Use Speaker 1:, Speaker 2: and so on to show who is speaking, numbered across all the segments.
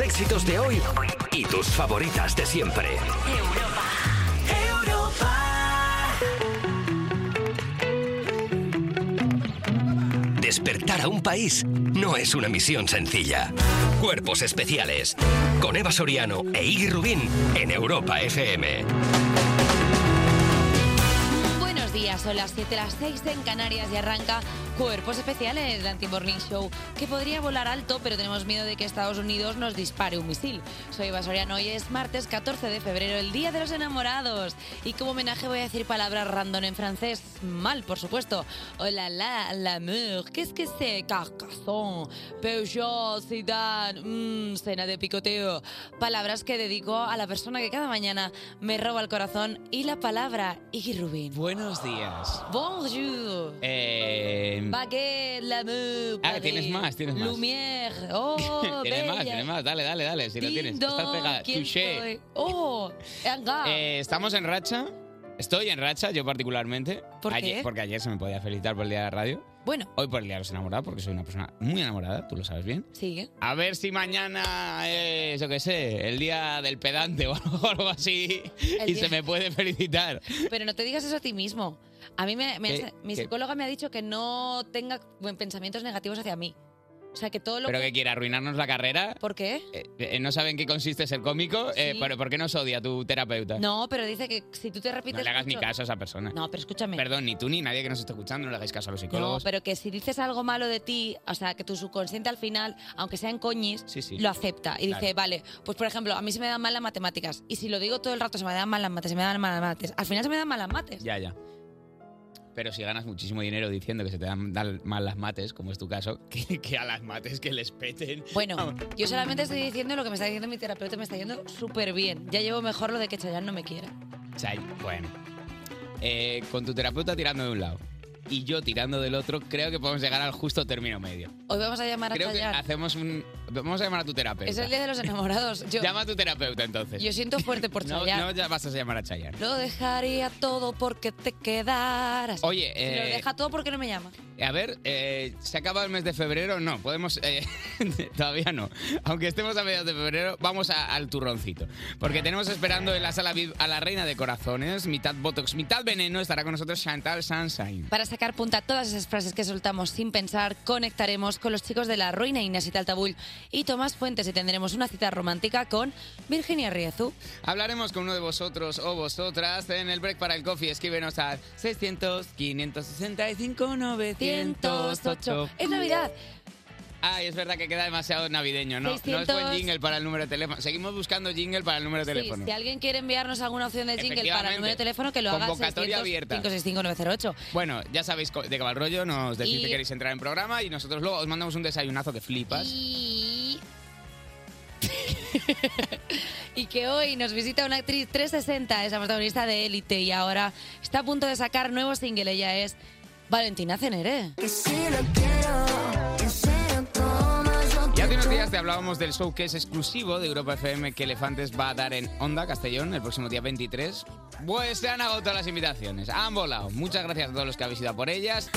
Speaker 1: éxitos de hoy y tus favoritas de siempre. Despertar a un país no es una misión sencilla. Cuerpos especiales. Con Eva Soriano e Iggy Rubín en Europa FM.
Speaker 2: Buenos días, son las 7, las 6 en Canarias y arranca Cuerpos Especiales, el anti-morning show, que podría volar alto, pero tenemos miedo de que Estados Unidos nos dispare un misil. Soy Eva Soriano y es martes 14 de febrero, el Día de los Enamorados. Y como homenaje voy a decir palabras random en francés, mal, por supuesto. Hola, la, l'amour, qu'est-ce que c'est? Carcassonne, Peugeot, Zidane, mm, cena de picoteo. Palabras que dedico a la persona que cada mañana me roba el corazón y la palabra Iggy Rubin.
Speaker 3: Buenos días.
Speaker 2: Bonjour.
Speaker 3: Eh,
Speaker 2: Baguette, l'amour.
Speaker 3: Ah, tienes más, tienes más.
Speaker 2: Lumière. Oh,
Speaker 3: tienes más,
Speaker 2: bella.
Speaker 3: tienes más. Dale, dale, dale. Si lo tienes.
Speaker 2: Ding
Speaker 3: Estás
Speaker 2: dong,
Speaker 3: pegada.
Speaker 2: ¿quién
Speaker 3: Touché.
Speaker 2: soy? Oh, venga.
Speaker 3: Eh, Estamos en racha. Estoy en racha, yo particularmente.
Speaker 2: ¿Por qué?
Speaker 3: Ayer- porque ayer se me podía felicitar por el Día de la Radio.
Speaker 2: Bueno.
Speaker 3: Hoy por el Día de los Enamorados, porque soy una persona muy enamorada, tú lo sabes bien.
Speaker 2: Sigue.
Speaker 3: A ver si mañana es, yo qué sé, el Día del Pedante o algo así.
Speaker 2: El
Speaker 3: y
Speaker 2: día-
Speaker 3: se me puede felicitar.
Speaker 2: Pero no te digas eso a ti mismo. A mí me, me
Speaker 3: ¿Qué?
Speaker 2: hace- mi
Speaker 3: ¿Qué?
Speaker 2: psicóloga me ha dicho que no tenga buen- pensamientos negativos hacia mí. O sea, que todo lo
Speaker 3: ¿Pero
Speaker 2: que...
Speaker 3: que quiere? ¿Arruinarnos la carrera?
Speaker 2: ¿Por qué?
Speaker 3: Eh, eh, ¿No saben qué consiste ser cómico? Eh,
Speaker 2: Sí.
Speaker 3: ¿por, por qué nos odia tu terapeuta?
Speaker 2: No, pero dice que si tú te repites
Speaker 3: No le hagas ni
Speaker 2: mucho-
Speaker 3: caso a esa persona.
Speaker 2: No, pero escúchame.
Speaker 3: Perdón, ni tú ni nadie que nos esté escuchando, no le hagáis caso a los
Speaker 2: No,
Speaker 3: psicólogos.
Speaker 2: pero que si dices algo malo de ti, o sea, que tu subconsciente al final, aunque sea en coñis, lo acepta y dice,
Speaker 3: Claro.
Speaker 2: vale, pues por ejemplo, a mí se me dan mal las matemáticas y si lo digo todo el rato se me dan mal las mates, se me dan mal las mates, al final se me dan mal las mates.
Speaker 3: Ya, ya. Pero si ganas muchísimo dinero diciendo que se te dan, dan mal las mates, como es tu caso, que, que a las mates que les peten.
Speaker 2: Bueno, yo solamente estoy diciendo lo que me está diciendo mi terapeuta, me está yendo súper bien. Ya llevo mejor lo de que Chayanne no me quiera.
Speaker 3: Chay, bueno. Eh, con tu terapeuta tirando de un lado y yo tirando del otro, creo que podemos llegar al justo término medio.
Speaker 2: Hoy vamos a llamar a
Speaker 3: Creo que
Speaker 2: Chayanne.
Speaker 3: hacemos un. Vamos a llamar a tu terapeuta.
Speaker 2: Es el día de los enamorados. Yo,
Speaker 3: Llama a tu terapeuta entonces.
Speaker 2: yo siento fuerte por
Speaker 3: no,
Speaker 2: Chayanne.
Speaker 3: no ya vas a llamar a Chayanne.
Speaker 2: Lo dejaría todo porque te quedaras.
Speaker 3: Oye,
Speaker 2: Si lo
Speaker 3: eh,
Speaker 2: deja todo porque no me llama.
Speaker 3: A ver, eh, ¿se acaba el mes de febrero? No, podemos... eh, todavía no. Aunque estemos a mediados de febrero, vamos a- al turroncito. Porque tenemos esperando en la sala VIP a la reina de corazones, mitad Botox, mitad veneno, estará con nosotros Chantal Sunshine.
Speaker 2: Para sacar punta a todas esas frases que soltamos sin pensar, conectaremos con los chicos de La Ruina Inés y Taltabull y Tomás Fuentes y tendremos una cita romántica con Virginia Riezu.
Speaker 3: Hablaremos con uno de vosotros o vosotras en el break para el coffee. Escríbenos al 600 565 908.
Speaker 2: ¡Es Navidad!
Speaker 3: Ay, es verdad que queda demasiado navideño, ¿no? No es
Speaker 2: 600.
Speaker 3: buen jingle para el número de teléfono. Seguimos buscando jingle para el número de
Speaker 2: Sí,
Speaker 3: teléfono.
Speaker 2: si alguien quiere enviarnos alguna opción de jingle para el número
Speaker 3: Efectivamente.
Speaker 2: de teléfono, que lo haga al
Speaker 3: Convocatoria
Speaker 2: 600
Speaker 3: abierta.
Speaker 2: 565-908.
Speaker 3: Bueno, ya sabéis co- de qué va el rollo, nos decís
Speaker 2: Y-
Speaker 3: que queréis entrar en programa y nosotros luego os mandamos un desayunazo que flipas.
Speaker 2: Y... y que hoy nos visita una actriz 360, es la protagonista de Élite y ahora está a punto de sacar nuevo single. Ella es Valentina Cenere.
Speaker 3: Y hace unos días te hablábamos del show que es exclusivo de Europa FM que Elefantes va a dar en Onda Castellón el próximo día 23. Pues se han agotado las invitaciones, han volado. Muchas gracias a todos los que habéis ido a por ellas.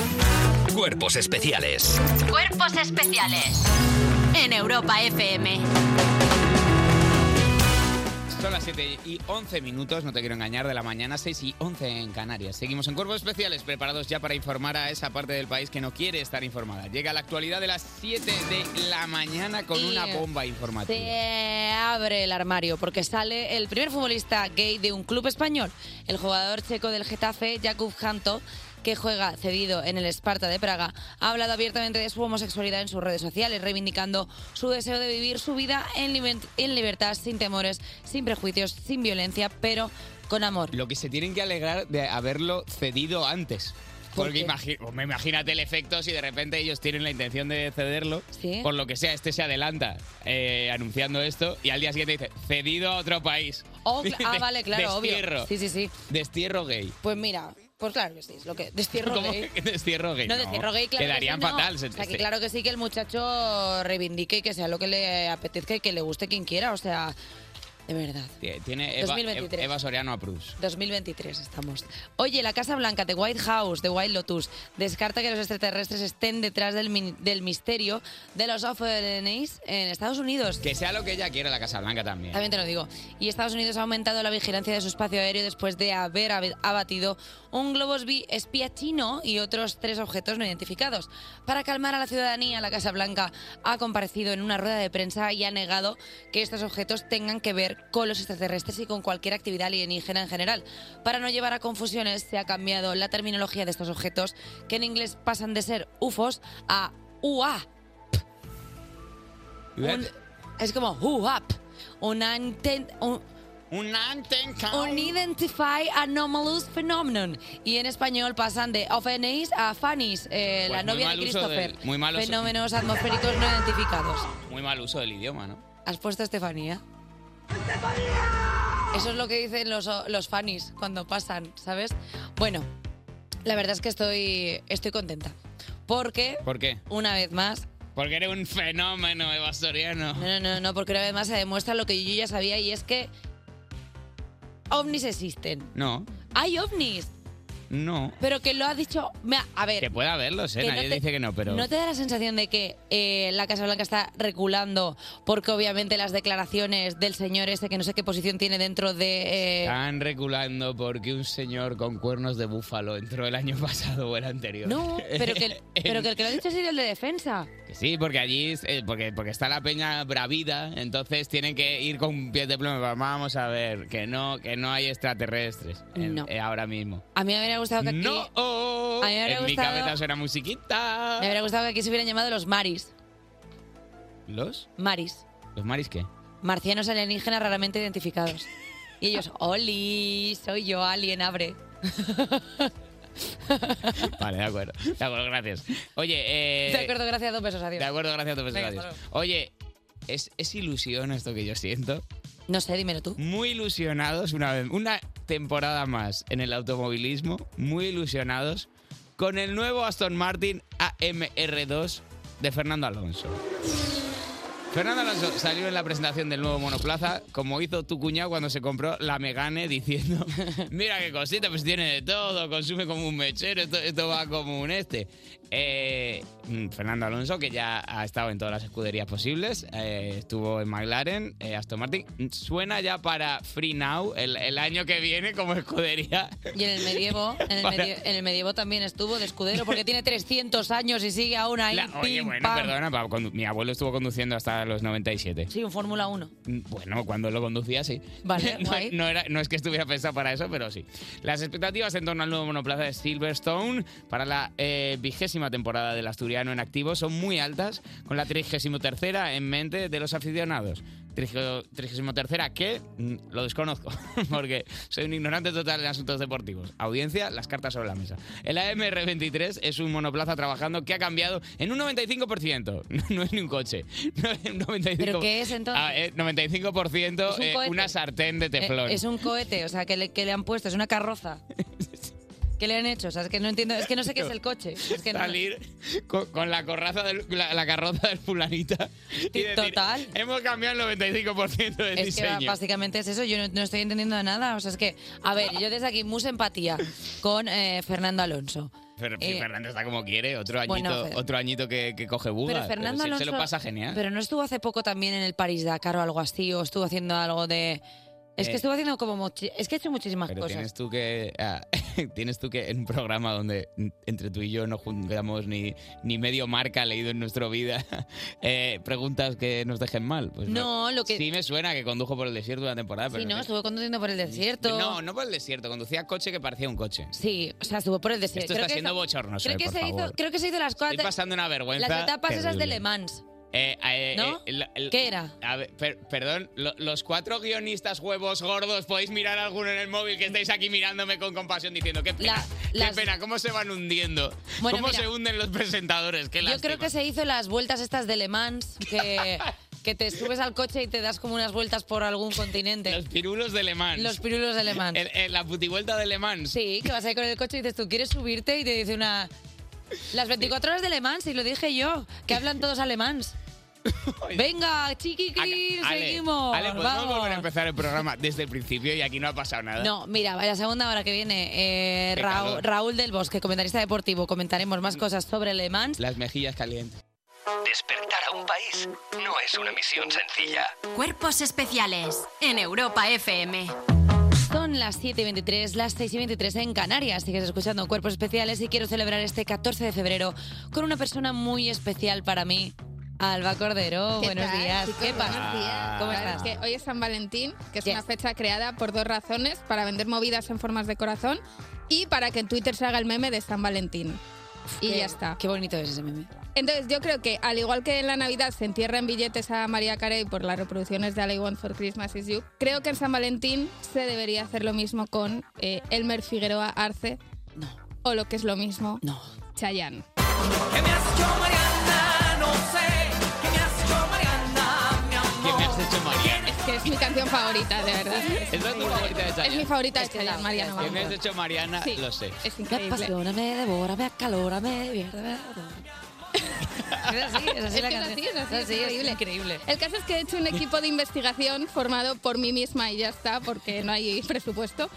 Speaker 1: Cuerpos especiales.
Speaker 4: Cuerpos especiales en Europa FM.
Speaker 3: Son las 7 y 11 minutos, no te quiero engañar, de la mañana, 6 y 11 en Canarias. Seguimos en Cuerpos Especiales, preparados ya para informar a esa parte del país que no quiere estar informada. Llega la actualidad de las 7 de la mañana con
Speaker 2: Y-
Speaker 3: una bomba informativa.
Speaker 2: Se abre el armario porque sale el primer futbolista gay de un club español, el jugador checo del Getafe, Jakub Janto, que juega cedido en el Esparta de Praga, ha hablado abiertamente de su homosexualidad en sus redes sociales, reivindicando su deseo de vivir su vida en, liber- en libertad, sin temores, sin prejuicios, sin violencia, pero con amor.
Speaker 3: Lo que se tienen que alegrar de haberlo cedido antes.
Speaker 2: ¿Por
Speaker 3: Porque
Speaker 2: qué?
Speaker 3: imagi- hombre, imagínate el efecto si de repente ellos tienen la intención de cederlo.
Speaker 2: Sí.
Speaker 3: Por lo que sea, este se adelanta eh, anunciando esto y al día siguiente dice, cedido a otro país.
Speaker 2: Oh, cla- ah, vale, claro,
Speaker 3: Destierro.
Speaker 2: obvio. Sí, sí, sí.
Speaker 3: Destierro gay.
Speaker 2: Pues mira, pues claro que sí, es lo que destierro
Speaker 3: ¿Cómo
Speaker 2: gay.
Speaker 3: que destierro gay?
Speaker 2: No, de cierro gay, claro. que
Speaker 3: Quedarían
Speaker 2: sí, no.
Speaker 3: fatal. este.
Speaker 2: O sea, que claro que sí, que el muchacho reivindique y que sea lo que le apetezca y que le guste quien quiera. O sea, de verdad.
Speaker 3: Tie- Tiene Eva,
Speaker 2: 2023.
Speaker 3: Eva Soriano a Prus.
Speaker 2: 2023 estamos. Oye, la Casa Blanca de White House, de White Lotus, descarta que los extraterrestres estén detrás del, min- del misterio de los OVNIs en Estados Unidos.
Speaker 3: Que sea lo que ella quiera la Casa Blanca también.
Speaker 2: También te lo digo. Y Estados Unidos ha aumentado la vigilancia de su espacio aéreo después de haber ab- abatido un globo esbi- espía chino y otros tres objetos no identificados. Para calmar a la ciudadanía, la Casa Blanca ha comparecido en una rueda de prensa y ha negado que estos objetos tengan que ver con los extraterrestres y con cualquier actividad alienígena en general. Para no llevar a confusiones, se ha cambiado la terminología de estos objetos, que en inglés pasan de ser UFOs a UA.
Speaker 3: Un,
Speaker 2: Es como UAP. Un, anten- un- un Unidentified Anomalous Phenomenon. Y en español pasan de OVNIs a FANIS, eh,
Speaker 3: Pues
Speaker 2: la
Speaker 3: muy
Speaker 2: novia de
Speaker 3: mal uso
Speaker 2: Christopher.
Speaker 3: del- muy mal uso.
Speaker 2: Fenómenos atmosféricos no identificados.
Speaker 3: Muy mal uso del idioma, ¿no?
Speaker 2: ¿Has puesto Estefanía? Eso es lo que dicen los, los FANIS cuando pasan, ¿sabes? Bueno, la verdad es que estoy, estoy contenta. Porque,
Speaker 3: ¿Por qué?
Speaker 2: una vez más,
Speaker 3: Porque eres un fenómeno, Eva Soriano.
Speaker 2: No, no, no, porque una vez más se demuestra lo que yo ya sabía y es que ovnis existen.
Speaker 3: No,
Speaker 2: Hay ovnis,
Speaker 3: no.
Speaker 2: pero que lo ha dicho... me ha- A ver,
Speaker 3: Que pueda haberlos, ¿eh?
Speaker 2: que no
Speaker 3: Nadie
Speaker 2: te-
Speaker 3: dice que no, pero...
Speaker 2: ¿no te da la sensación de que eh, la Casa Blanca está reculando porque obviamente las declaraciones del señor este que no sé qué posición tiene dentro de... eh,
Speaker 3: Están reculando porque un señor con cuernos de búfalo entró el año pasado o el anterior.
Speaker 2: no, pero que, pero que el que lo ha dicho ha sido el de defensa.
Speaker 3: Que Sí, porque allí, eh, porque, porque está la peña bravida, entonces tienen que ir con pies de plomo. Vamos a ver, que no, que no hay extraterrestres en-
Speaker 2: No.
Speaker 3: eh, ahora mismo.
Speaker 2: A mí me hubiera gustado que aquí...
Speaker 3: No,
Speaker 2: a mí me hubiera
Speaker 3: en mi
Speaker 2: gustado-
Speaker 3: cabeza suena musiquita.
Speaker 2: Me hubiera gustado que aquí se hubieran llamado los Maris.
Speaker 3: ¿Los?
Speaker 2: Maris.
Speaker 3: ¿Los maris qué?
Speaker 2: Marcianos alienígenas raramente identificados. Y ellos, Oli, soy yo, alien, abre.
Speaker 3: Vale, de acuerdo. De acuerdo, gracias. Oye, eh,
Speaker 2: de acuerdo, gracias, dos besos, adiós.
Speaker 3: de acuerdo, gracias, dos besos,
Speaker 2: Venga,
Speaker 3: gracias.
Speaker 2: hasta
Speaker 3: Oye, ¿es, es ilusión esto que yo siento.
Speaker 2: No sé, dímelo tú.
Speaker 3: Muy ilusionados una vez, una temporada más en el automovilismo, muy ilusionados con el nuevo Aston Martin AMR2 de Fernando Alonso. Fernando Alonso salió en la presentación del nuevo monoplaza, como hizo tu cuñado cuando se compró la Megane, diciendo: Mira qué cosita, pues tiene de todo, consume como un mechero, esto, esto va como un este. Eh, mm, Fernando Alonso, que ya ha estado en todas las escuderías posibles, eh, estuvo en McLaren, eh, Aston Martin, suena ya para Free Now el, el año que viene como escudería.
Speaker 2: Y en el medievo, en el,
Speaker 3: Para-
Speaker 2: medie- en el medievo también estuvo de escudero porque tiene 300 años y sigue aún ahí.
Speaker 3: La- oye,
Speaker 2: pim,
Speaker 3: bueno,
Speaker 2: pam.
Speaker 3: perdona, pa- condu- mi abuelo estuvo conduciendo hasta los 97.
Speaker 2: Sí, un Fórmula 1.
Speaker 3: Mm, Bueno, cuando lo conducía, sí.
Speaker 2: Vale,
Speaker 3: no,
Speaker 2: guay.
Speaker 3: no era- no es que estuviera pensado para eso, pero sí. Las expectativas en torno al nuevo monoplaza de Silverstone para la eh, vigésima temporada del Asturiano en activo son muy altas, con la 33 tercera en mente de los aficionados. 33 tercera que mm, lo desconozco, porque soy un ignorante total en asuntos deportivos. Audiencia, las cartas sobre la mesa. El AMR23 es un monoplaza trabajando que ha cambiado en un 95%. No es ni un coche. No es un 95%.
Speaker 2: ¿Pero qué es, entonces?
Speaker 3: Ah, eh, 95%
Speaker 2: Es un
Speaker 3: eh,
Speaker 2: cohete.
Speaker 3: una sartén de teflón.
Speaker 2: Eh, es un cohete, o sea, que le, que le han puesto, es una carroza. ¿Qué le han hecho? O sea, es que no entiendo, es que no sé qué es el coche. Es que no-
Speaker 3: Salir con, con la, corraza del- la, la carroza del fulanita. y decir,
Speaker 2: total.
Speaker 3: Hemos cambiado el 95% del
Speaker 2: Es que
Speaker 3: diseño.
Speaker 2: básicamente es eso, yo no, no estoy entendiendo nada. O sea, es que, a ver, yo desde aquí, mucha empatía con eh, Fernando Alonso.
Speaker 3: Pero
Speaker 2: Eh,
Speaker 3: Fernando está como quiere, otro añito,
Speaker 2: bueno, Fer-
Speaker 3: otro añito que, que coge buga.
Speaker 2: Pero Fernando
Speaker 3: se-
Speaker 2: Alonso.
Speaker 3: se, lo pasa genial.
Speaker 2: Pero no estuvo hace poco también en el París Dakar o algo así, o estuvo haciendo algo de. Es que
Speaker 3: Eh.
Speaker 2: estuvo haciendo como. mochi- Es que he hecho muchísimas
Speaker 3: Pero
Speaker 2: cosas.
Speaker 3: tienes tú que ah, tienes tú que en un programa donde mm, entre tú y yo no juntamos ni, ni medio marca leído en nuestra vida eh, preguntas que nos dejen mal. Pues
Speaker 2: No, lo que-
Speaker 3: sí me suena que condujo por el desierto una temporada. Pero
Speaker 2: Sí, no,
Speaker 3: sé-
Speaker 2: estuvo conduciendo por el desierto.
Speaker 3: No, no por el desierto. Conducía coche que parecía un coche.
Speaker 2: Sí, o sea, estuvo por el
Speaker 3: Esto
Speaker 2: desierto.
Speaker 3: está
Speaker 2: que
Speaker 3: siendo
Speaker 2: esa-
Speaker 3: bochornoso,
Speaker 2: Creo
Speaker 3: eh,
Speaker 2: que,
Speaker 3: por
Speaker 2: se
Speaker 3: favor.
Speaker 2: Hizo, creo que se hizo las cosas.
Speaker 3: Estoy pasando una vergüenza.
Speaker 2: las etapas esas de
Speaker 3: terrible.
Speaker 2: Le Mans.
Speaker 3: Eh, eh, eh,
Speaker 2: ¿No?
Speaker 3: eh, la- el-
Speaker 2: ¿Qué era?
Speaker 3: A ver, per- perdón, lo- los cuatro guionistas huevos gordos, podéis mirar alguno en el móvil que estáis aquí mirándome con compasión diciendo qué pena,
Speaker 2: La-
Speaker 3: qué
Speaker 2: las-
Speaker 3: pena, cómo se van hundiendo,
Speaker 2: Bueno,
Speaker 3: cómo
Speaker 2: mira.
Speaker 3: se hunden los presentadores, qué
Speaker 2: Yo creo que se hizo las vueltas estas de Le Mans, que, que te subes al coche y te das como unas vueltas por algún continente.
Speaker 3: Los pirulos de Le Mans.
Speaker 2: Los pirulos de Le Mans.
Speaker 3: El- el- la putivuelta de Le Mans.
Speaker 2: Sí, que vas ahí con el coche y dices, tú quieres subirte y te dice una... Las 24 horas de alemán, si lo dije yo, que hablan todos alemáns. Venga, chiquiquis,
Speaker 3: Ale,
Speaker 2: seguimos.
Speaker 3: Ale, pues podemos
Speaker 2: vamos.
Speaker 3: volver a empezar el programa desde el principio y aquí no ha pasado nada.
Speaker 2: No, mira, a la segunda hora que viene, eh,
Speaker 3: Qué
Speaker 2: Raúl-
Speaker 3: calor. Mm.
Speaker 2: Raúl del Bosque, comentarista deportivo, comentaremos más cosas sobre Le Mans.
Speaker 3: Las mejillas calientes.
Speaker 1: Despertar a un país no es una misión sencilla.
Speaker 4: Cuerpos especiales en Europa FM.
Speaker 2: Son las 7.23, las 6.23 en Canarias. Sigues escuchando Cuerpos Especiales y quiero celebrar este 14 de febrero con una persona muy especial para mí, Alba Cordero.
Speaker 5: ¿Qué
Speaker 2: Buenos
Speaker 5: tal,
Speaker 2: días.
Speaker 5: chicos?
Speaker 2: ¿Qué pasa?
Speaker 5: Buenos
Speaker 3: Ah.
Speaker 5: días.
Speaker 2: ¿Cómo
Speaker 5: Claro,
Speaker 2: estás?
Speaker 5: es que hoy es San Valentín, que es una fecha creada por dos razones, para vender movidas en formas de corazón y para que en Twitter se haga el meme de San Valentín. Y
Speaker 2: Qué-
Speaker 5: ya está.
Speaker 2: Qué bonito es ese meme.
Speaker 5: Entonces yo creo que al igual que en la Navidad se entierran billetes a María Carey por las reproducciones de All I Want for Christmas Is You, creo que en San Valentín se debería hacer lo mismo con eh, Elmer Figueroa Arce o lo que es lo mismo,
Speaker 2: no.
Speaker 5: Chayanne.
Speaker 3: ¿Qué me has hecho, Mariana?
Speaker 5: Es que es mi canción favorita, de verdad.
Speaker 3: ¿Esa es tu favorita de
Speaker 5: Es
Speaker 3: Chayanne?
Speaker 5: mi favorita de Chayanne, Mariano.
Speaker 3: ¿Qué me has
Speaker 5: vamos.
Speaker 3: hecho, Mariana?
Speaker 5: Sí.
Speaker 3: Lo sé.
Speaker 5: Es
Speaker 2: Me
Speaker 5: increíble.
Speaker 2: apasiona, me devora, me acalora, me divierte, me adora. Es así, es así
Speaker 5: Es
Speaker 2: la
Speaker 5: que es
Speaker 2: canción.
Speaker 5: así, es así, es
Speaker 2: increíble.
Speaker 5: increíble. El caso es que he hecho un equipo de investigación formado por mí misma y ya está, porque no hay presupuesto.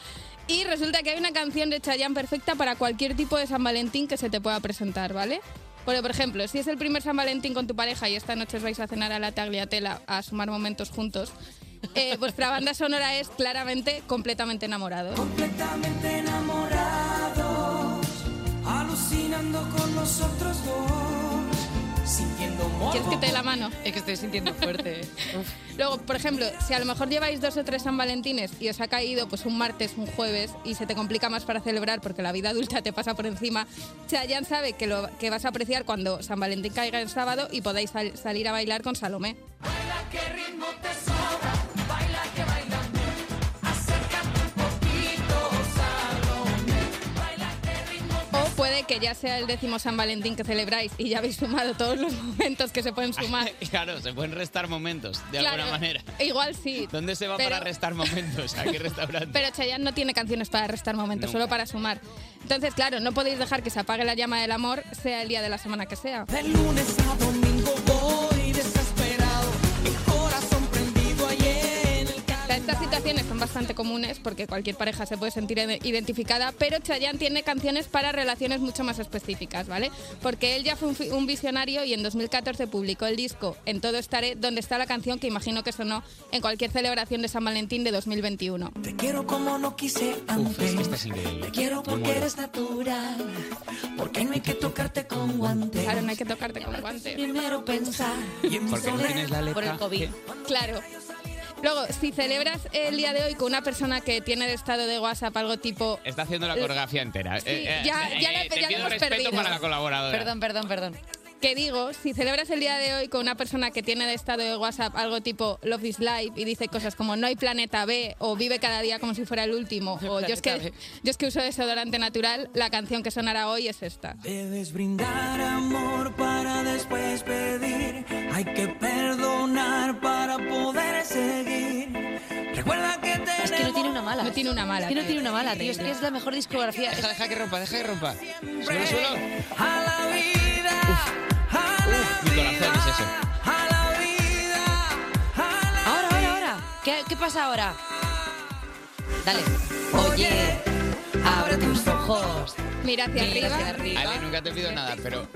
Speaker 5: Y resulta que hay una canción de Chayanne perfecta para cualquier tipo de San Valentín que se te pueda presentar, ¿vale? Porque, por ejemplo, si es el primer San Valentín con tu pareja y esta noche os vais a cenar a la tagliatela a sumar momentos juntos, eh, vuestra banda sonora es claramente completamente enamorados.
Speaker 6: completamente enamorados, alucinando con nosotros dos, sintiendo amor.
Speaker 5: ¿Quieres que te dé la mano?
Speaker 2: Es que estoy sintiendo fuerte.
Speaker 5: Luego, por ejemplo, si a lo mejor lleváis dos o tres San Valentines y os ha caído pues un martes, un jueves y se te complica más para celebrar porque la vida adulta te pasa por encima, Chayanne sabe que lo que vas a apreciar cuando San Valentín caiga el sábado y podáis sal- salir a bailar con Salomé.
Speaker 6: ¿Qué ritmo te sobra? Baila que baila. Acércate un poquito, Salomé.
Speaker 5: O puede que ya sea el décimo San Valentín que celebráis y ya habéis sumado todos los momentos que se pueden sumar.
Speaker 3: Claro, se pueden restar momentos, de
Speaker 5: Claro,
Speaker 3: alguna manera.
Speaker 5: Igual sí.
Speaker 3: ¿Dónde se va
Speaker 5: Pero-
Speaker 3: para restar momentos? ¿A qué restaurante?
Speaker 5: Pero Chayanne no tiene canciones para restar momentos, solo para sumar. Entonces, claro, no podéis dejar que se apague la llama del amor, sea el día de la semana que sea.
Speaker 6: De lunes a domingo voy desesperado, el corazón prendido ayer en el
Speaker 5: O sea, Estas situaciones son bastante comunes porque cualquier pareja se puede sentir ide- identificada, pero Chayanne tiene canciones para relaciones mucho más específicas, ¿vale? Porque él ya fue un, fi- un visionario y en 2014 publicó el disco En todo estaré, donde está la canción que imagino que sonó en cualquier celebración de San Valentín de 2021.
Speaker 6: Te quiero como no quise antes.
Speaker 3: este
Speaker 6: Te quiero porque eres natural. Porque no hay que tocarte con guantes.
Speaker 5: Claro, no hay que tocarte con guantes.
Speaker 6: Primero pensar. Y en mi
Speaker 3: Porque no
Speaker 6: soledad-
Speaker 3: tienes la letra.
Speaker 5: Claro. Luego, si celebras el día de hoy con una persona que tiene de estado de WhatsApp algo tipo
Speaker 3: Está haciendo la coreografía entera. Eh,
Speaker 5: ya- ya la-
Speaker 3: te
Speaker 5: ya la
Speaker 3: pido
Speaker 5: hemos
Speaker 3: respeto
Speaker 5: perdido.
Speaker 3: para la colaboradora.
Speaker 5: Perdón, perdón, perdón. Que digo, si celebras el día de hoy con una persona que tiene de estado de WhatsApp algo tipo Love is Life y dice cosas como no hay planeta B o vive cada día como si fuera el último o yo es, que, yo es que uso desodorante natural, la canción que sonará hoy es esta.
Speaker 6: Debes brindar amor para después pedir. Hay que perdonar para poder seguir. Recuerda que te.
Speaker 2: Es que no tiene una mala.
Speaker 5: No tiene una mala.
Speaker 2: Es que no tiene una mala,
Speaker 5: tío.
Speaker 2: tío. Es que es la mejor discografía.
Speaker 3: Deja, deja que rompa, deja que rompa. Suelo, suelo.
Speaker 6: A la vida.
Speaker 3: Mi corazón es eso.
Speaker 2: Ahora, ahora, ahora. ¿Qué, qué pasa ahora? Dale. Oye, abre tus ojos.
Speaker 5: Mira hacia
Speaker 2: Mira
Speaker 5: arriba.
Speaker 2: hacia arriba.
Speaker 3: Ale, nunca te pido nada, pero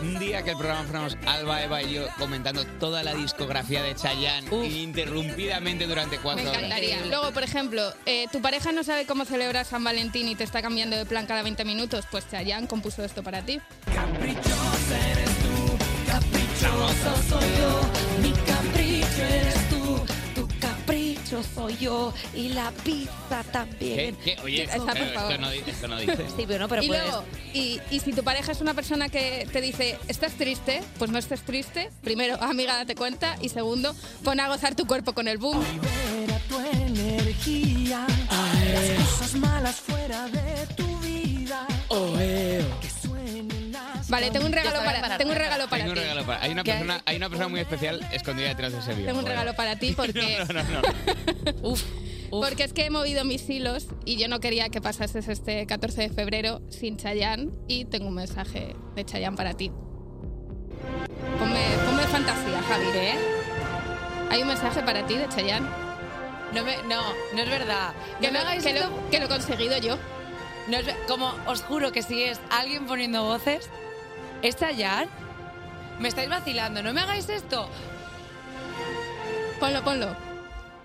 Speaker 3: un día que el programa fuéramos Alba, Eva y yo comentando toda la discografía de Chayanne ininterrumpidamente durante
Speaker 5: Me
Speaker 3: cuatro horas.
Speaker 5: encantaría. Luego, por ejemplo, eh, tu pareja no sabe cómo celebrar San Valentín y te está cambiando de plan cada 20 minutos, pues Chayanne compuso esto para ti.
Speaker 2: Caprichoso soy yo, mi capricho eres tú. Tu capricho soy yo y la pizza
Speaker 3: ¿Qué?
Speaker 2: también.
Speaker 3: ¿Qué? Oye,
Speaker 2: Está, por
Speaker 3: pero esto
Speaker 2: favor.
Speaker 3: no, di- esto no dice.
Speaker 2: Sí, pero no, pero
Speaker 5: y
Speaker 2: puedes.
Speaker 5: luego, y, y si tu pareja es una persona que te dice, estás triste, pues no estés triste. Primero, amiga, date cuenta. Y segundo, pon a gozar tu cuerpo con el boom.
Speaker 6: Libera tu energía. Las cosas malas fuera de tu vida. Que suenen las
Speaker 5: Vale, tengo un regalo
Speaker 2: saben
Speaker 5: para,
Speaker 2: parar,
Speaker 5: tengo un
Speaker 2: ¿verdad?
Speaker 5: regalo para
Speaker 3: Tengo un
Speaker 5: ti.
Speaker 3: regalo para. Hay una
Speaker 2: ¿Qué?
Speaker 3: persona, hay una persona muy especial escondida detrás de ese vídeo.
Speaker 5: Tengo un regalo para ti porque,
Speaker 3: No, no, no.
Speaker 2: Uf, uf.
Speaker 5: porque es que he movido mis hilos y yo no quería que pasases este 14 de febrero sin Chayanne y tengo un mensaje de Chayanne para ti. Ponme, ponme fantasía, Javi. ¿Eh? Hay un mensaje para ti de Chayanne.
Speaker 2: No, me- no, no es verdad.
Speaker 5: Que,
Speaker 2: No me
Speaker 5: lo-
Speaker 2: hagáis
Speaker 5: que lo-
Speaker 2: esto.
Speaker 5: que lo he conseguido yo.
Speaker 2: No es- como os juro que si es alguien poniendo voces, ¿es Chayanne? Me estáis vacilando, no me hagáis esto.
Speaker 5: Ponlo, ponlo.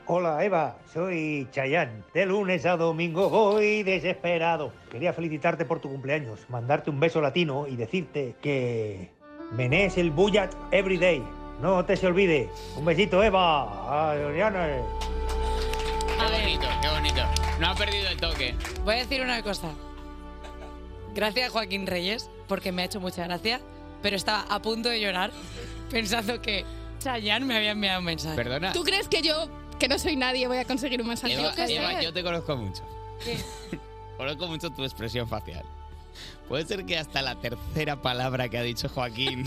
Speaker 7: Hola Eva, soy Chayán. De lunes a domingo voy desesperado. Quería felicitarte por tu cumpleaños, mandarte un beso latino y decirte que menees el bullet every day. No te se olvide. Un besito Eva. Ay, Oriana.
Speaker 3: Qué bonito, qué bonito. No ha perdido el toque.
Speaker 2: Voy a decir una cosa. Gracias Joaquín Reyes, porque me ha hecho mucha gracia, pero estaba a punto de llorar pensando que Chayanne me había enviado un mensaje.
Speaker 3: Perdona.
Speaker 5: ¿Tú crees que yo, que no soy nadie, voy a conseguir un mensaje?
Speaker 3: Eva,
Speaker 5: Pues Yo qué sé.
Speaker 3: Eva, yo te conozco mucho. conozco mucho tu expresión facial. Puede ser que hasta la tercera palabra que ha dicho Joaquín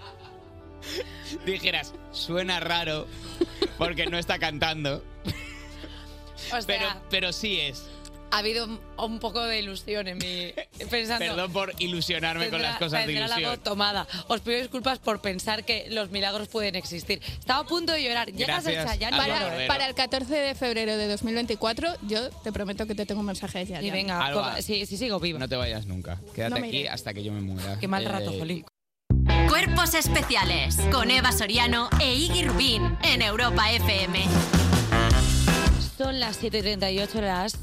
Speaker 3: dijeras, suena raro porque no está cantando.
Speaker 2: O sea,
Speaker 3: Pero, pero sí es.
Speaker 2: ha habido un, un poco de ilusión en mi pensando.
Speaker 3: Perdón por ilusionarme con
Speaker 2: tendrá-
Speaker 3: las cosas de
Speaker 2: tendrá la
Speaker 3: ilusión.
Speaker 2: voz tomada. Os pido disculpas por pensar que los milagros pueden existir. Estaba a punto de llorar. Llegas
Speaker 3: Gracias
Speaker 2: al Chayanne y
Speaker 3: Álvaro
Speaker 2: lloras.
Speaker 5: Para, para el 14 de febrero de 2024, yo te prometo que te tengo un mensaje de Chayanne.
Speaker 2: Y venga,
Speaker 3: Alba,
Speaker 2: copa- sí, sí, sigo viva.
Speaker 3: No te vayas nunca.
Speaker 5: No
Speaker 3: Quédate
Speaker 5: me
Speaker 3: aquí
Speaker 5: iré.
Speaker 3: hasta que yo me muera.
Speaker 2: Qué mal
Speaker 3: Eh,
Speaker 2: rato, Jolín.
Speaker 4: Cuerpos especiales con Eva Soriano e Iggy Rubín en Europa FM.
Speaker 2: Son las 7 y 38, las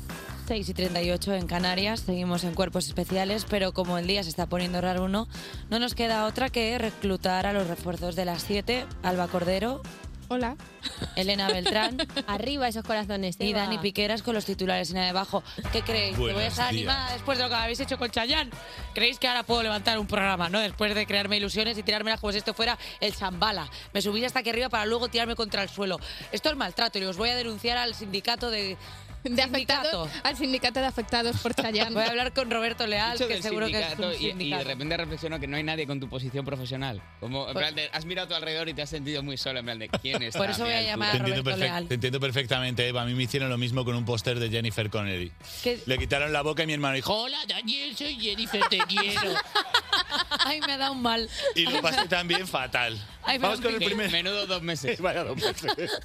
Speaker 2: 6 y 38 en Canarias. Seguimos en cuerpos especiales, pero como el día se está poniendo raro uno, no nos queda otra que reclutar a los refuerzos de las 7. Alba Cordero.
Speaker 5: Hola.
Speaker 2: Elena Beltrán.
Speaker 8: Arriba esos corazones.
Speaker 2: Y
Speaker 8: Eva.
Speaker 2: Dani Piqueras con los titulares en abajo. ¿Qué creéis? ¿Que voy a
Speaker 8: Buenos
Speaker 2: estar
Speaker 8: días.
Speaker 2: animada después de lo que habéis hecho con Chayán? ¿Creéis que ahora puedo levantar un programa, no? Después de crearme ilusiones y tirármelas como si esto fuera el chambala. Me subís hasta aquí arriba para luego tirarme contra el suelo. Esto es maltrato y os voy a denunciar al sindicato de...
Speaker 5: De afectados, al sindicato de afectados por Chayanne.
Speaker 2: Voy a hablar con Roberto Leal,
Speaker 3: Dicho
Speaker 2: que
Speaker 3: del
Speaker 2: seguro que es
Speaker 3: sindicato
Speaker 2: un
Speaker 3: y- y, de
Speaker 2: sindicato.
Speaker 3: repente reflexiono que no hay nadie con tu posición profesional. Como, en
Speaker 2: Por-
Speaker 3: plan de, has mirado a tu alrededor y te has sentido muy solo, en plan de, ¿quién está
Speaker 2: Por eso
Speaker 3: mi
Speaker 2: voy a
Speaker 3: altura?
Speaker 2: llamar a Roberto
Speaker 9: perfec-
Speaker 2: Leal.
Speaker 9: te entiendo perfectamente, Eva. A mí me hicieron lo mismo con un póster de Jennifer Connelly.
Speaker 2: ¿Qué?
Speaker 9: Le quitaron la boca y mi hermano dijo, "Hola".
Speaker 2: Daniel, soy
Speaker 9: Jennifer, te quiero.
Speaker 2: Ay, me ha dado un mal.
Speaker 9: Y lo pasé también fatal.
Speaker 2: Ay,
Speaker 9: Vamos
Speaker 2: pero
Speaker 9: con el
Speaker 2: Miguel,
Speaker 9: primer...
Speaker 3: Menudo dos meses.
Speaker 9: Vaya dos meses.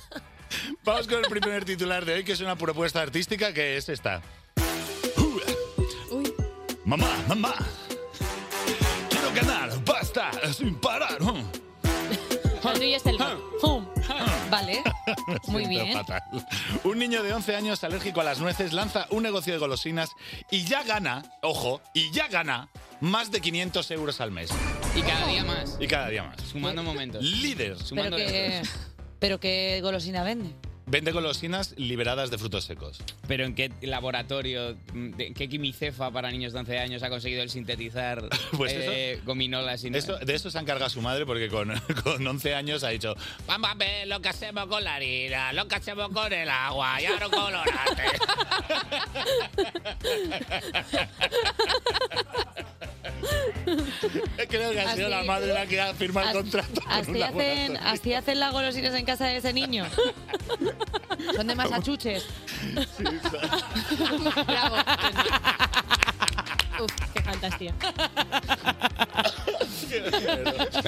Speaker 9: Vamos con el primer titular de hoy, que es una propuesta artística, que es esta. Mamá, mamá. Quiero ganar, basta, sin parar.
Speaker 8: El tuyo es el
Speaker 9: Ah.
Speaker 8: hum.
Speaker 2: Vale.
Speaker 8: Muy
Speaker 9: Siento
Speaker 8: bien.
Speaker 9: fatal. Un niño de 11 años alérgico a las nueces lanza un negocio de golosinas y ya gana, ojo, y ya gana más de 500 euros al mes.
Speaker 3: Y cada día más.
Speaker 9: Y cada día más.
Speaker 3: Sumando momentos.
Speaker 9: Líder.
Speaker 2: Pero que, pero que golosina vende.
Speaker 9: Vende golosinas liberadas de frutos secos.
Speaker 3: Pero ¿en qué laboratorio, mm, de- qué quimicefa para niños de 11 años ha conseguido el sintetizar
Speaker 9: Pues
Speaker 3: eh, gominolas y no-
Speaker 9: Esto- de eso se encarga su madre porque con, con 11 años ha dicho,
Speaker 3: Vamos a ver lo que hacemos con la harina, lo que hacemos con el agua, y ahora colorante.
Speaker 9: creo que ha sido
Speaker 2: Así-
Speaker 9: la madre la que ha firmado el contrato. con un
Speaker 2: Así hacen,
Speaker 9: laboratorio".
Speaker 2: así hacen las golosinas en casa de ese niño. Son de Massachusetts.
Speaker 8: Bravo. Uf, qué fantasía.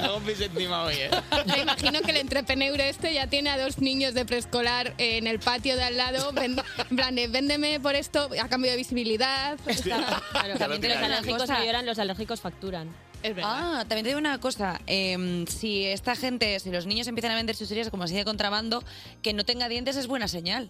Speaker 3: Hago pis encima hoy, ¿eh?
Speaker 5: Me imagino que el entrepreneur este ya tiene a dos niños de preescolar eh, en el patio de al lado. Ven, en plan de, véndeme por esto a cambio de visibilidad.
Speaker 8: Claro,
Speaker 2: También te lo
Speaker 8: los
Speaker 2: digo una
Speaker 8: alérgicos
Speaker 2: cosa.
Speaker 8: no lloran, los alérgicos facturan.
Speaker 5: Es
Speaker 2: Ah, también te digo una cosa. eh, si esta gente, si los niños empiezan a vender chucherías como así de contrabando, que no tenga dientes es buena señal,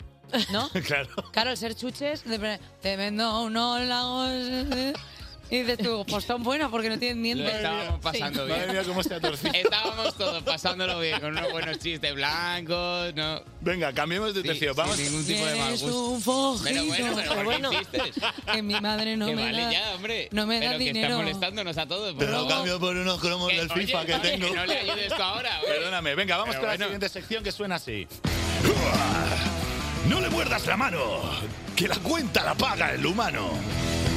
Speaker 2: ¿no?
Speaker 9: claro.
Speaker 2: Claro, el ser chuches, de pre- te vendo uno la Y dices tú, pues son buenos porque no tienen
Speaker 3: Lo
Speaker 2: dientes.
Speaker 3: estábamos pasando bien.
Speaker 9: Madre mía, cómo se ha torcido.
Speaker 3: Estábamos todos pasándolo bien, con unos buenos chistes blancos, ¿no?
Speaker 9: Venga, cambiemos de
Speaker 3: Sí,
Speaker 9: tercio.
Speaker 3: sin
Speaker 9: Vamos.
Speaker 3: ningún tipo de mal
Speaker 2: Eres
Speaker 3: gusto.
Speaker 2: un fojizo.
Speaker 3: Pero bueno, pero ¿por qué insistes?
Speaker 2: Que mi madre no
Speaker 3: que
Speaker 2: me
Speaker 3: vale
Speaker 2: da,
Speaker 3: ya, hombre.
Speaker 2: No me da
Speaker 3: pero que
Speaker 2: dinero.
Speaker 3: estás molestándonos a todos, por
Speaker 9: Te lo
Speaker 3: favor.
Speaker 9: cambio por unos cromos
Speaker 3: Pues Que-
Speaker 9: del FIFA
Speaker 3: oye,
Speaker 9: que
Speaker 3: oye,
Speaker 9: tengo.
Speaker 3: que no le ayudes tú ahora, oye.
Speaker 9: Perdóname, venga, vamos
Speaker 3: Pero
Speaker 9: con
Speaker 3: bueno.
Speaker 9: la siguiente sección que suena así. No le muerdas la mano, que la cuenta la paga el humano.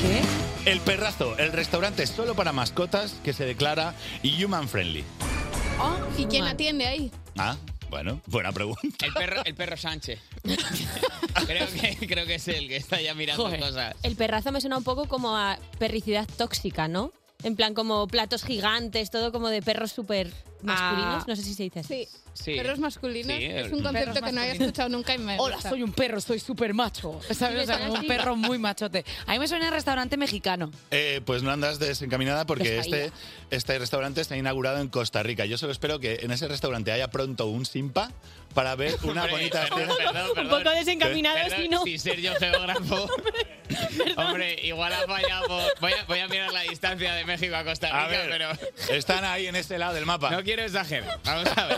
Speaker 9: ¿Qué? El perrazo, el restaurante solo para mascotas que se declara human friendly.
Speaker 2: Ah,
Speaker 5: ¿Y quién atiende ahí?
Speaker 9: Ah, bueno, buena pregunta.
Speaker 3: El perro, el perro Sánchez. creo, que, creo que es él que está ya mirando
Speaker 8: Joder.
Speaker 3: cosas.
Speaker 8: El perrazo me suena un poco como a perricidad tóxica, ¿no? En plan, como platos gigantes, todo como de perros súper
Speaker 3: Ah.
Speaker 8: Masculinos, no sé si se dice así.
Speaker 5: Sí, perros masculinos
Speaker 8: Sí,
Speaker 5: es un
Speaker 8: el-
Speaker 5: concepto
Speaker 8: Perros
Speaker 5: que no había
Speaker 8: masculinos.
Speaker 5: escuchado nunca y me
Speaker 2: Hola,
Speaker 5: gusta.
Speaker 2: soy un perro, soy súper macho. ¿Sabes? O sea, como un perro muy machote. A mí me suena a restaurante mexicano.
Speaker 9: Eh, pues no andas desencaminada porque
Speaker 2: Pescadilla.
Speaker 9: este, este restaurante se ha inaugurado en Costa Rica. Yo solo espero que en ese restaurante haya pronto un simpa para ver una
Speaker 3: Hombre,
Speaker 9: bonita
Speaker 3: perdón,
Speaker 9: escena.
Speaker 3: perdón, perdón. Perdón, Si Sergio geógrafo. Hombre, igual ha fallado. por- Voy a, voy a mirar la distancia de México a Costa Rica,
Speaker 9: A ver,
Speaker 3: pero.
Speaker 9: Están ahí en este lado del mapa.
Speaker 3: No quiero exagerar. Vamos a ver.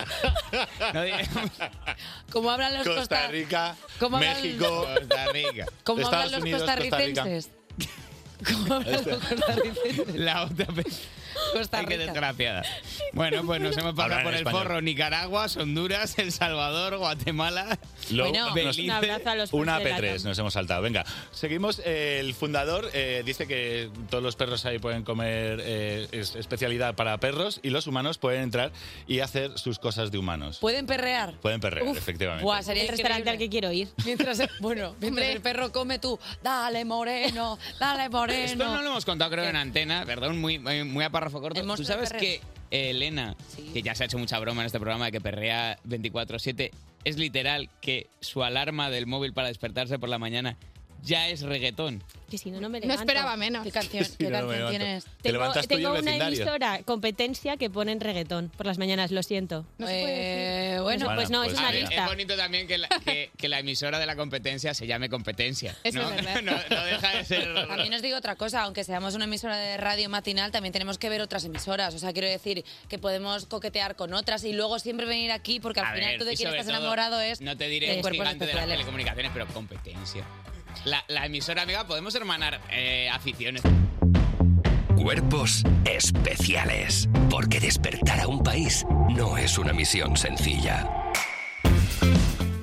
Speaker 3: No digamos-
Speaker 2: Como hablan los
Speaker 9: Costa
Speaker 2: costa-
Speaker 9: Rica,
Speaker 2: ¿Cómo hablan-
Speaker 9: México,
Speaker 3: Costa Rica.
Speaker 2: como
Speaker 9: Estados
Speaker 2: hablan los
Speaker 9: Unidos, Costa Rica.
Speaker 2: costarricenses. Como hablan
Speaker 3: Este.
Speaker 2: los costarricenses.
Speaker 3: La otra vez.
Speaker 2: Costa
Speaker 3: Ay, qué
Speaker 2: Rica.
Speaker 3: desgraciada. Bueno, pues nos hemos pasado
Speaker 9: Hablan
Speaker 3: por
Speaker 9: en
Speaker 3: el
Speaker 9: español.
Speaker 3: forro. Nicaragua, Honduras, El Salvador, Guatemala.
Speaker 9: Lo- Bueno,
Speaker 3: Belice.
Speaker 9: un abrazo Una P3 nos hemos saltado. Venga, seguimos. Eh, el fundador eh, dice que todos los perros ahí pueden comer eh, es- especialidad para perros y los humanos pueden entrar y hacer sus cosas de humanos.
Speaker 2: ¿Pueden perrear?
Speaker 9: Pueden perrear,
Speaker 2: Uf,
Speaker 9: efectivamente.
Speaker 2: Buah, sería
Speaker 8: El restaurante
Speaker 2: al que quiero ir. Mientras, eh, bueno, mientras el perro come tú, dale moreno, dale moreno.
Speaker 3: Esto no lo hemos contado, creo, en antena, perdón, muy, muy muy a párrafo corto. Tú
Speaker 2: monstruo de
Speaker 3: sabes
Speaker 2: Ferrer.
Speaker 3: que eh, Elena, que ya se ha hecho mucha broma en este programa de que perrea 24-7, es literal que su alarma del móvil para despertarse por la mañana ya es reggaetón.
Speaker 8: Que si no, no me
Speaker 5: No
Speaker 8: levanto.
Speaker 5: esperaba menos.
Speaker 2: ¿Qué canción,
Speaker 3: Sí, qué no me canción levanto. tienes? Te
Speaker 8: Tengo,
Speaker 3: levantas tú y
Speaker 8: tengo
Speaker 3: el
Speaker 8: una
Speaker 3: vecindario.
Speaker 8: emisora, competencia, que ponen reggaetón por las mañanas, lo siento.
Speaker 2: Eh,
Speaker 8: bueno,
Speaker 3: Bueno,
Speaker 8: pues no, es
Speaker 3: pues
Speaker 8: una
Speaker 3: a ver,
Speaker 8: lista.
Speaker 3: Es bonito también que la, que, que la emisora de la competencia se llame competencia.
Speaker 2: Eso
Speaker 3: ¿no?
Speaker 2: es verdad.
Speaker 3: No, no deja de ser.
Speaker 2: También os digo otra cosa, aunque seamos una emisora de radio matinal, también tenemos que ver otras emisoras. O sea, quiero decir que podemos coquetear con otras y luego siempre venir aquí porque al
Speaker 3: A
Speaker 2: final
Speaker 3: ver,
Speaker 2: tú de
Speaker 3: y
Speaker 2: quien
Speaker 3: sobre
Speaker 2: estás
Speaker 3: todo,
Speaker 2: enamorado es
Speaker 3: No te diré
Speaker 2: de
Speaker 3: un
Speaker 2: cuerpos
Speaker 3: gigante de las
Speaker 2: especiales.
Speaker 3: telecomunicaciones, pero competencia. La, la emisora amiga, podemos hermanar eh, aficiones.
Speaker 1: Cuerpos especiales. Porque despertar a un país no es una misión sencilla.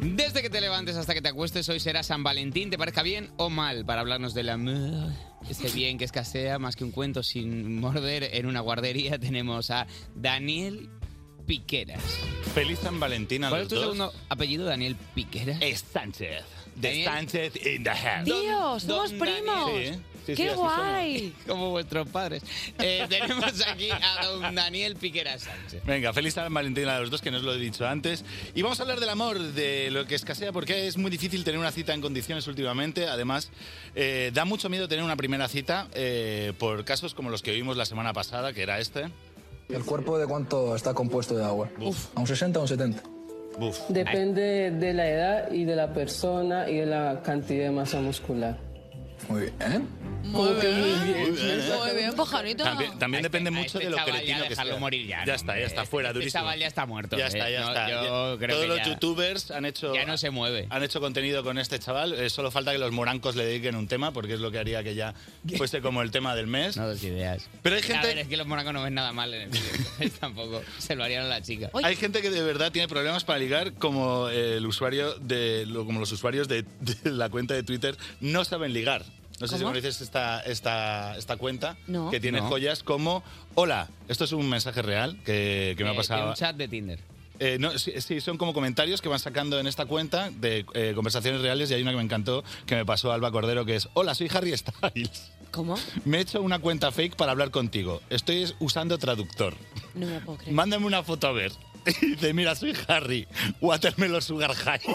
Speaker 3: Desde que te levantes hasta que te acuestes, hoy será San Valentín, ¿te parezca bien o mal? Para hablarnos del amor, ese bien que escasea más que un cuento sin morder en una guardería, tenemos a Daniel Piqueras.
Speaker 9: Feliz San Valentín a
Speaker 3: ¿Cuál
Speaker 9: los
Speaker 3: es tu
Speaker 9: dos.
Speaker 3: segundo apellido, Daniel Piqueras?
Speaker 9: Sánchez. De Sánchez in the hand.
Speaker 2: Tío, somos
Speaker 3: Don
Speaker 2: primos.
Speaker 3: Daniel.
Speaker 9: Sí, sí,
Speaker 2: ¡Qué
Speaker 9: así somos.
Speaker 2: guay!
Speaker 3: Como vuestros padres. Eh, tenemos aquí a don Daniel Piqueras Sánchez.
Speaker 9: Venga, feliz San Valentín a los dos, que no os lo he dicho antes. Y vamos a hablar del amor, de lo que escasea, porque es muy difícil tener una cita en condiciones últimamente. Además, eh, da mucho miedo tener una primera cita eh, por casos como los que vimos la semana pasada, que era este.
Speaker 10: ¿El cuerpo de cuánto está compuesto de agua? ¿A un 60 o un 70?
Speaker 11: Depende de la edad y de la persona y de la cantidad de masa muscular.
Speaker 10: Muy bien.
Speaker 11: Como que muy bien.
Speaker 3: eh.
Speaker 2: Muy bien, pajarito.
Speaker 9: También, también depende mucho de lo
Speaker 3: este chaval ya
Speaker 9: cretino que
Speaker 3: dejarlo
Speaker 9: sea.
Speaker 3: morir ya,
Speaker 9: Ya
Speaker 3: no,
Speaker 9: está,
Speaker 3: hombre.
Speaker 9: ya está, fuera,
Speaker 3: Este
Speaker 9: durísimo.
Speaker 3: chaval ya está muerto,
Speaker 9: Ya
Speaker 3: eh.
Speaker 9: está, ya
Speaker 3: No,
Speaker 9: está.
Speaker 3: yo creo
Speaker 9: Todos
Speaker 3: que
Speaker 9: los
Speaker 3: ya-
Speaker 9: youtubers han hecho...
Speaker 3: Ya no se mueve.
Speaker 9: Han hecho contenido con este chaval. eh, solo falta que los morancos le dediquen un tema, porque es lo que haría que ya fuese como el tema del mes.
Speaker 3: No dos ideas.
Speaker 9: Pero hay
Speaker 3: A ver,
Speaker 9: gente,
Speaker 3: es que los monacos no ven nada mal en el vídeo. Tampoco. Se lo harían a la chica.
Speaker 9: hay gente que de verdad tiene problemas para ligar, como eh, el usuario de, lo- como los usuarios de, de la cuenta de Twitter no saben ligar. No sé si
Speaker 2: ¿Cómo?
Speaker 9: conoces esta, esta, esta cuenta
Speaker 2: No.
Speaker 9: que tiene
Speaker 3: No.
Speaker 9: joyas como hola, esto es un mensaje real que, que me ha
Speaker 3: Eh, tiene
Speaker 9: pasado.
Speaker 3: un chat de Tinder.
Speaker 9: Eh, no, sí, sí, son como comentarios que van sacando en esta cuenta de eh, conversaciones reales y hay una que me encantó que me pasó Alba Cordero que es Hola, soy Harry Styles.
Speaker 2: ¿Cómo?
Speaker 9: Me he hecho una cuenta fake para hablar contigo. Estoy usando traductor.
Speaker 2: No me lo puedo creer.
Speaker 9: Mándame una foto a ver. Y dice, mira, soy Harry. Watermelon Sugar High.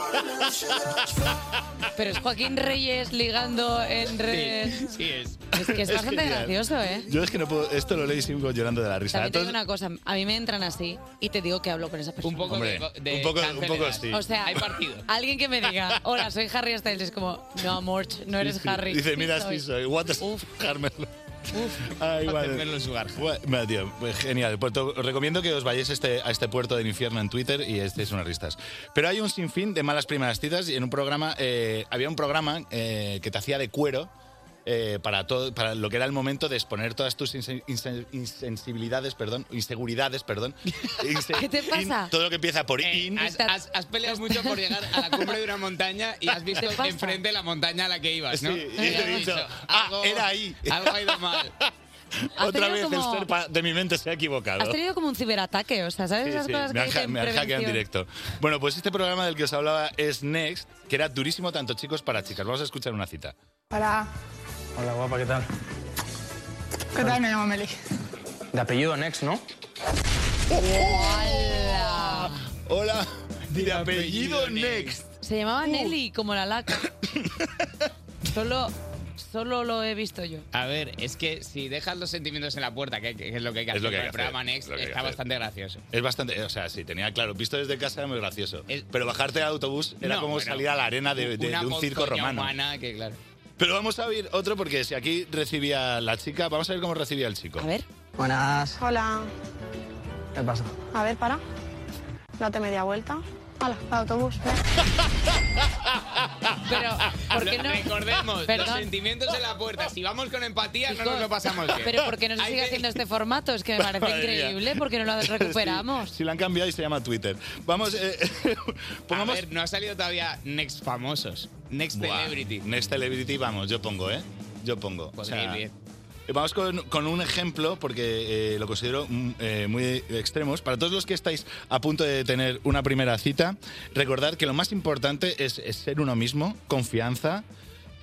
Speaker 2: Pero es Joaquín Reyes ligando en redes.
Speaker 3: Sí, es.
Speaker 2: Es que es,
Speaker 9: Es
Speaker 2: bastante
Speaker 9: genial.
Speaker 2: gracioso, ¿eh?
Speaker 9: Yo es que no puedo... Esto lo leí sigo llorando de la risa.
Speaker 2: También te digo
Speaker 9: Entonces-
Speaker 2: una cosa, a mí me entran así y te digo que hablo con esa persona.
Speaker 3: Un poco
Speaker 9: Hombre,
Speaker 3: de, de
Speaker 9: un poco-
Speaker 3: cáncer
Speaker 9: un poco
Speaker 3: de edad.
Speaker 9: sí.
Speaker 2: O sea,
Speaker 3: hay partido.
Speaker 2: Alguien que me diga, hola, soy Harry Styles, es como, no, amor, no eres Harry.
Speaker 9: Dice,
Speaker 2: sí
Speaker 9: mira,
Speaker 2: soy".
Speaker 9: sí soy. Watermelon Ay,
Speaker 3: Watermelon
Speaker 9: madre.
Speaker 3: Sugar.
Speaker 9: Gua- madre, tío, pues genial. Pues te- os recomiendo que os vayáis a este, a este puerto del infierno en Twitter y este estéis unas listas. Pero hay un sinfín de malas primeras citas y en un programa, eh, había un programa eh, que te hacía de cuero eh, para, todo, para lo que era el momento de exponer todas tus insen- insen- insensibilidades, perdón, inseguridades, perdón. Inse-
Speaker 2: ¿Qué te pasa? ah,
Speaker 9: in- todo lo que empieza por
Speaker 3: Eh,
Speaker 9: in.
Speaker 3: has, has- has peleado mucho por llegar a la cumbre de una montaña y has visto
Speaker 2: ¿Te pasa?
Speaker 3: enfrente la montaña a la que ibas, ¿no?
Speaker 9: Sí, y te he dicho, ah, era ahí.
Speaker 3: Algo ha ido mal.
Speaker 2: Has
Speaker 9: Otra vez
Speaker 2: tenido como-
Speaker 9: el serpa de mi mente se ha equivocado.
Speaker 2: Has tenido como un ciberataque, o sea, ¿sabes
Speaker 9: Sí,
Speaker 2: esas
Speaker 9: sí, me
Speaker 2: cosas que
Speaker 9: han, ja-
Speaker 2: dicen
Speaker 9: me han hackeado en
Speaker 2: prevención?
Speaker 9: directo. Bueno, pues este programa del que os hablaba es Next, que era durísimo tanto chicos para chicas. Vamos a escuchar una cita.
Speaker 12: Hola,
Speaker 10: Hola, guapa, ¿qué tal?
Speaker 12: ¿qué tal? Me llamo Meli.
Speaker 10: De apellido Nex, ¿no?
Speaker 2: ¡Hola!
Speaker 9: Hola, de apellido Next.
Speaker 2: Se llamaba
Speaker 9: Uh.
Speaker 2: Nelly, como la laca. solo, solo lo he visto yo.
Speaker 3: A ver, es que si dejas los sentimientos en la puerta, que, que es lo que hay que
Speaker 9: Es
Speaker 3: hacer
Speaker 9: lo que
Speaker 3: con
Speaker 9: hay
Speaker 3: el
Speaker 9: que hacer,
Speaker 3: programa Next,
Speaker 9: lo que hay que
Speaker 3: está
Speaker 9: hacer.
Speaker 3: bastante gracioso.
Speaker 9: Es bastante, o sea, sí, tenía claro, visto desde casa era muy gracioso. Pero bajarte al autobús era
Speaker 3: No,
Speaker 9: como
Speaker 3: bueno,
Speaker 9: salir a la arena de, de-
Speaker 3: una
Speaker 9: de un circo
Speaker 3: ponzoña
Speaker 9: romano.
Speaker 3: humana que, claro.
Speaker 9: Pero vamos a oír otro porque si aquí recibía la chica, vamos a ver cómo recibía el chico. A
Speaker 2: ver.
Speaker 10: Buenas.
Speaker 12: Hola.
Speaker 10: ¿Qué pasa?
Speaker 12: A ver, para. Date media vuelta. Hala, al autobús.
Speaker 2: Pero, ¿por qué no?
Speaker 3: Recordemos, los
Speaker 2: Perdón.
Speaker 3: sentimientos en la puerta. Si vamos con empatía, no nos
Speaker 2: Chicos,
Speaker 3: lo pasamos bien.
Speaker 2: Pero porque no se
Speaker 3: Hay
Speaker 2: sigue
Speaker 3: que-
Speaker 2: haciendo este formato, es que me parece
Speaker 9: Madre mía.
Speaker 2: increíble, porque no lo recuperamos.
Speaker 9: Si, lo han cambiado y se llama Twitter. Vamos, eh,
Speaker 3: A ver, no ha salido todavía Next Famosos. Next
Speaker 9: Buah,
Speaker 3: Celebrity.
Speaker 9: Next Celebrity, vamos, yo pongo, ¿eh? Yo pongo. O sea,
Speaker 3: ir bien.
Speaker 9: eh, Vamos con, con un ejemplo, porque eh, lo considero mm, eh, muy extremos. Para todos los que estáis a punto de tener una primera cita, recordad que lo más importante es, es ser uno mismo, confianza,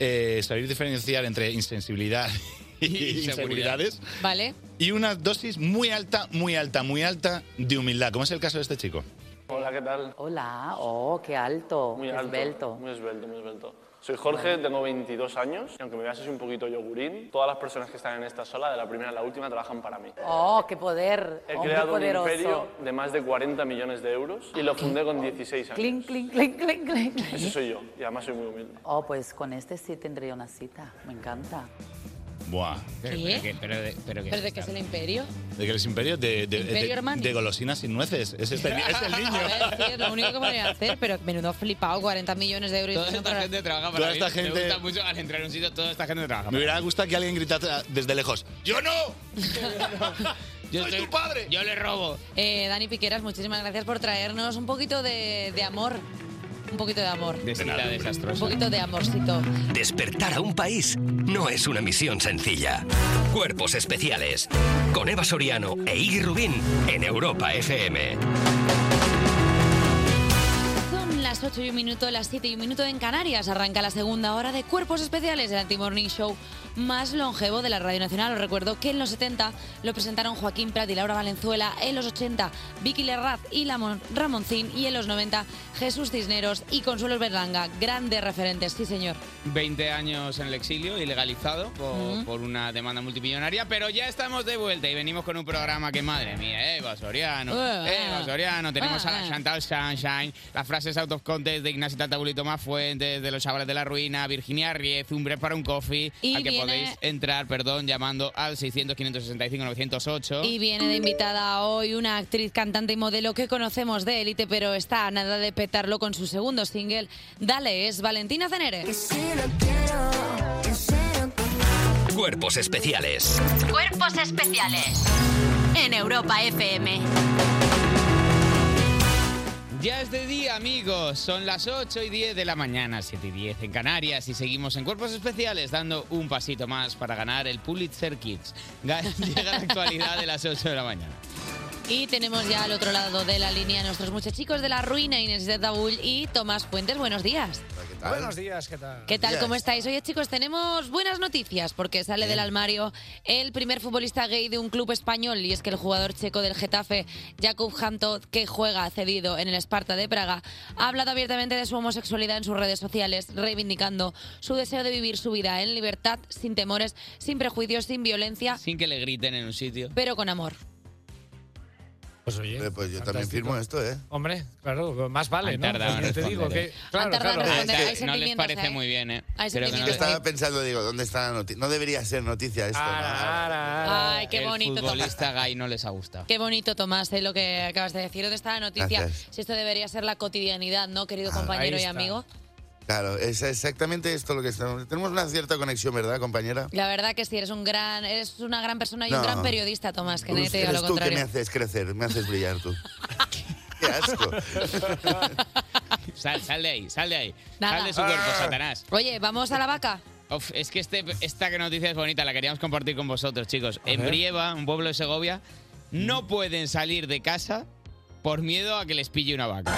Speaker 9: eh, saber diferenciar entre insensibilidad y, inseguridades.
Speaker 2: ¿Vale?
Speaker 9: Y una dosis muy alta, muy alta, muy alta de humildad, como es el caso de este chico.
Speaker 13: Hola, ¿qué tal? Hola, oh, qué alto, muy
Speaker 14: qué
Speaker 13: alto,
Speaker 14: esbelto.
Speaker 13: Muy esbelto, muy esbelto. Soy Jorge,
Speaker 14: Vale.
Speaker 13: tengo 22 años y aunque me veas así un poquito yogurín, todas las personas que están en esta sala, de la primera a la última, trabajan para mí.
Speaker 14: Oh, qué poder.
Speaker 13: He
Speaker 14: hombre
Speaker 13: creado
Speaker 14: poderoso.
Speaker 13: un imperio de más de 40 millones de euros y lo fundé con 16 años.
Speaker 14: Clink, clink, clink, clink, clink.
Speaker 13: Ese soy yo y además soy muy humilde.
Speaker 14: Oh, pues con este sí tendría una cita. Me encanta.
Speaker 9: Buah.
Speaker 3: Pero, pero que- pero de- pero que-
Speaker 2: ¿Pero de qué es el imperio?
Speaker 9: De que es imperio de, de,
Speaker 2: Imperio
Speaker 9: de-
Speaker 2: Armani.
Speaker 9: de golosinas sin nueces. Es este, es el niño.
Speaker 2: Sí, es lo único que podría hacer, pero menudo flipado, 40 millones de euros. y
Speaker 3: Toda
Speaker 2: no
Speaker 3: esta
Speaker 2: para-
Speaker 3: gente trabaja para
Speaker 9: Toda
Speaker 3: mí.
Speaker 9: esta gente-
Speaker 3: Me gusta mucho al entrar en un sitio, toda esta gente
Speaker 9: Me
Speaker 3: trabaja para
Speaker 9: hubiera gustado que alguien gritara desde lejos. ¡Yo no!
Speaker 3: mí. Yo soy tu padre. Yo le robo.
Speaker 2: Eh, Dani Piqueras, muchísimas gracias por traernos un poquito de, de amor. Un poquito de amor.
Speaker 1: De
Speaker 2: Un poquito de amorcito.
Speaker 1: Despertar a un país no es una misión sencilla. Cuerpos especiales con Eva Soriano e Iggy Rubín en Europa FM.
Speaker 2: Son las 8 y un minuto, las 7 y un minuto en Canarias. Arranca la segunda hora de Cuerpos Especiales, el anti-morning show más longevo de la Radio Nacional. Os recuerdo que en los 70 lo presentaron Joaquín Prat y Laura Valenzuela, en los 80 Vicky Lerraz y Lamon- Ramoncín y en los 90 Jesús Cisneros y Consuelo Berlanga. Grandes referentes, sí señor.
Speaker 3: 20 años en el exilio, ilegalizado por, por una demanda multimillonaria, pero ya estamos de vuelta y venimos con un programa que, madre mía, Eva Soriano,
Speaker 15: Eh,
Speaker 3: Eva Soriano, tenemos a la
Speaker 15: eh.
Speaker 3: Chantal Sunshine, las frases out of context de Ignacio Tatabulito Más Fuentes, de los chavales de la ruina, Virginia Riez, un breve para un coffee,
Speaker 2: Y
Speaker 3: al que
Speaker 2: viene-
Speaker 3: podéis entrar, perdón, llamando al 600-565-908.
Speaker 2: Y viene de invitada hoy una actriz, cantante y modelo que conocemos de élite, pero está a nada de petarlo con su segundo single. Dale, es Valentina Cenere.
Speaker 1: Cuerpos especiales
Speaker 4: Cuerpos especiales en Europa FM.
Speaker 3: Ya es de día, amigos. Son las 8 y 10 de la mañana, 7 y 10 en Canarias y seguimos en Cuerpos Especiales dando un pasito más para ganar el Pulitzer Kids. Ga- Llega la actualidad de las 8 de la mañana.
Speaker 2: Y tenemos ya al otro lado de la línea a nuestros muchachicos de la ruina, Inés de Tabull y Tomás Fuentes. Buenos días.
Speaker 16: Buenos días, ¿qué tal?
Speaker 2: ¿Qué tal?
Speaker 16: Yes.
Speaker 2: ¿Cómo estáis? Oye, chicos, tenemos buenas noticias porque sale del armario el primer futbolista gay de un club español y es que el jugador checo del Getafe, Jakub Janto, que juega cedido en el Sparta de Praga, ha hablado abiertamente de su homosexualidad en sus redes sociales, reivindicando su deseo de vivir su vida en libertad, sin temores, sin prejuicios, sin violencia,
Speaker 3: Sin que le griten en un sitio.
Speaker 2: pero con amor.
Speaker 16: Pues oye.
Speaker 17: pues yo también firmo esto, ¿eh?
Speaker 16: Hombre, claro, más vale,
Speaker 17: Han
Speaker 16: ¿no?
Speaker 17: tardado en
Speaker 16: Yo te
Speaker 17: responder,
Speaker 16: digo
Speaker 17: ¿eh?
Speaker 16: que. Claro,
Speaker 2: tardado en
Speaker 16: claro.
Speaker 2: responder, hay
Speaker 3: no les
Speaker 2: sentimientos,
Speaker 3: parece
Speaker 2: ¿eh?
Speaker 3: muy bien, ¿eh?
Speaker 2: Hay
Speaker 3: Creo que no
Speaker 17: Yo
Speaker 3: les-
Speaker 17: estaba pensando, digo, ¿dónde está la noticia? No debería ser noticia esto.
Speaker 2: Ay, qué bonito,
Speaker 3: El futbolista gay no les ha gustado.
Speaker 2: Qué bonito, Tomás, eh, lo que acabas de decir. ¿Dónde está la noticia?
Speaker 17: Gracias. Ah,
Speaker 2: Si esto debería ser la cotidianidad, ¿no, querido compañero
Speaker 17: ahí
Speaker 2: y
Speaker 17: está.
Speaker 2: amigo?
Speaker 17: Claro, es exactamente esto lo que estamos. Tenemos una cierta conexión, ¿verdad, compañera?
Speaker 2: La verdad que sí, eres un gran, eres una gran persona y un
Speaker 17: No.
Speaker 2: gran periodista, Tomás, que nadie te diga
Speaker 17: Eres
Speaker 2: lo
Speaker 17: tú que me
Speaker 2: contrario.
Speaker 17: haces crecer, me haces brillar tú. Qué asco.
Speaker 3: Sal, sal de ahí, sal de ahí.
Speaker 2: Nada.
Speaker 3: Sal de su cuerpo, Satanás.
Speaker 2: Oye, vamos a la vaca.
Speaker 3: Uf, es que este, esta noticia es bonita, la queríamos compartir con vosotros, chicos. en
Speaker 15: ver.
Speaker 3: Brieva, un pueblo de Segovia, no pueden salir de casa por miedo a que les pille una vaca.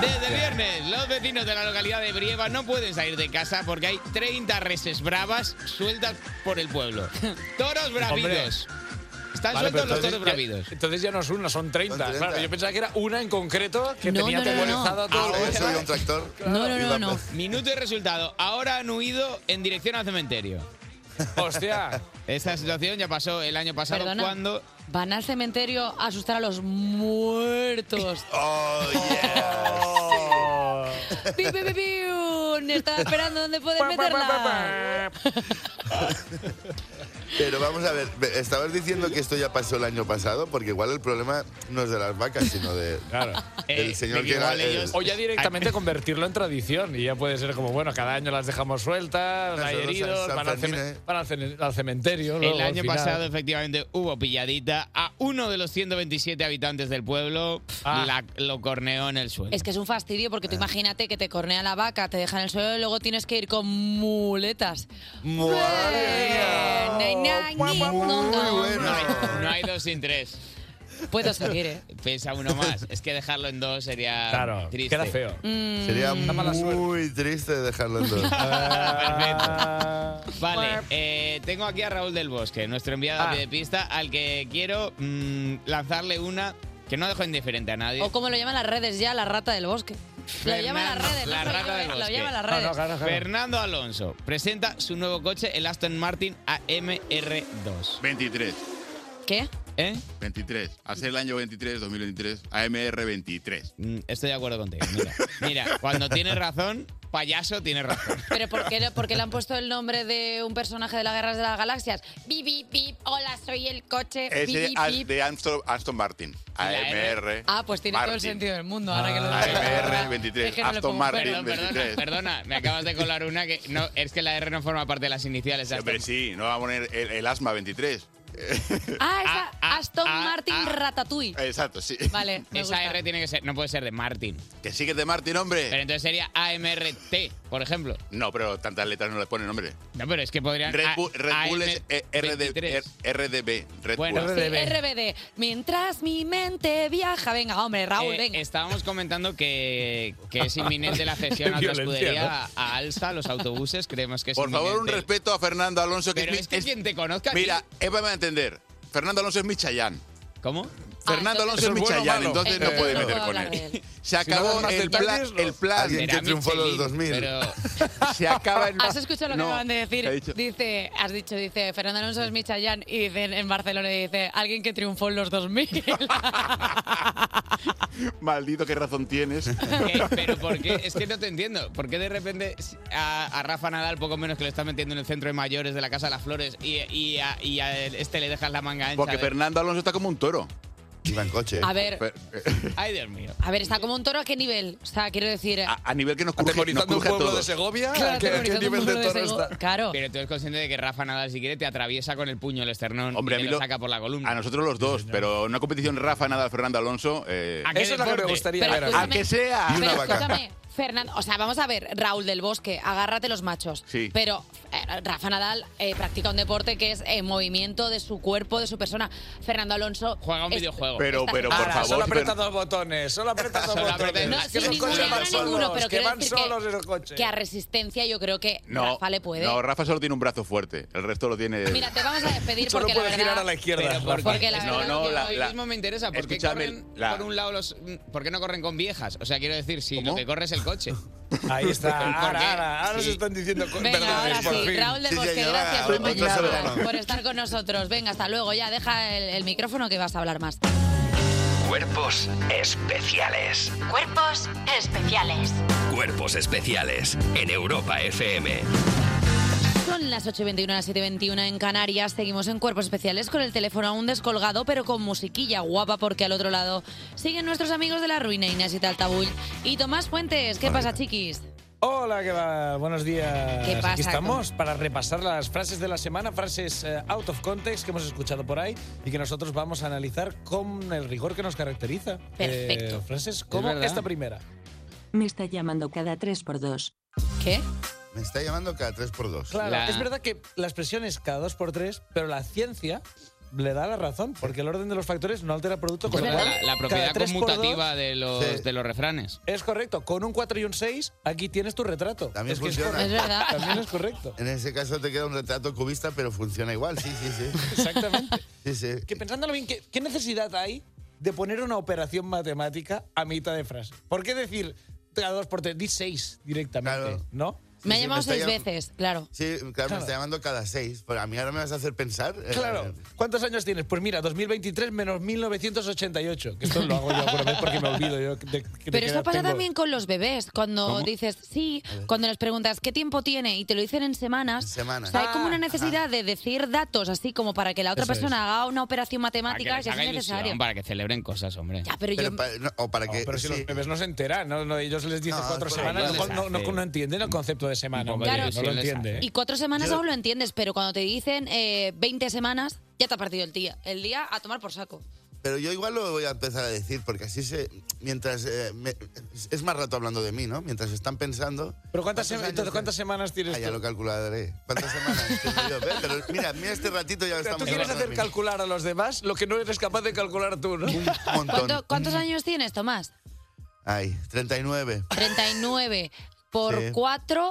Speaker 3: Desde el viernes, los vecinos de la localidad de Brieva no pueden salir de casa porque hay 30 reses bravas sueltas por el pueblo. Toros bravitos. Están
Speaker 16: Vale, pero
Speaker 3: sueltos los toros
Speaker 16: entonces ya-
Speaker 3: bravidos.
Speaker 16: Entonces ya no es una, son 30.
Speaker 3: Son 30.
Speaker 16: Claro, yo pensaba que era una en concreto que
Speaker 3: No,
Speaker 16: tenía
Speaker 3: no, no, no, no.
Speaker 16: aterrorizado todo
Speaker 17: Ah,
Speaker 3: Ahora-
Speaker 16: el-
Speaker 3: Eso y un
Speaker 17: tractor.
Speaker 3: No, no, no, no. Minuto y resultado. Ahora han huido en dirección al cementerio. Hostia. Esta situación ya pasó el año pasado
Speaker 2: Perdona,
Speaker 3: cuando.
Speaker 2: van al cementerio a asustar a los muertos.
Speaker 17: ¡Oh,
Speaker 2: ¡Pi, pi, pi, piu! Estaba esperando dónde poder meterla.
Speaker 17: Pero vamos a ver, ve- estabas diciendo que esto ya pasó el año pasado, porque igual el problema no es de las vacas, sino de,
Speaker 3: Eh,
Speaker 17: del señor que era. el-
Speaker 16: O ya directamente convertirlo en tradición y ya puede ser como, bueno, cada año las dejamos sueltas, hay
Speaker 3: Nosotros
Speaker 16: heridos,
Speaker 3: en San
Speaker 16: van al,
Speaker 3: Fermín,
Speaker 17: ¿eh?
Speaker 16: ceme- van al cene- al cementerio.
Speaker 3: El
Speaker 16: luego, al
Speaker 3: año
Speaker 16: final.
Speaker 3: pasado, efectivamente, hubo pilladita a uno de los 127 habitantes del pueblo.
Speaker 16: Ah.
Speaker 3: la- lo corneó en el suelo.
Speaker 2: Es que es un fastidio porque tú imagínate que te cornea la vaca, te dejan en el suelo y luego tienes que ir con muletas. Nai, nai, ni, no, no.
Speaker 3: No hay, no hay dos sin tres.
Speaker 2: Puedo seguir, ¿eh?
Speaker 3: Pesa uno más. Es que dejarlo en dos sería
Speaker 16: Claro,
Speaker 3: triste.
Speaker 16: queda feo.
Speaker 17: Sería muy triste dejarlo en dos.
Speaker 3: Vale, eh, tengo aquí a Raúl del Bosque, nuestro enviado
Speaker 2: Ah.
Speaker 3: de pista, al que quiero mm, lanzarle una que no dejo indiferente a nadie.
Speaker 2: O como lo llaman las redes ya, la rata del bosque. Lo llaman las redes.
Speaker 3: La
Speaker 2: no,
Speaker 3: rata del
Speaker 2: lo
Speaker 3: bosque.
Speaker 2: llaman las redes.
Speaker 3: Fernando Alonso presenta su nuevo coche, el Aston Martin AMR2.
Speaker 15: 23.
Speaker 2: ¿Qué?
Speaker 3: ¿Eh?
Speaker 15: 23. Hacer el año 23, 2023, AMR 23.
Speaker 3: Mm, Estoy de acuerdo contigo. Mira, mira cuando tienes razón, payaso tiene razón.
Speaker 2: Pero ¿por qué, por qué le han puesto el nombre de un personaje de las guerras de las galaxias? Bip, bip, bip, hola, soy el coche.
Speaker 15: Es
Speaker 2: bip,
Speaker 15: de,
Speaker 2: bip,
Speaker 15: As-
Speaker 2: bip.
Speaker 15: de Aston, Aston Martin. AMR.
Speaker 2: Ah, pues tiene todo el
Speaker 15: Martin.
Speaker 2: sentido del mundo ahora que lo
Speaker 15: AMR 23.
Speaker 2: Es que no le
Speaker 15: Aston
Speaker 2: pongo-
Speaker 15: Martin
Speaker 3: Perdón, perdona,
Speaker 15: 23.
Speaker 3: perdona, me acabas de colar una que no, es que la R no forma parte de las iniciales. de
Speaker 15: Hombre, sí, no va a poner el, el asma 23.
Speaker 2: Ah, esa Aston Martin Ratatouille.
Speaker 15: Exacto, sí.
Speaker 2: Vale, me
Speaker 3: Esa
Speaker 2: gusta.
Speaker 3: R tiene que ser, no puede ser de Martin.
Speaker 15: Que sí que es de Martin, hombre.
Speaker 3: Pero entonces sería AMRT, por ejemplo.
Speaker 15: No, pero tantas letras no le ponen nombre.
Speaker 3: No, pero es que podrían.
Speaker 15: Red
Speaker 3: A-
Speaker 15: Bull, Red
Speaker 3: AM
Speaker 15: Bull es eh, RD,
Speaker 3: 23.
Speaker 15: eh, RDB. Red
Speaker 3: Bueno,
Speaker 15: Bull.
Speaker 2: Sí, RBD. Mientras mi mente viaja. Venga, hombre, Raúl,
Speaker 3: Eh,
Speaker 2: venga.
Speaker 3: Estábamos comentando que, que es inminente la cesión a otra
Speaker 15: Violencia,
Speaker 3: escudería, a Alsa, los autobuses, creemos que es
Speaker 15: Por favor, un
Speaker 3: inminente.
Speaker 15: respeto a Fernando Alonso. Que
Speaker 3: Pero
Speaker 15: mi-
Speaker 3: es que quien te conozca a ti-
Speaker 15: Mira, Eva me va a entender. Fernando Alonso es mi Chayán.
Speaker 3: ¿Cómo? Ah,
Speaker 15: Fernando Alonso es
Speaker 3: entonces- Eso es
Speaker 15: mi
Speaker 3: bueno o
Speaker 15: Chayán,
Speaker 3: malo.
Speaker 15: entonces no
Speaker 3: Entonces
Speaker 15: puede
Speaker 3: no
Speaker 15: meter
Speaker 3: puedo
Speaker 15: con
Speaker 3: hablar de
Speaker 15: él.
Speaker 3: él.
Speaker 15: Se
Speaker 3: Si no
Speaker 15: acabó
Speaker 3: das más
Speaker 15: el,
Speaker 3: detalles,
Speaker 15: plan,
Speaker 3: no.
Speaker 15: el plan.
Speaker 3: Alguien que Será triunfó en los
Speaker 17: 2000.
Speaker 3: Michelin, pero-
Speaker 15: Se acaba el
Speaker 2: ¿Has escuchado lo que
Speaker 15: No,
Speaker 2: acaban de
Speaker 15: ha
Speaker 2: decir?
Speaker 15: dicho-
Speaker 2: Dice, has dicho, dice, Fernando Alonso es mi Chayán y dicen en Barcelona, y dice, alguien que triunfó en los 2000.
Speaker 15: Maldito, qué razón tienes.
Speaker 3: Eh, pero ¿por qué? Es que no te entiendo. ¿Por qué de repente a, a Rafa Nadal, poco menos que lo está metiendo en el centro de mayores de la Casa de las Flores, y, y a, y a este le dejas la manga ancha?
Speaker 15: Porque
Speaker 3: de-
Speaker 15: Fernando Alonso está como un toro.
Speaker 17: Iba en coche.
Speaker 2: A ver.
Speaker 3: Ay, Dios mío.
Speaker 2: A ver, está como un toro a qué nivel. O sea, quiero decir,
Speaker 15: A nivel que nos cruje, nos cruje a todos.
Speaker 2: Claro, ¿a qué- a qué atemorizando un nivel de pueblo de toro Sego- está? Claro.
Speaker 3: Pero tú eres consciente de que Rafa Nadal, si quiere, te atraviesa con el puño el esternón
Speaker 15: Hombre, a
Speaker 3: y te
Speaker 15: mí
Speaker 3: lo
Speaker 15: lo-
Speaker 3: saca por la columna.
Speaker 15: A nosotros los dos, pero una competición Rafa Nadal Fernando Alonso. eh,
Speaker 3: ¿A qué Eso es lo que me deporte? gustaría
Speaker 2: Pero ver a mí.
Speaker 15: A que sea.
Speaker 2: pero escúchame, Fernando, o sea, vamos a ver, Raúl del Bosque, agárrate los machos.
Speaker 15: Sí.
Speaker 2: Pero eh, Rafa Nadal eh, practica un deporte que es eh, movimiento de su cuerpo, de su persona. Fernando Alonso
Speaker 3: juega un videojuego.
Speaker 16: Ahora, Solo aprieta dos botones, solo aprieta dos
Speaker 3: Solo aprieta-
Speaker 16: botones.
Speaker 3: No,
Speaker 16: que
Speaker 3: sin
Speaker 16: los
Speaker 3: ningún
Speaker 16: coches
Speaker 3: problema
Speaker 16: van
Speaker 3: ninguno,
Speaker 16: solos, que
Speaker 2: pero quiero
Speaker 16: van
Speaker 2: decir que-
Speaker 16: solos esos coches.
Speaker 2: que a resistencia yo creo que
Speaker 15: No,
Speaker 2: Rafa le puede.
Speaker 15: no, Rafa solo tiene un brazo fuerte. El resto lo tiene.
Speaker 2: Mira, te vamos a despedir
Speaker 15: Solo
Speaker 2: porque la
Speaker 15: puede
Speaker 2: verdad...
Speaker 15: girar a la izquierda,
Speaker 3: Pero
Speaker 15: Rafa.
Speaker 3: porque la
Speaker 15: No,
Speaker 3: verdad
Speaker 15: no,
Speaker 3: que
Speaker 15: la-
Speaker 3: hoy
Speaker 15: la-
Speaker 3: mismo me interesa. ¿Por qué
Speaker 15: Escúchame,
Speaker 3: corren
Speaker 15: la-
Speaker 3: por un lado los... ¿Por qué no corren con viejas? O sea, quiero decir, si lo que corre es el coche.
Speaker 16: Ahí está.
Speaker 3: ¿Por
Speaker 16: Ahora,
Speaker 3: qué?
Speaker 16: ahora, ahora
Speaker 3: ¿eh? Sí.
Speaker 16: se están diciendo co-
Speaker 2: Venga,
Speaker 16: verdades,
Speaker 2: ahora
Speaker 16: por
Speaker 2: sí.
Speaker 16: fin.
Speaker 2: Raúl del Bosque, gracias
Speaker 16: Otro
Speaker 2: por venir a
Speaker 16: saludo.
Speaker 2: hablar, por estar con nosotros. Venga, hasta luego. Ya, deja el, el micrófono que vas a hablar más.
Speaker 1: Cuerpos especiales.
Speaker 4: Cuerpos especiales.
Speaker 1: Cuerpos especiales en Europa FM.
Speaker 2: Son las 8.21, las 7.21 en Canarias. Seguimos en Cuerpos Especiales con el teléfono aún descolgado, pero con musiquilla guapa, porque al otro lado siguen nuestros amigos de la ruina, Inés y Taltabull. Y Tomás Fuentes, ¿qué pasa, chiquis?
Speaker 16: Hola, ¿qué va? Buenos días.
Speaker 2: ¿Qué pasa?
Speaker 16: Aquí estamos para repasar las frases de la semana, frases eh, out of context que hemos escuchado por ahí y que nosotros vamos a analizar con el rigor que nos caracteriza.
Speaker 18: Perfecto.
Speaker 16: Eh, frases como
Speaker 18: verdad.
Speaker 16: esta primera.
Speaker 18: Me está llamando cada 3x2.
Speaker 2: ¿Qué?
Speaker 17: Me está llamando cada 3x2.
Speaker 16: Claro, es verdad que la expresión es cada dos por tres, pero la ciencia le da la razón, porque el orden de los factores no altera el producto. con lo
Speaker 3: la,
Speaker 16: cual,
Speaker 3: Pues la
Speaker 16: cada
Speaker 3: propiedad
Speaker 16: tres por dos-
Speaker 3: conmutativa de los,
Speaker 16: Sí.
Speaker 3: de los refranes.
Speaker 16: Es correcto, con un 4 y un 6, aquí tienes tu retrato.
Speaker 17: También
Speaker 16: es que
Speaker 17: funciona.
Speaker 16: correcto. También es correcto.
Speaker 17: En ese caso te queda un retrato cubista, pero funciona igual, sí, sí, sí.
Speaker 16: Exactamente.
Speaker 17: Sí, sí.
Speaker 16: Que pensándolo bien, ¿qué, qué necesidad hay de poner una operación matemática a mitad de frase? ¿Por qué decir cada dos por tres? Di seis directamente, ¿no?
Speaker 2: me ha llamado seis veces, claro.
Speaker 17: Sí, claro, me
Speaker 16: Claro.
Speaker 17: está llamando cada seis. Pero a mí ahora me vas a hacer pensar. eh,
Speaker 16: Claro. ¿Cuántos años tienes? Pues mira, 2023 menos 1988. Que esto lo hago yo alguna vez porque me olvido yo. de- de- de
Speaker 2: Pero
Speaker 16: qué
Speaker 2: eso
Speaker 16: edad
Speaker 2: pasa
Speaker 16: tengo.
Speaker 2: también con los bebés. Cuando
Speaker 16: ¿Cómo?
Speaker 2: dices, sí, cuando les preguntas qué tiempo tiene y te lo dicen en semanas.
Speaker 17: semanas.
Speaker 2: O sea, hay como una
Speaker 17: Ah,
Speaker 2: necesidad de decir datos así como para que la otra
Speaker 3: Eso
Speaker 2: persona
Speaker 3: es.
Speaker 2: haga una operación
Speaker 3: Para que
Speaker 2: matemática
Speaker 3: les
Speaker 2: que es
Speaker 3: haga
Speaker 2: necesario.
Speaker 3: ilusión, para que celebren cosas, hombre.
Speaker 2: Ya, pero yo- Pero
Speaker 17: o para
Speaker 16: que. Pero si los bebés no se enteran, ¿no? No, ellos les dicen
Speaker 3: No,
Speaker 16: cuatro
Speaker 3: por ahí
Speaker 16: semanas,
Speaker 3: no
Speaker 16: no,
Speaker 3: les
Speaker 16: no-
Speaker 3: hace.
Speaker 16: no- no entienden el concepto de semana.
Speaker 3: poco
Speaker 16: hombre,
Speaker 3: de
Speaker 16: no lo
Speaker 3: ilusión les
Speaker 16: entiende. ¿eh?
Speaker 2: Y cuatro semanas
Speaker 16: Yo-
Speaker 2: aún lo entiendes, pero cuando te dicen eh, 20 semanas, ya te ha partido el día. El día a tomar por saco.
Speaker 17: Pero yo igual lo voy a empezar a decir, porque así se. Mientras. eh, me- es más rato hablando de mí, ¿no? Mientras están pensando.
Speaker 16: ¿Pero
Speaker 17: ¿Cuántos
Speaker 16: cuántas, sema-
Speaker 17: años
Speaker 16: entonces,
Speaker 17: es?
Speaker 16: cuántas semanas tienes
Speaker 17: Ah, ya
Speaker 16: tú?
Speaker 17: lo calcularé. ¿Cuántas semanas? tengo yo? Ve, Pero mira, mira este ratito ya
Speaker 16: O sea,
Speaker 17: estamos.
Speaker 16: tú quieres
Speaker 17: hablando de
Speaker 16: hacer
Speaker 17: mí.
Speaker 16: calcular a los demás lo que no eres capaz de calcular tú, ¿no?
Speaker 2: ¿Cuánto- ¿Cuántos años tienes, Tomás?
Speaker 17: Ay, 39.
Speaker 2: 39 por
Speaker 16: Sí.
Speaker 2: 4.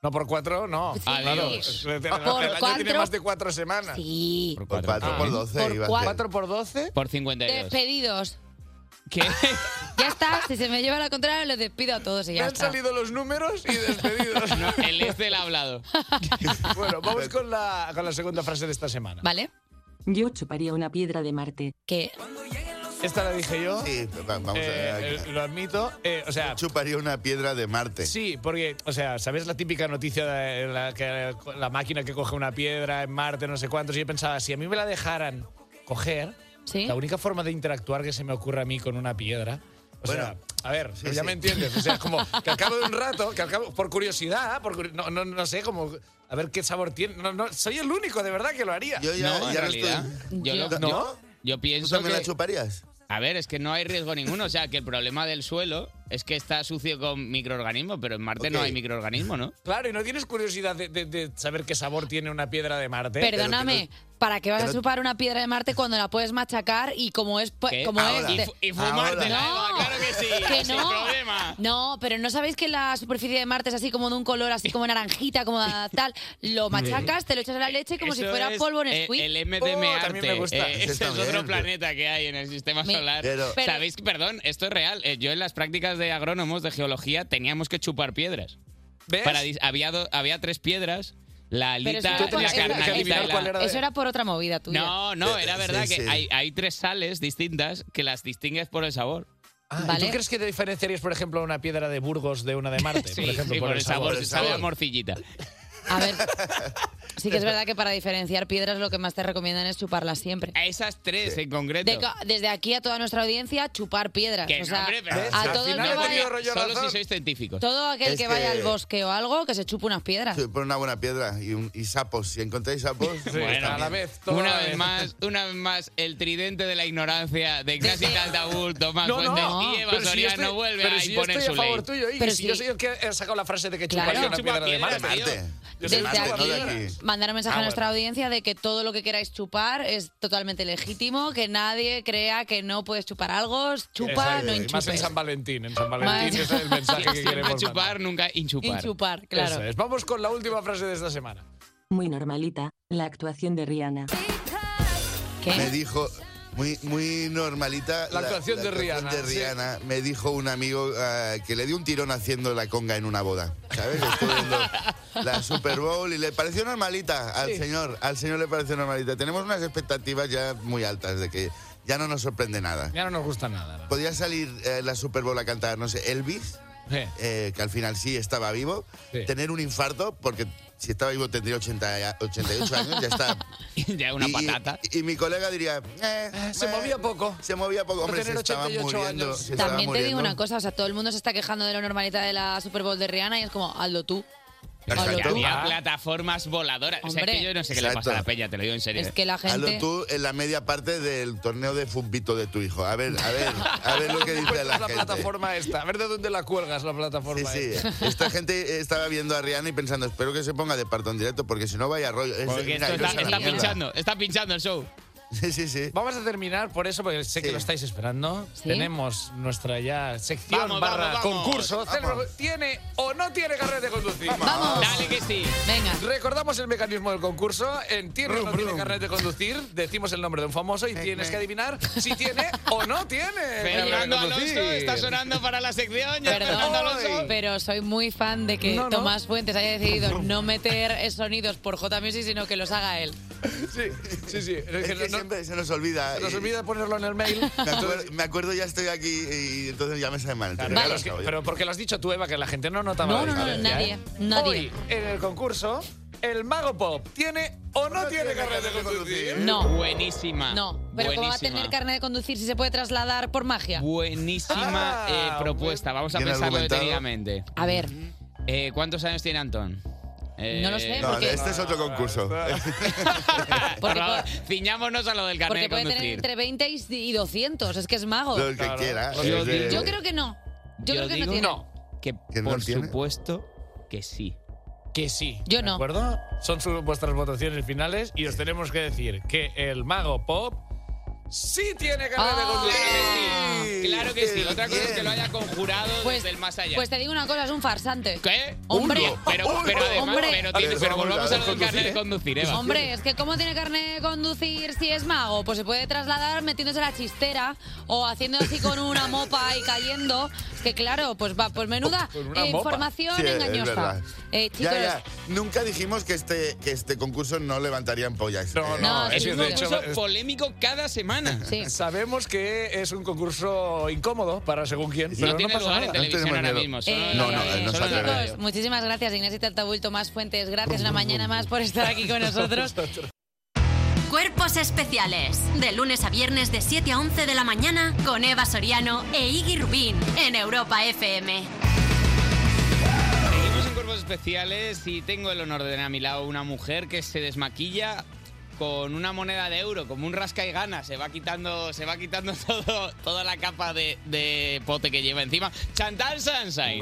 Speaker 16: No, por cuatro no. Ah,
Speaker 2: Adiós.
Speaker 16: Claro.
Speaker 2: Por
Speaker 16: El año
Speaker 2: cuatro-
Speaker 16: tiene más de cuatro semanas. Ah, ¿eh?
Speaker 2: Sí.
Speaker 3: Por
Speaker 17: cuatro. Por cuatro por doce
Speaker 2: Por iba a ser. cuatro.
Speaker 16: por doce.
Speaker 3: Por 52.
Speaker 2: Despedidos.
Speaker 3: ¿Qué?
Speaker 2: Ya está, si se me lleva la contraria, los despido a todos y ya
Speaker 16: Me han
Speaker 2: está.
Speaker 16: salido los números y despedidos.
Speaker 3: el este ha hablado.
Speaker 16: bueno, vamos con la, con la segunda frase de esta semana.
Speaker 2: ¿Vale?
Speaker 18: Yo chuparía una piedra de Marte.
Speaker 2: ¿Qué?
Speaker 16: Esta la dije yo.
Speaker 17: Sí, vamos a
Speaker 16: Eh, eh, lo admito. eh, o sea,
Speaker 17: chuparía una piedra de Marte.
Speaker 16: Sí, porque, o sea, ¿sabes la típica noticia de la, que- la máquina que coge una piedra en Marte, no sé cuántos? Y yo pensaba, si a mí me la dejaran coger, la única forma de interactuar que se me ocurre a mí con una piedra. O sea, a ver, pero ya
Speaker 9: sí.
Speaker 16: me entiendes. O sea, es como que al cabo de un rato, que al cabo, por curiosidad, por curi- no, no, no sé, como a ver qué sabor tiene. No, no, soy el único de verdad que lo haría.
Speaker 17: Yo ya,
Speaker 3: no, en
Speaker 17: ya no
Speaker 3: realidad.
Speaker 17: estoy.
Speaker 3: Yo, lo-
Speaker 17: ¿No?
Speaker 3: yo- yo
Speaker 17: ¿Tú
Speaker 3: pienso
Speaker 17: también
Speaker 3: que-
Speaker 17: la chuparías?
Speaker 3: A ver, es que no hay riesgo ninguno. O sea, que el problema del suelo es que está sucio con microorganismos, pero en Marte no
Speaker 16: Ok.
Speaker 3: hay microorganismos, ¿no?
Speaker 16: Claro, y no tienes curiosidad de, de- de saber qué sabor tiene una piedra de Marte.
Speaker 2: Perdóname, ¿para qué vas
Speaker 16: pero-
Speaker 2: a chupar una piedra de Marte cuando la puedes machacar y como es... pu- Como es
Speaker 3: Y,
Speaker 2: de-
Speaker 3: fu- y fumártela,
Speaker 2: No,
Speaker 3: Eva, claro que sí. ah,
Speaker 2: que
Speaker 3: sin
Speaker 2: no.
Speaker 3: problema.
Speaker 2: No, pero ¿no sabéis que la superficie de Marte es así como de un color, así como naranjita, como tal? Lo machacas, te lo echas a la leche como si
Speaker 3: Eso
Speaker 2: fuera
Speaker 3: es,
Speaker 2: polvo en
Speaker 3: eh,
Speaker 2: squid.
Speaker 3: el MDM
Speaker 16: Oh,
Speaker 3: arte.
Speaker 16: también me gusta.
Speaker 3: Eh,
Speaker 16: Ese
Speaker 3: ese es
Speaker 16: está bien,
Speaker 3: otro
Speaker 16: pero-
Speaker 3: planeta que hay en el sistema
Speaker 2: Me-
Speaker 3: solar.
Speaker 2: Pero- Pero-
Speaker 3: Sabéis que, perdón, esto es real. Eh, Yo en las prácticas de agrónomos de geología teníamos que chupar piedras.
Speaker 16: ¿Ves?
Speaker 3: Para dis- había, do- había tres piedras. La
Speaker 2: Pero eso
Speaker 3: alita,
Speaker 2: era por-
Speaker 3: la
Speaker 2: eso era-
Speaker 3: carnalita y la-
Speaker 2: eso era por otra movida tuya.
Speaker 3: No, no, era verdad
Speaker 16: sí,
Speaker 3: que
Speaker 16: sí.
Speaker 3: Hay, hay tres sales distintas que las distingues por el sabor.
Speaker 16: Ah, ¿y ¿Tú crees que diferenciarías, por ejemplo, una piedra de Burgos de una de Marte?
Speaker 3: Sí,
Speaker 16: por ejemplo,
Speaker 3: sí, por el sabor, se sabe a morcillita.
Speaker 2: Sí que es verdad que para diferenciar piedras lo que más te recomiendan es chuparlas siempre.
Speaker 3: A esas tres en concreto.
Speaker 2: De- desde aquí a toda nuestra audiencia, chupar piedras.
Speaker 3: Que
Speaker 2: O
Speaker 3: no,
Speaker 2: sea,
Speaker 3: hombre, pero-
Speaker 2: a todo el que vaya-
Speaker 3: Solo si sois científicos.
Speaker 2: Todo aquel
Speaker 17: Es
Speaker 2: que vaya
Speaker 17: que-
Speaker 2: al bosque o algo, que se chupe unas piedras.
Speaker 17: Sí, Por una buena piedra y, un- y sapos. Si encontráis sapos, pues también.
Speaker 3: una vez más, una vez más, el tridente de la ignorancia de casi Taldabul, Tomás
Speaker 16: No,
Speaker 3: Fuentes
Speaker 16: no,
Speaker 3: y Eva
Speaker 16: pero si yo
Speaker 3: Soriano
Speaker 16: estoy-
Speaker 3: vuelve
Speaker 16: pero
Speaker 3: a
Speaker 16: si yo
Speaker 3: imponer
Speaker 16: estoy a
Speaker 3: su ley.
Speaker 16: favor tuyo, y
Speaker 2: Pero
Speaker 16: si
Speaker 2: sí.
Speaker 16: yo soy el que he sacado la frase de que
Speaker 2: Claro.
Speaker 16: chuparía una
Speaker 2: Chupa
Speaker 16: piedra de
Speaker 3: piedra,
Speaker 16: Marte.
Speaker 3: tío.
Speaker 16: tío. Yo soy
Speaker 2: Desde
Speaker 16: el
Speaker 2: aquí,
Speaker 16: chupa piedra.
Speaker 2: mandar un mensaje
Speaker 16: Ah,
Speaker 2: a nuestra
Speaker 16: bueno.
Speaker 2: audiencia de que todo lo que queráis chupar es totalmente legítimo, que nadie crea que no puedes chupar algo, chupa,
Speaker 16: Exacto,
Speaker 2: no
Speaker 16: y Más en
Speaker 2: enchupes.
Speaker 16: San Valentín, en San Valentín.
Speaker 2: Más-
Speaker 16: Ese es el mensaje que
Speaker 3: Siempre
Speaker 16: queremos
Speaker 3: chupar, nunca inchupar.
Speaker 2: Inchupar, claro.
Speaker 16: Eso es. Vamos con la última frase de esta semana.
Speaker 18: Muy normalita, la actuación de Rihanna.
Speaker 17: Me dijo. Muy, muy normalita.
Speaker 16: La actuación de Rihanna,
Speaker 17: de
Speaker 16: sí.
Speaker 17: Rihanna. Me dijo un amigo ah, que le dio un tirón haciendo la conga en una boda. ¿Sabes? Estuve viendo la Super Bowl y le pareció normalita al
Speaker 16: Sí.
Speaker 17: señor. Al señor le pareció normalita. Tenemos unas expectativas ya muy altas de que ya no nos sorprende nada.
Speaker 16: Ya no nos gusta nada.
Speaker 17: Podría salir eh, la Super Bowl a cantar, no sé, Elvis,
Speaker 16: Eh.
Speaker 17: eh, que al final sí estaba vivo,
Speaker 16: Sí.
Speaker 17: tener un infarto, porque si estaba vivo tendría 80 y- 88 años, ya está.
Speaker 3: ya una
Speaker 17: Y-
Speaker 3: patata.
Speaker 17: Y, mi colega diría, eh,
Speaker 16: Se
Speaker 17: eh,
Speaker 16: movía poco.
Speaker 17: se movía poco, hombre, se
Speaker 16: tener
Speaker 17: estaba
Speaker 16: 88
Speaker 17: muriendo.
Speaker 16: años.
Speaker 17: se estaba
Speaker 2: También te digo
Speaker 17: muriendo.
Speaker 2: una cosa, o sea, todo el mundo se está quejando de la normalidad de la Super Bowl de Rihanna y es como, hazlo tú.
Speaker 3: Que
Speaker 17: Exacto.
Speaker 16: Ah.
Speaker 3: había plataformas voladoras. O sea, es
Speaker 2: Hombre.
Speaker 3: que yo no sé qué le pasa a la
Speaker 17: Exacto.
Speaker 3: peña, te lo digo en serio. ¿eh?
Speaker 2: Es que la
Speaker 17: Hazlo
Speaker 2: gente-
Speaker 17: tú en la media parte del torneo de futbito de tu hijo. A ver, a ver, a ver lo que dice la
Speaker 16: la
Speaker 17: gente.
Speaker 16: plataforma esta. A ver de dónde la cuelgas la plataforma
Speaker 17: Sí,
Speaker 16: esta.
Speaker 17: sí. Esta gente estaba viendo a Rihanna y pensando, espero que se ponga de parto en directo, porque si no vaya rollo. Es-
Speaker 3: Porque
Speaker 17: mira,
Speaker 3: esto
Speaker 17: yo
Speaker 3: está,
Speaker 17: soy
Speaker 3: está
Speaker 17: una mierda.
Speaker 3: pinchando, está pinchando el show.
Speaker 17: Sí, sí, sí.
Speaker 16: Vamos a terminar por eso, porque sé que lo estáis esperando. Tenemos nuestra ya sección
Speaker 3: Vamos,
Speaker 16: barra
Speaker 3: vamos, vamos.
Speaker 16: concurso.
Speaker 3: Vamos.
Speaker 16: Celebro- ¿Tiene o no tiene carnet de conducir?
Speaker 3: Vamos. Dale que sí.
Speaker 2: Venga.
Speaker 16: Recordamos el mecanismo del concurso. En tiene o no tiene carnet de conducir, decimos el nombre de un famoso y tienes que adivinar si tiene o no tiene. carnet de
Speaker 3: Fernando Alonso
Speaker 16: conducir.
Speaker 3: está sonando para la sección. Ya Fernando
Speaker 2: Perdón,
Speaker 3: Alonso.
Speaker 2: pero soy muy fan de que
Speaker 3: No, no.
Speaker 2: Tomás Fuentes haya decidido no meter eh, sonidos por J Music, sino que los haga él.
Speaker 16: Sí, sí, sí.
Speaker 17: Es que siempre se nos olvida.
Speaker 16: Se nos
Speaker 17: y-
Speaker 16: olvida ponerlo en el mail.
Speaker 17: Me acuerdo, me acuerdo, ya estoy aquí y entonces ya me sale mal.
Speaker 16: Claro, claro, es que- pero porque lo has dicho tú, Eva, que la gente no notaba
Speaker 17: No, no,
Speaker 16: la
Speaker 17: no,
Speaker 16: diferencia,
Speaker 17: nadie,
Speaker 16: ¿eh?
Speaker 17: nadie.
Speaker 16: Hoy, en el concurso, el Mago Pop tiene o no, tiene carnet de conducir.
Speaker 2: No.
Speaker 3: Buenísima.
Speaker 2: No, pero ¿cómo va a tener carnet de conducir si se puede trasladar por magia? Ah.
Speaker 3: Buenísima
Speaker 16: Ah,
Speaker 3: eh, propuesta. Vamos a
Speaker 9: bien
Speaker 3: pensarlo
Speaker 9: argumentado.
Speaker 3: detenidamente.
Speaker 2: A ver.
Speaker 3: Eh, ¿Cuántos años tiene Antón? Eh,
Speaker 2: No lo
Speaker 16: Eh,
Speaker 2: sé,
Speaker 17: No, porque- este es otro concurso.
Speaker 3: Por favor, ciñámonos a lo del carnet de
Speaker 2: Porque puede tener
Speaker 3: conducir.
Speaker 2: entre 20 y- y 200, es que es mago.
Speaker 3: Lo que Claro. quiera, Yo es de- digo-
Speaker 2: Yo creo que no. Yo, creo que
Speaker 3: digo
Speaker 2: no tiene.
Speaker 3: Que,
Speaker 17: no
Speaker 3: por
Speaker 17: tiene?
Speaker 3: supuesto que sí.
Speaker 16: Que sí.
Speaker 2: Yo no.
Speaker 16: ¿De acuerdo? Son sus- vuestras votaciones finales y os tenemos que decir que el Mago Pop sí tiene carnet de conducir.
Speaker 3: Claro que sí. Otra cosa es que lo haya conjurado desde el más allá.
Speaker 2: Pues te digo una cosa, es un farsante.
Speaker 3: ¿Qué?
Speaker 2: Hombre,
Speaker 3: Pero, pero además,
Speaker 2: Hombre.
Speaker 3: pero, tiene- pero volvamos a lo del carnet de conducir, ¿eh? Eva.
Speaker 2: Hombre, es que ¿cómo tiene carne de conducir si es mago? Pues se puede trasladar metiéndose la chistera o haciendo así con una mopa y cayendo. Es que claro, pues va, pues menuda
Speaker 17: Con una
Speaker 2: eh,
Speaker 17: mopa.
Speaker 2: información
Speaker 17: Sí, es
Speaker 2: engañosa.
Speaker 17: verdad.
Speaker 2: Eh, chicos,
Speaker 17: Ya, ya. Nunca dijimos que este, que este concurso no Eh, levantarían pollas. No,
Speaker 3: no, es un concurso polémico cada semana.
Speaker 16: Sabemos que es un concurso incómodo para según quién, pero no,
Speaker 3: tiene
Speaker 16: pasa
Speaker 3: lugar en
Speaker 16: nada.
Speaker 3: televisión
Speaker 16: tenemos
Speaker 3: ahora
Speaker 16: miedo.
Speaker 3: mismo,
Speaker 2: Eh,
Speaker 17: No, no, eh, no
Speaker 2: chicos,
Speaker 17: sale de radio.
Speaker 2: pues muchísimas gracias Inés y Tartabull, Tomás Fuentes. Gracias una mañana más por estar aquí con nosotros.
Speaker 4: Cuerpos especiales. De lunes a viernes de 7 a 11 de la mañana con Eva Soriano e Iggy Rubín en Europa FM.
Speaker 3: Seguimos en cuerpos especiales y tengo el honor de tener a mi lado una mujer que se desmaquilla con una moneda de euro, como un rasca y gana, se va quitando, se va quitando todo, toda la capa de, de pote que lleva encima. Chantal Sansai.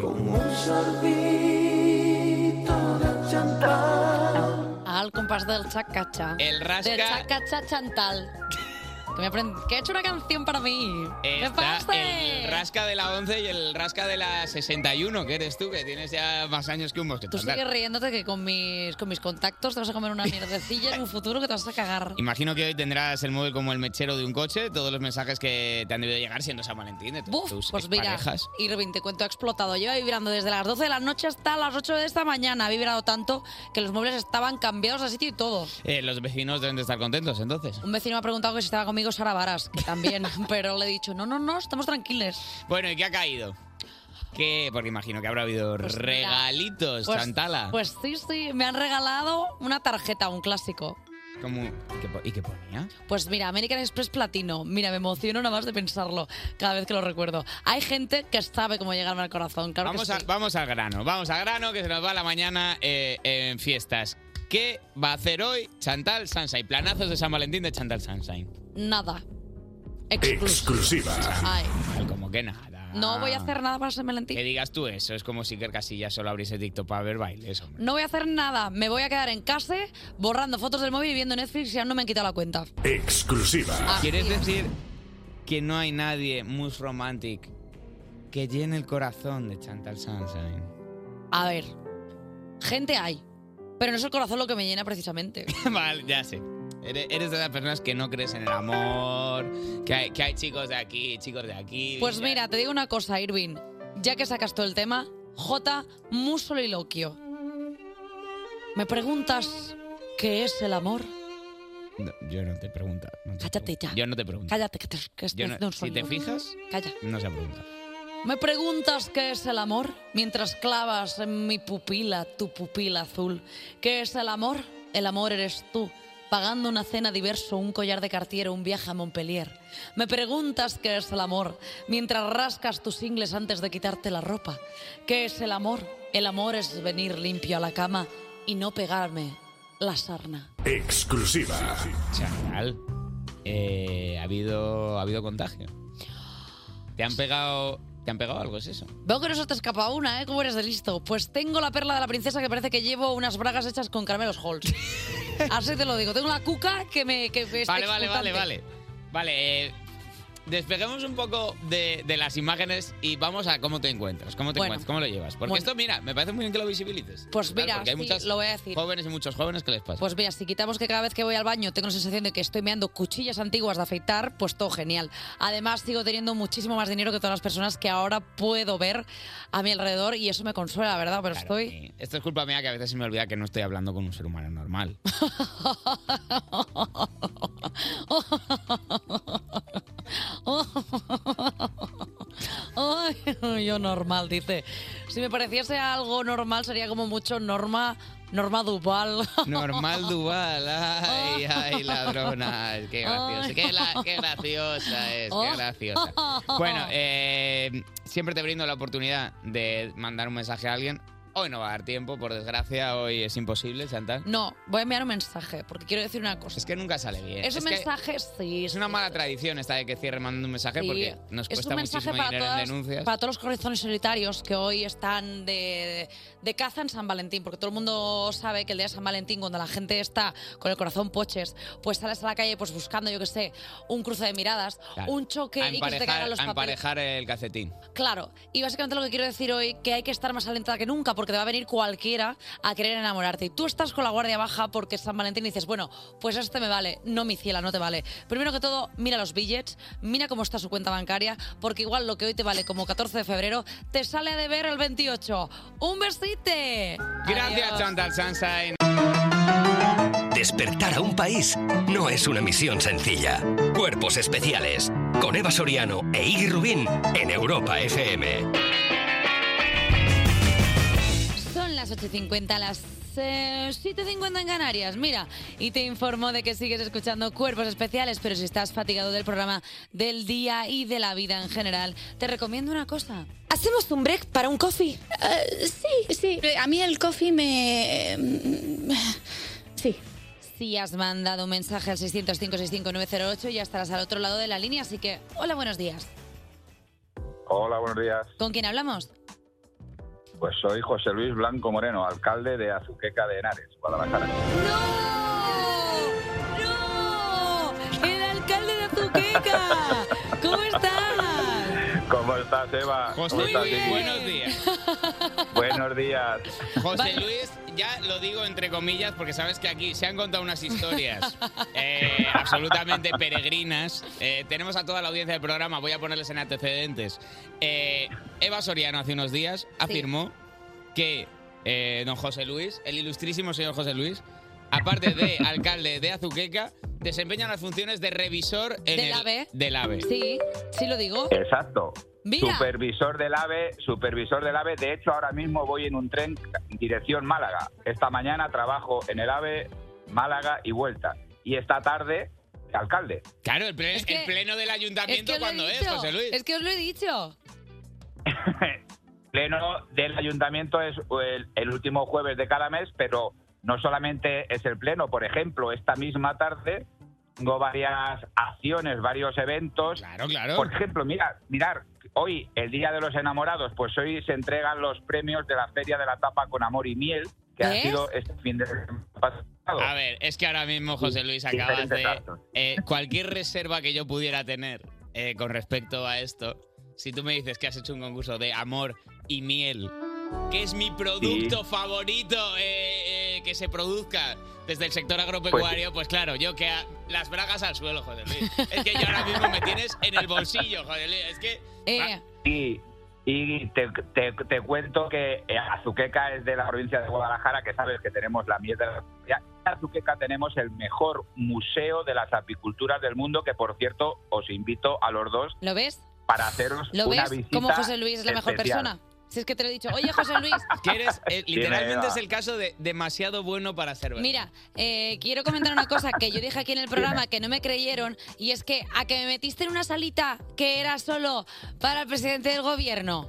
Speaker 2: Al compás del chacacha.
Speaker 3: El rasca-
Speaker 2: Del chacacha chantal. Que, me aprend- que he hecho una canción para mí. ¿Qué
Speaker 3: Está
Speaker 2: pasa?
Speaker 3: el rasca de la 11 y el rasca de la 61, que eres tú, que tienes ya más años que un mosquito.
Speaker 2: Tú sigues riéndote que con mis, con mis contactos te vas a comer una mierdecilla en un futuro que te vas a cagar.
Speaker 3: Imagino que hoy tendrás el móvil como el mechero de un coche, todos los mensajes que te han debido llegar siendo San Valentín de tu-
Speaker 2: Buf,
Speaker 3: tus
Speaker 2: pues mira,
Speaker 3: parejas.
Speaker 2: Irving, te cuento, ha explotado. Lleva vibrando desde las 12 de la noche hasta las 8 de esta mañana. Ha vibrado tanto que los muebles estaban cambiados a sitio y todo.
Speaker 3: Eh, los vecinos deben de estar contentos entonces.
Speaker 2: Un vecino me ha preguntado que si estaba conmigo Sara Varas, que también, pero le he dicho, no, no, no, estamos tranquilos.
Speaker 3: Bueno, ¿y qué ha caído? ¿Qué? Porque imagino que habrá habido
Speaker 2: Pues mira,
Speaker 3: regalitos,
Speaker 2: Pues-
Speaker 3: Chantala.
Speaker 2: Pues sí, sí, me han regalado una tarjeta, un clásico.
Speaker 3: ¿Cómo? ¿Y qué po- ¿Y qué ponía?
Speaker 2: Pues mira, American Express Platino. Mira, me emociono nada más de pensarlo cada vez que lo recuerdo. Hay gente que sabe cómo llegarme al corazón, claro
Speaker 3: vamos,
Speaker 2: que
Speaker 3: a-
Speaker 2: sí.
Speaker 3: vamos al grano, vamos al grano, que se nos va la mañana eh, en fiestas. ¿Qué va a hacer hoy Chantal Sunshine? Planazos de San Valentín de Chantal Sunshine.
Speaker 2: Nada.
Speaker 3: Exclusiva.
Speaker 2: Ay,
Speaker 3: Como que nada.
Speaker 2: no voy a hacer nada para San Valentín.
Speaker 3: Que digas tú eso, es como si Iker Casillas solo abriese TikTok para ver bailes, hombre.
Speaker 2: No voy a hacer nada. Me voy a quedar en casa borrando fotos del móvil y viendo Netflix y aún no me han quitado la cuenta.
Speaker 3: Exclusiva.
Speaker 2: Así
Speaker 3: ¿Quieres
Speaker 2: es.
Speaker 3: decir que no hay nadie muy romantic que llene el corazón de Chantal Sunshine?
Speaker 2: A ver, gente hay, pero no es el corazón lo que me llena precisamente.
Speaker 3: vale, ya sé. Eres, eres de las personas que no crees en el amor, que hay, que hay chicos de aquí, chicos de aquí.
Speaker 2: Pues mira, te digo una cosa, Irving. Ya que sacas todo el tema, J. Musoliloquio. ¿Me preguntas qué es el amor?
Speaker 3: No, yo no te pregunto. no te
Speaker 2: Cállate
Speaker 3: pregunto.
Speaker 2: ya.
Speaker 3: Yo no te pregunto.
Speaker 2: Cállate, que, te, que estoy
Speaker 3: Yo no-
Speaker 2: haciendo un
Speaker 3: si te
Speaker 2: sonido.
Speaker 3: fijas-
Speaker 2: Calla.
Speaker 3: No se pregunta.
Speaker 2: ¿Me preguntas qué es el amor? Mientras clavas en mi pupila tu pupila azul. ¿Qué es el amor? El amor eres tú. Pagando una cena diverso, un collar de cartier o un viaje a Montpellier. Me preguntas qué es el amor mientras rascas tus ingles antes de quitarte la ropa. ¿Qué es el amor? El amor es venir limpio a la cama y no pegarme la sarna.
Speaker 3: Exclusiva. Chaval, eh, ha habido, ha habido contagio. Te han pegado ¿Te han pegado algo? ¿Es eso?
Speaker 2: Veo que no se te escapa una, ¿eh? ¿Cómo eres de listo? Pues tengo la perla de la princesa que parece que llevo unas bragas hechas con caramelos Halls. Así te lo digo. Tengo una cuca que me... Que me está
Speaker 3: Vale, vale, vale,
Speaker 2: explotante.
Speaker 3: vale. Vale, eh, despeguemos un poco de, de las imágenes y vamos a cómo te encuentras, cómo te
Speaker 2: Bueno.
Speaker 3: encuentras, cómo lo llevas. Porque
Speaker 2: Bueno.
Speaker 3: esto, mira, me parece muy bien que lo visibilices.
Speaker 2: Pues
Speaker 3: Claro,
Speaker 2: mira,
Speaker 3: porque hay
Speaker 2: sí,
Speaker 3: muchas
Speaker 2: lo voy a decir.
Speaker 3: jóvenes y muchos jóvenes que les pasa.
Speaker 2: Pues mira, si quitamos que cada vez que voy al baño tengo la sensación de que estoy meando cuchillas antiguas de afeitar, pues todo genial. Además, sigo teniendo muchísimo más dinero que todas las personas que ahora puedo ver a mi alrededor y eso me consuela, la verdad, pero estoy...
Speaker 3: Esto es culpa mía que a veces se me olvida que no estoy hablando con un ser humano normal.
Speaker 2: Oh. Ay, yo normal, dice. Si me pareciese algo normal sería como mucho norma... Norma Duval.
Speaker 3: Normal Duval, ay,
Speaker 2: Oh.
Speaker 3: ay, ladrona, qué graciosa, qué, la- qué graciosa es, qué
Speaker 2: Oh.
Speaker 3: graciosa. Bueno, eh, siempre te brindo la oportunidad de mandar un mensaje a alguien. Hoy no va a dar tiempo, por desgracia, hoy es imposible, Chantal.
Speaker 2: No, voy a enviar un mensaje, porque quiero decir una cosa.
Speaker 3: Es que nunca sale bien.
Speaker 2: Es un
Speaker 3: que
Speaker 2: mensaje, sí.
Speaker 3: es una mala tradición esta de que cierre mandando un mensaje
Speaker 2: Sí,
Speaker 3: porque nos
Speaker 2: es
Speaker 3: cuesta
Speaker 2: un mensaje
Speaker 3: muchísimo
Speaker 2: para,
Speaker 3: dinero
Speaker 2: todas-
Speaker 3: en denuncias.
Speaker 2: para todos los corazones solitarios que hoy están de, de caza en San Valentín, porque todo el mundo sabe que el día de San Valentín, cuando la gente está con el corazón poches, pues sales a la calle pues buscando, yo que sé, un cruce de miradas,
Speaker 3: Claro.
Speaker 2: un choque
Speaker 3: a
Speaker 2: y que se te
Speaker 3: emparejar,
Speaker 2: caigan los
Speaker 3: a
Speaker 2: papeles.
Speaker 3: emparejar el calcetín.
Speaker 2: Claro, y básicamente lo que quiero decir hoy que hay que estar más alentada que nunca porque te va a venir cualquiera a querer enamorarte. Y tú estás con la guardia baja porque es San Valentín y dices, bueno, pues este me vale, no mi ciela, no te vale. Primero que todo, mira los billets, mira cómo está su cuenta bancaria, porque igual lo que hoy te vale como 14 de febrero te sale a deber el 28. ¡Un besite!
Speaker 3: Gracias,
Speaker 2: Adiós.
Speaker 3: Chantal Sunshine.
Speaker 1: Despertar a un país no es una misión sencilla. Cuerpos especiales con Eva Soriano e Iggy Rubín en Europa FM.
Speaker 2: Son las 8.50, las eh, 7.50 en Canarias, mira, y te informo de que sigues escuchando Cuerpos Especiales, pero si estás fatigado del programa del día y de la vida en general, te recomiendo una cosa.
Speaker 19: ¿Hacemos un break para un coffee?
Speaker 2: Eh,
Speaker 19: sí, sí. A mí el coffee me...
Speaker 2: em,
Speaker 19: Sí.
Speaker 2: Si has mandado un mensaje al 605-65908, ya estarás al otro lado de la línea, así que hola, buenos días.
Speaker 20: Hola, buenos días.
Speaker 2: ¿Con quién hablamos?
Speaker 20: Pues soy José Luis Blanco Moreno, alcalde de Azuqueca de Henares, Guadalajara.
Speaker 6: Oh,
Speaker 2: ¡No! ¡El alcalde de Azuqueca! ¿Cómo estás?
Speaker 20: ¿Cómo estás, Eva?
Speaker 3: José
Speaker 20: ¿Cómo estás,
Speaker 3: Luis,
Speaker 20: Iggy?
Speaker 3: buenos días.
Speaker 20: Buenos días.
Speaker 3: José Luis, ya lo digo entre comillas porque sabes que aquí se han contado unas historias eh, absolutamente peregrinas. Eh, tenemos a toda la audiencia del programa, voy a ponerles en antecedentes. Eh, Eva Soriano hace unos días afirmó que eh, don José Luis, el ilustrísimo señor José Luis, aparte de alcalde de Azuqueca, desempeña las funciones de revisor en
Speaker 2: ¿Del
Speaker 3: el,
Speaker 2: AVE?
Speaker 3: del AVE.
Speaker 2: Sí, sí lo digo.
Speaker 20: Exacto.
Speaker 2: Mira.
Speaker 20: Supervisor del AVE, supervisor del AVE. De hecho, ahora mismo voy en un tren dirección Málaga. Esta mañana trabajo en el AVE Málaga y vuelta. Y esta tarde, alcalde.
Speaker 3: Claro, el, ple- el pleno del ayuntamiento
Speaker 2: os lo he
Speaker 3: cuando es,
Speaker 2: dicho,
Speaker 3: José Luis.
Speaker 2: Es que os lo he dicho.
Speaker 20: pleno del ayuntamiento es el, el último jueves de cada mes, pero no solamente es el pleno. Por ejemplo, esta misma tarde tengo varias acciones, varios eventos.
Speaker 3: Claro, claro.
Speaker 20: Por ejemplo, mira, mirar, hoy, el Día de los Enamorados, pues hoy se entregan los premios de la Feria de la Tapa con Amor y Miel, que ha
Speaker 3: ¿Ves?
Speaker 20: sido este fin de semana pasado.
Speaker 3: A ver, es que ahora mismo, José Luis,
Speaker 20: Sí,
Speaker 3: acabas
Speaker 20: diferentes
Speaker 3: de.
Speaker 20: actos.
Speaker 3: eh, cualquier reserva que yo pudiera tener eh, con respecto a esto, si tú me dices que has hecho un concurso de amor y miel, que es mi producto favorito eh, eh, que se produzca desde el sector agropecuario, pues, claro, yo que. a- las bragas al suelo, José Luis. Es que yo ahora mismo me tienes en el bolsillo, José Luis. Es que.
Speaker 2: Eh.
Speaker 20: Ah, Y, y te, te- te cuento que eh, Azuqueca es de la provincia de Guadalajara, que sabes que tenemos la miel de la ya En Azuqueca tenemos el mejor museo de las apiculturas del mundo, que por cierto os invito a los dos
Speaker 2: ¿Lo ves?
Speaker 20: para haceros
Speaker 2: ¿Lo
Speaker 20: una
Speaker 2: ves?
Speaker 20: visita.
Speaker 2: Como José Luis es la mejor
Speaker 20: especial.
Speaker 2: persona. Si es que te lo he dicho. Oye, José Luis,
Speaker 3: Quieres, eh,
Speaker 20: Dime, Eva.
Speaker 3: literalmente es el caso de demasiado bueno para ser verdad.
Speaker 2: mira, eh, quiero comentar una cosa que yo dije aquí en el programa que no me creyeron y es que a que me metiste en una salita que era solo para el presidente del gobierno.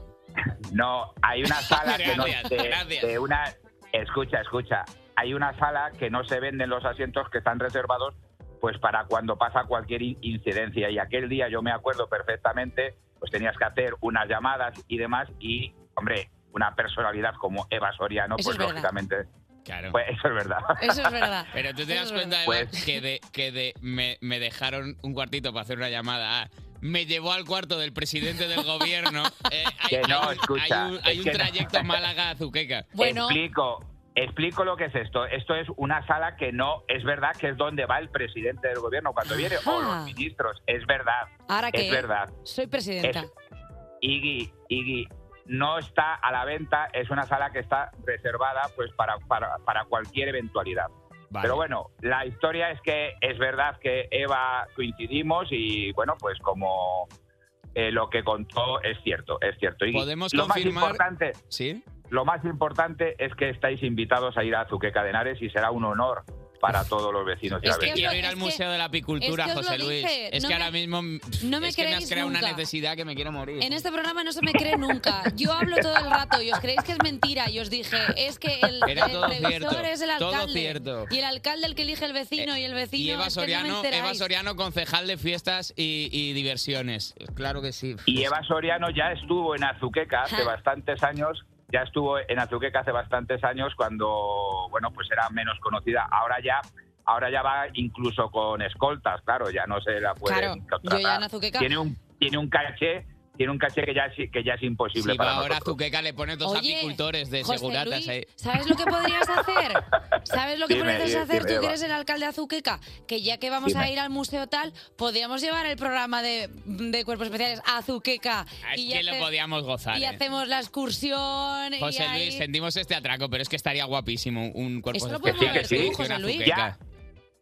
Speaker 20: No, hay una sala que no
Speaker 3: Gracias,
Speaker 20: de-
Speaker 3: gracias.
Speaker 20: de una escucha, escucha. Hay una sala que no se venden los asientos que están reservados pues para cuando pasa cualquier in- incidencia y aquel día yo me acuerdo perfectamente pues tenías que hacer unas llamadas y demás. Y, hombre, una personalidad como Eva Soriano,
Speaker 2: Eso
Speaker 20: pues
Speaker 2: es verdad.
Speaker 20: lógicamente. Pues eso es verdad. Pues,
Speaker 2: Eso es verdad.
Speaker 3: Pero tú te
Speaker 2: Eso
Speaker 3: das
Speaker 2: es
Speaker 3: cuenta,
Speaker 2: verdad.
Speaker 3: además, que, de, que de, me, me dejaron un cuartito para hacer una llamada. Ah, me llevó al cuarto del presidente del gobierno. Eh, hay,
Speaker 20: Que no,
Speaker 3: hay un-
Speaker 20: escucha,
Speaker 3: hay un,
Speaker 20: es
Speaker 3: hay un
Speaker 20: que no.
Speaker 3: trayecto Málaga-Zuqueca.
Speaker 20: Explico. Explico lo que es esto. Esto es una sala que no es verdad que es donde va el presidente del gobierno cuando viene o
Speaker 2: Ajá.
Speaker 20: los ministros. Es verdad.
Speaker 2: Ahora que
Speaker 20: es verdad.
Speaker 2: soy presidenta.
Speaker 20: Es- Iggy, Iggy, no está a la venta, es una sala que está reservada pues para, para, para cualquier eventualidad. Pero bueno, la historia es que es verdad que Eva coincidimos y bueno, pues como eh, lo que contó es cierto, es cierto. Iggy.
Speaker 3: Podemos
Speaker 20: lo
Speaker 3: confirmar-
Speaker 20: Más importante,
Speaker 3: ¿Sí?
Speaker 20: Lo más importante es que estáis invitados a ir a Zuqueca de Henares y será un honor para todos los vecinos. y
Speaker 3: Es
Speaker 20: la
Speaker 3: que
Speaker 20: vecina.
Speaker 3: quiero ir al
Speaker 2: es
Speaker 3: Museo
Speaker 2: que-
Speaker 3: de la Apicultura,
Speaker 2: es que os lo
Speaker 3: José Luis.
Speaker 2: dije,
Speaker 3: Es
Speaker 2: no
Speaker 3: que
Speaker 2: me-
Speaker 3: ahora mismo
Speaker 2: no me
Speaker 3: es que me has
Speaker 2: creéis
Speaker 3: creado una
Speaker 2: nunca.
Speaker 3: necesidad que me quiero morir.
Speaker 2: En este programa no se me cree nunca. Yo hablo todo el rato y os creéis que es mentira. Y os dije, es que el,
Speaker 3: Era
Speaker 2: el
Speaker 3: todo
Speaker 2: revisor
Speaker 3: cierto,
Speaker 2: es el
Speaker 3: todo
Speaker 2: alcalde.
Speaker 3: cierto. Eh,
Speaker 2: Y el alcalde el que elige el vecino y el vecino.
Speaker 3: Y Eva
Speaker 2: es que no me
Speaker 3: Soriano, Eva
Speaker 2: enteráis.
Speaker 3: Soriano, concejal de fiestas y, y diversiones. Claro que sí.
Speaker 20: Y Eva Soriano ya estuvo en Azuqueca hace bastantes años, ya estuvo en Azuqueca hace bastantes años cuando, bueno, pues era menos conocida. Ahora ya, ahora ya va incluso con escoltas, claro, ya no se la puede
Speaker 2: Claro, yo ya en Azuqueca-
Speaker 20: Tiene un, tiene un caché, tiene un caché que ya es, que ya es imposible
Speaker 3: Sí,
Speaker 20: para
Speaker 3: va, ahora
Speaker 20: nosotros.
Speaker 3: Azuqueca le pone dos
Speaker 2: Oye,
Speaker 3: apicultores de
Speaker 2: José
Speaker 3: seguratas
Speaker 2: Luis,
Speaker 3: ahí.
Speaker 2: ¿Sabes lo que podrías hacer? ¿Sabes lo que
Speaker 3: Dime,
Speaker 2: podrías
Speaker 20: eh,
Speaker 3: dime,
Speaker 2: hacer? Tú
Speaker 3: Eva.
Speaker 2: que eres el alcalde de Azuqueca, que ya que vamos a
Speaker 3: Dime.
Speaker 2: ir al museo tal, podríamos llevar el programa de, de cuerpos especiales a Azuqueca.
Speaker 3: Ah, Es
Speaker 2: y
Speaker 3: que
Speaker 2: hace-
Speaker 3: este lo podíamos gozar.
Speaker 2: Y
Speaker 3: ¿eh?
Speaker 2: hacemos la excursión. y
Speaker 3: José
Speaker 2: ahí-
Speaker 3: Luis, sentimos este atraco, pero es que estaría guapísimo un cuerpo
Speaker 2: Eso lo
Speaker 3: especial
Speaker 2: podemos
Speaker 20: hacer tú,
Speaker 3: que
Speaker 20: José
Speaker 3: una
Speaker 20: Luis.
Speaker 3: Azuqueca.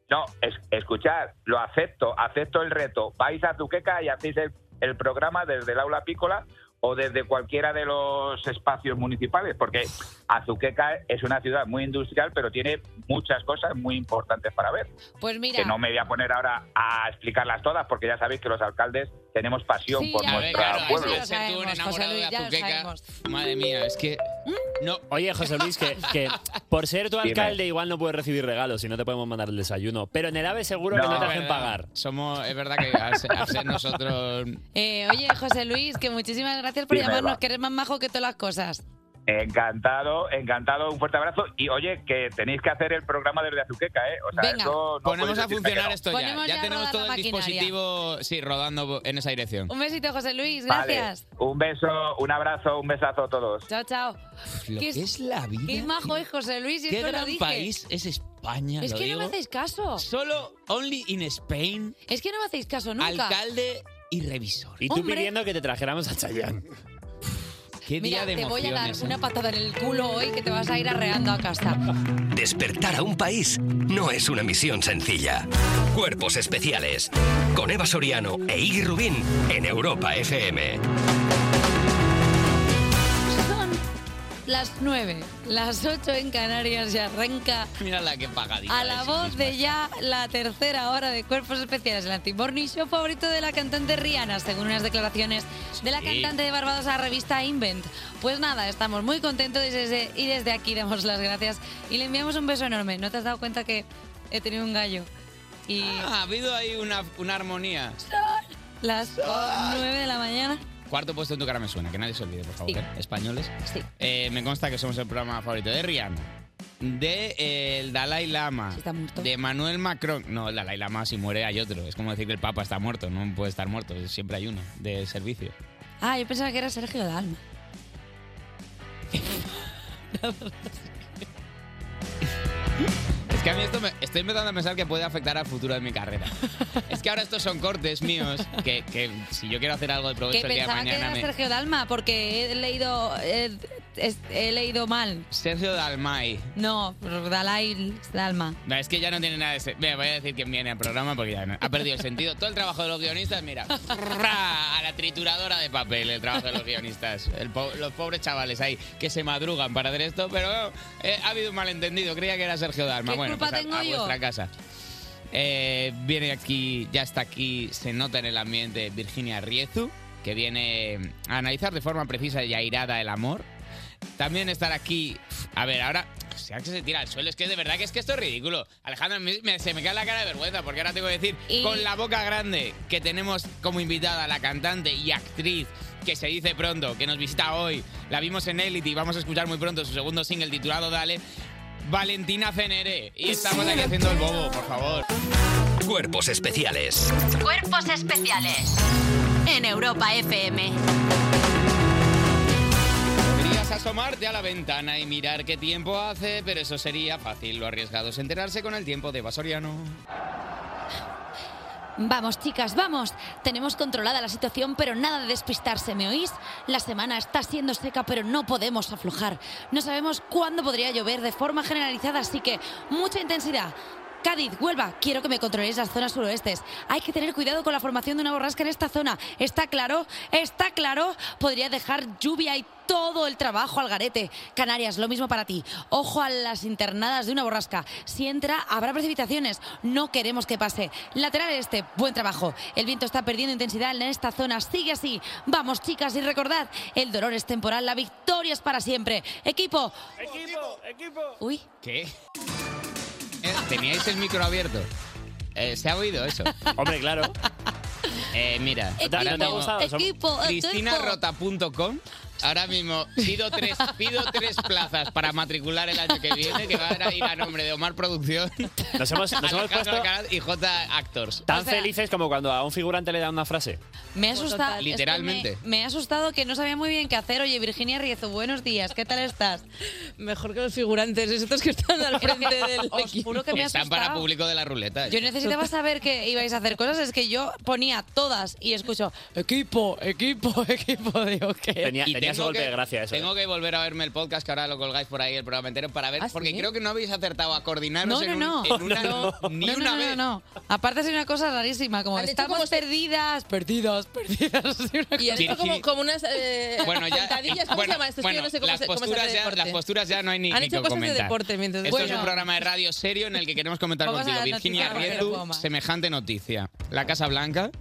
Speaker 20: No, es- escuchad, lo acepto, acepto el reto. Vais a Azuqueca y hacéis el, el programa desde el aula pícola o desde cualquiera de los espacios municipales, porque Azuqueca es una ciudad muy industrial, pero tiene muchas cosas muy importantes para ver.
Speaker 2: Pues mira.
Speaker 20: Que no me voy a poner ahora a explicarlas todas, porque ya sabéis que los alcaldes tenemos pasión
Speaker 2: Sí,
Speaker 20: por
Speaker 2: ya-
Speaker 20: nuestro
Speaker 2: Claro, eso
Speaker 20: pueblo.
Speaker 2: ya
Speaker 3: Ser tú un
Speaker 2: sabemos, José
Speaker 3: enamorado
Speaker 2: Luis,
Speaker 3: de
Speaker 2: ya lo
Speaker 3: Azuqueca.
Speaker 2: sabemos.
Speaker 3: Madre mía, es que... No.
Speaker 21: Oye, José Luis, que, que por ser tu
Speaker 3: Dime.
Speaker 21: alcalde igual no puedes recibir regalos y no te podemos mandar el desayuno. Pero en el AVE seguro que no te
Speaker 3: es
Speaker 21: hacen
Speaker 3: verdad.
Speaker 21: pagar.
Speaker 3: Somos, es verdad que al ser- al ser nosotros
Speaker 2: Eh, oye, José Luis, que muchísimas gracias por
Speaker 20: Dime,
Speaker 2: llamarnos,
Speaker 20: Eva.
Speaker 2: que eres más majo que todas las cosas.
Speaker 20: Encantado, encantado, un fuerte abrazo. Y oye, que tenéis que hacer el programa desde Azuqueca, ¿eh? O sea,
Speaker 2: Venga.
Speaker 20: eso no
Speaker 3: Ponemos
Speaker 20: podéis
Speaker 3: a
Speaker 20: decirme que
Speaker 3: funcionar
Speaker 20: no.
Speaker 3: esto
Speaker 2: Ponemos
Speaker 3: ya.
Speaker 2: ya
Speaker 3: Ya
Speaker 2: a
Speaker 3: tenemos
Speaker 2: rodar
Speaker 3: todo
Speaker 2: la
Speaker 3: el
Speaker 2: maquinaria.
Speaker 3: dispositivo sí, rodando en esa dirección.
Speaker 2: Un besito, José Luis,
Speaker 20: Vale.
Speaker 2: gracias.
Speaker 20: Un beso, un abrazo, un besazo a todos.
Speaker 2: Chao, chao.
Speaker 3: Lo que es la vida.
Speaker 2: Qué majo es José Luis, y
Speaker 3: Qué
Speaker 2: esto lo
Speaker 3: gran
Speaker 2: dije.
Speaker 3: país es España.
Speaker 2: Es
Speaker 3: lo
Speaker 2: que no
Speaker 3: digo.
Speaker 2: me hacéis caso.
Speaker 3: Solo Only in Spain,
Speaker 2: Es que no me hacéis caso nunca.
Speaker 3: alcalde y revisor.
Speaker 21: Y tú
Speaker 2: Hombre.
Speaker 21: pidiendo que te trajéramos a Chayanne.
Speaker 3: Qué
Speaker 2: Mira, te voy a dar una patada en el culo hoy que te vas a ir arreando a casa.
Speaker 1: Despertar a un país no es una misión sencilla. Cuerpos especiales. Con Eva Soriano e Iggy Rubín en Europa FM.
Speaker 2: Son las 9, las 8 en Canarias y arranca
Speaker 3: Mira la que pagadita. pues.
Speaker 2: a la
Speaker 3: es.
Speaker 2: voz de ya la tercera hora de Cuerpos Especiales, el anti-morning show favorito de la cantante Rihanna, según unas declaraciones de la
Speaker 22: Sí.
Speaker 2: cantante de Barbados a la revista Invent. Pues nada, estamos muy contentos y desde, y desde aquí damos las gracias y le enviamos un beso enorme. ¿No te has dado cuenta que he tenido un gallo? Y
Speaker 3: Ah, ha habido ahí una, una armonía.
Speaker 2: las 9 de la mañana.
Speaker 3: Cuarto puesto en tu cara me suena, que nadie se olvide, por favor.
Speaker 2: Sí.
Speaker 3: ¿eh? Españoles.
Speaker 2: Sí.
Speaker 3: Eh, me consta que somos el programa favorito de Rihanna, de eh, el Dalai Lama, de Manuel Macron. No, el Dalai Lama si muere hay otro. Es como decir que el Papa está muerto, no puede estar muerto, siempre hay uno de servicio.
Speaker 2: Ah, yo pensaba que era Sergio Dalma.
Speaker 3: Es que a mí esto me, estoy empezando a pensar que puede afectar al futuro de mi carrera. es que ahora estos son cortes míos que, que si yo quiero hacer algo de
Speaker 2: Que
Speaker 3: provecho el día de
Speaker 2: pensaba que
Speaker 3: mañana
Speaker 2: era
Speaker 3: me-
Speaker 2: Sergio Dalma porque he leído, eh, es- he leído mal.
Speaker 3: Sergio Dalmay.
Speaker 2: No, Dalai Dalma.
Speaker 3: No, es que ya no tiene nada de... se- Mira, voy a decir quién viene al programa porque ya no- ha perdido el sentido. Todo el trabajo de los guionistas, mira, ¡fra! a la trituradora de papel el trabajo de los guionistas. El po- los pobres chavales ahí que se madrugan para hacer esto, pero eh, ha habido un malentendido. Creía que era Sergio Dalma.
Speaker 2: ¿Qué
Speaker 3: bueno,
Speaker 2: culpa
Speaker 3: pues a-
Speaker 2: tengo
Speaker 3: a,
Speaker 2: yo?
Speaker 3: vuestra casa. Eh, viene aquí, ya está aquí, se nota en el ambiente Virginia Riezu, que viene a analizar de forma precisa y airada el amor. También estar aquí, a ver, ahora que sea que se tira al suelo. Es que de verdad que es que esto es ridículo. Alejandra, me- me- se me cae la cara de vergüenza porque ahora tengo que decir
Speaker 2: Y-
Speaker 3: con la boca grande que tenemos como invitada a la cantante y actriz que se dice pronto, que nos visita hoy. La vimos en Elite y vamos a escuchar muy pronto su segundo single titulado Dale. Valentina Cenere. Y estamos aquí haciendo el bobo, por favor.
Speaker 1: Cuerpos especiales.
Speaker 4: Cuerpos especiales en Europa FM.
Speaker 3: Podrías asomarte a la ventana y mirar qué tiempo hace, pero eso sería fácil. Lo arriesgado es enterarse con el tiempo de Basoriano.
Speaker 2: Vamos, chicas, vamos. Tenemos controlada la situación, pero nada de despistarse, ¿me oís? La semana está siendo seca, pero no podemos aflojar. No sabemos cuándo podría llover de forma generalizada, así que mucha intensidad. Cádiz, Huelva, quiero que me controléis las zonas suroestes. Hay que tener cuidado con la formación de una borrasca en esta zona. ¿Está claro? ¿Está claro? Podría dejar lluvia y todo el trabajo al garete. Canarias, lo mismo para ti. Ojo a las internadas de una borrasca. Si entra, habrá precipitaciones. No queremos que pase. Lateral este, buen trabajo. El viento está perdiendo intensidad en esta zona. Sigue así. Vamos, chicas, y recordad, el dolor es temporal, la victoria es para siempre. Equipo.
Speaker 6: Equipo, equipo.
Speaker 2: Uy.
Speaker 3: ¿Qué? Eh, ¿Teníais el micro abierto? Eh, ¿Se ha oído eso? Hombre, claro. Eh, mira,
Speaker 2: Equipo,
Speaker 3: ahora mismo-
Speaker 2: equipo,
Speaker 3: CristinaRota.com. Ahora mismo pido tres, pido tres plazas para matricular el año que viene, que va a ir a nombre de Omar Producción.
Speaker 21: Nos hemos- nos hemos
Speaker 3: Alejandro
Speaker 21: puesto-
Speaker 3: Alcaraz y J Actors.
Speaker 21: Tan
Speaker 2: O sea-
Speaker 21: felices como cuando a un figurante le dan una frase.
Speaker 2: Me ha asustado. es que
Speaker 21: Literalmente.
Speaker 2: me, me ha asustado que no sabía muy bien qué hacer. Oye, Virginia Riezo, buenos días. ¿Qué tal estás? Mejor que los figurantes, estos que están al
Speaker 3: frente
Speaker 2: del Os juro que me ha
Speaker 3: Están para
Speaker 2: asustado.
Speaker 3: público de la ruleta. eh.
Speaker 2: Yo necesitaba saber que ibais a hacer cosas. Es que yo ponía todas y escucho equipo, equipo, equipo. Digo, ¿qué?
Speaker 21: Tenía,
Speaker 3: Y
Speaker 21: tenía su
Speaker 3: tengo
Speaker 21: golpe
Speaker 3: que-
Speaker 21: de gracia eso. eh.
Speaker 3: Tengo que volver a verme el podcast que ahora lo colgáis por ahí el programa entero para
Speaker 5: ¿Ah,
Speaker 3: ver, porque creo que no habéis acertado a coordinaros
Speaker 2: No,
Speaker 3: en,
Speaker 2: no,
Speaker 3: un-
Speaker 2: no.
Speaker 3: en una ni
Speaker 2: No, no,
Speaker 3: una
Speaker 2: no,
Speaker 3: vez.
Speaker 2: no, no. Aparte es una cosa rarísima, como
Speaker 5: Han hecho
Speaker 2: estamos
Speaker 5: como se-
Speaker 2: perdidas, perdidas, perdidas.
Speaker 5: Y han hecho como,
Speaker 3: Virgil-
Speaker 5: como unas eh,
Speaker 3: Bueno, ya,
Speaker 5: zancadillas, ¿Cómo
Speaker 3: bueno,
Speaker 5: se llama esto? Es que
Speaker 3: bueno,
Speaker 5: yo no sé cómo
Speaker 3: las
Speaker 5: se, cómo se hace
Speaker 3: posturas ya,
Speaker 5: deporte.
Speaker 3: las posturas ya no hay ni,
Speaker 5: Han
Speaker 3: ni
Speaker 5: hecho
Speaker 3: que
Speaker 5: cosas
Speaker 3: comentar.
Speaker 5: de deporte mientras
Speaker 3: Esto es
Speaker 5: Bueno.
Speaker 3: un programa de radio serio en el que queremos comentar
Speaker 5: Vamos a
Speaker 3: contigo.
Speaker 5: la
Speaker 3: Virginia
Speaker 5: noticia,
Speaker 3: Riedu,
Speaker 5: Paloma.
Speaker 3: semejante noticia. La Casa Blanca.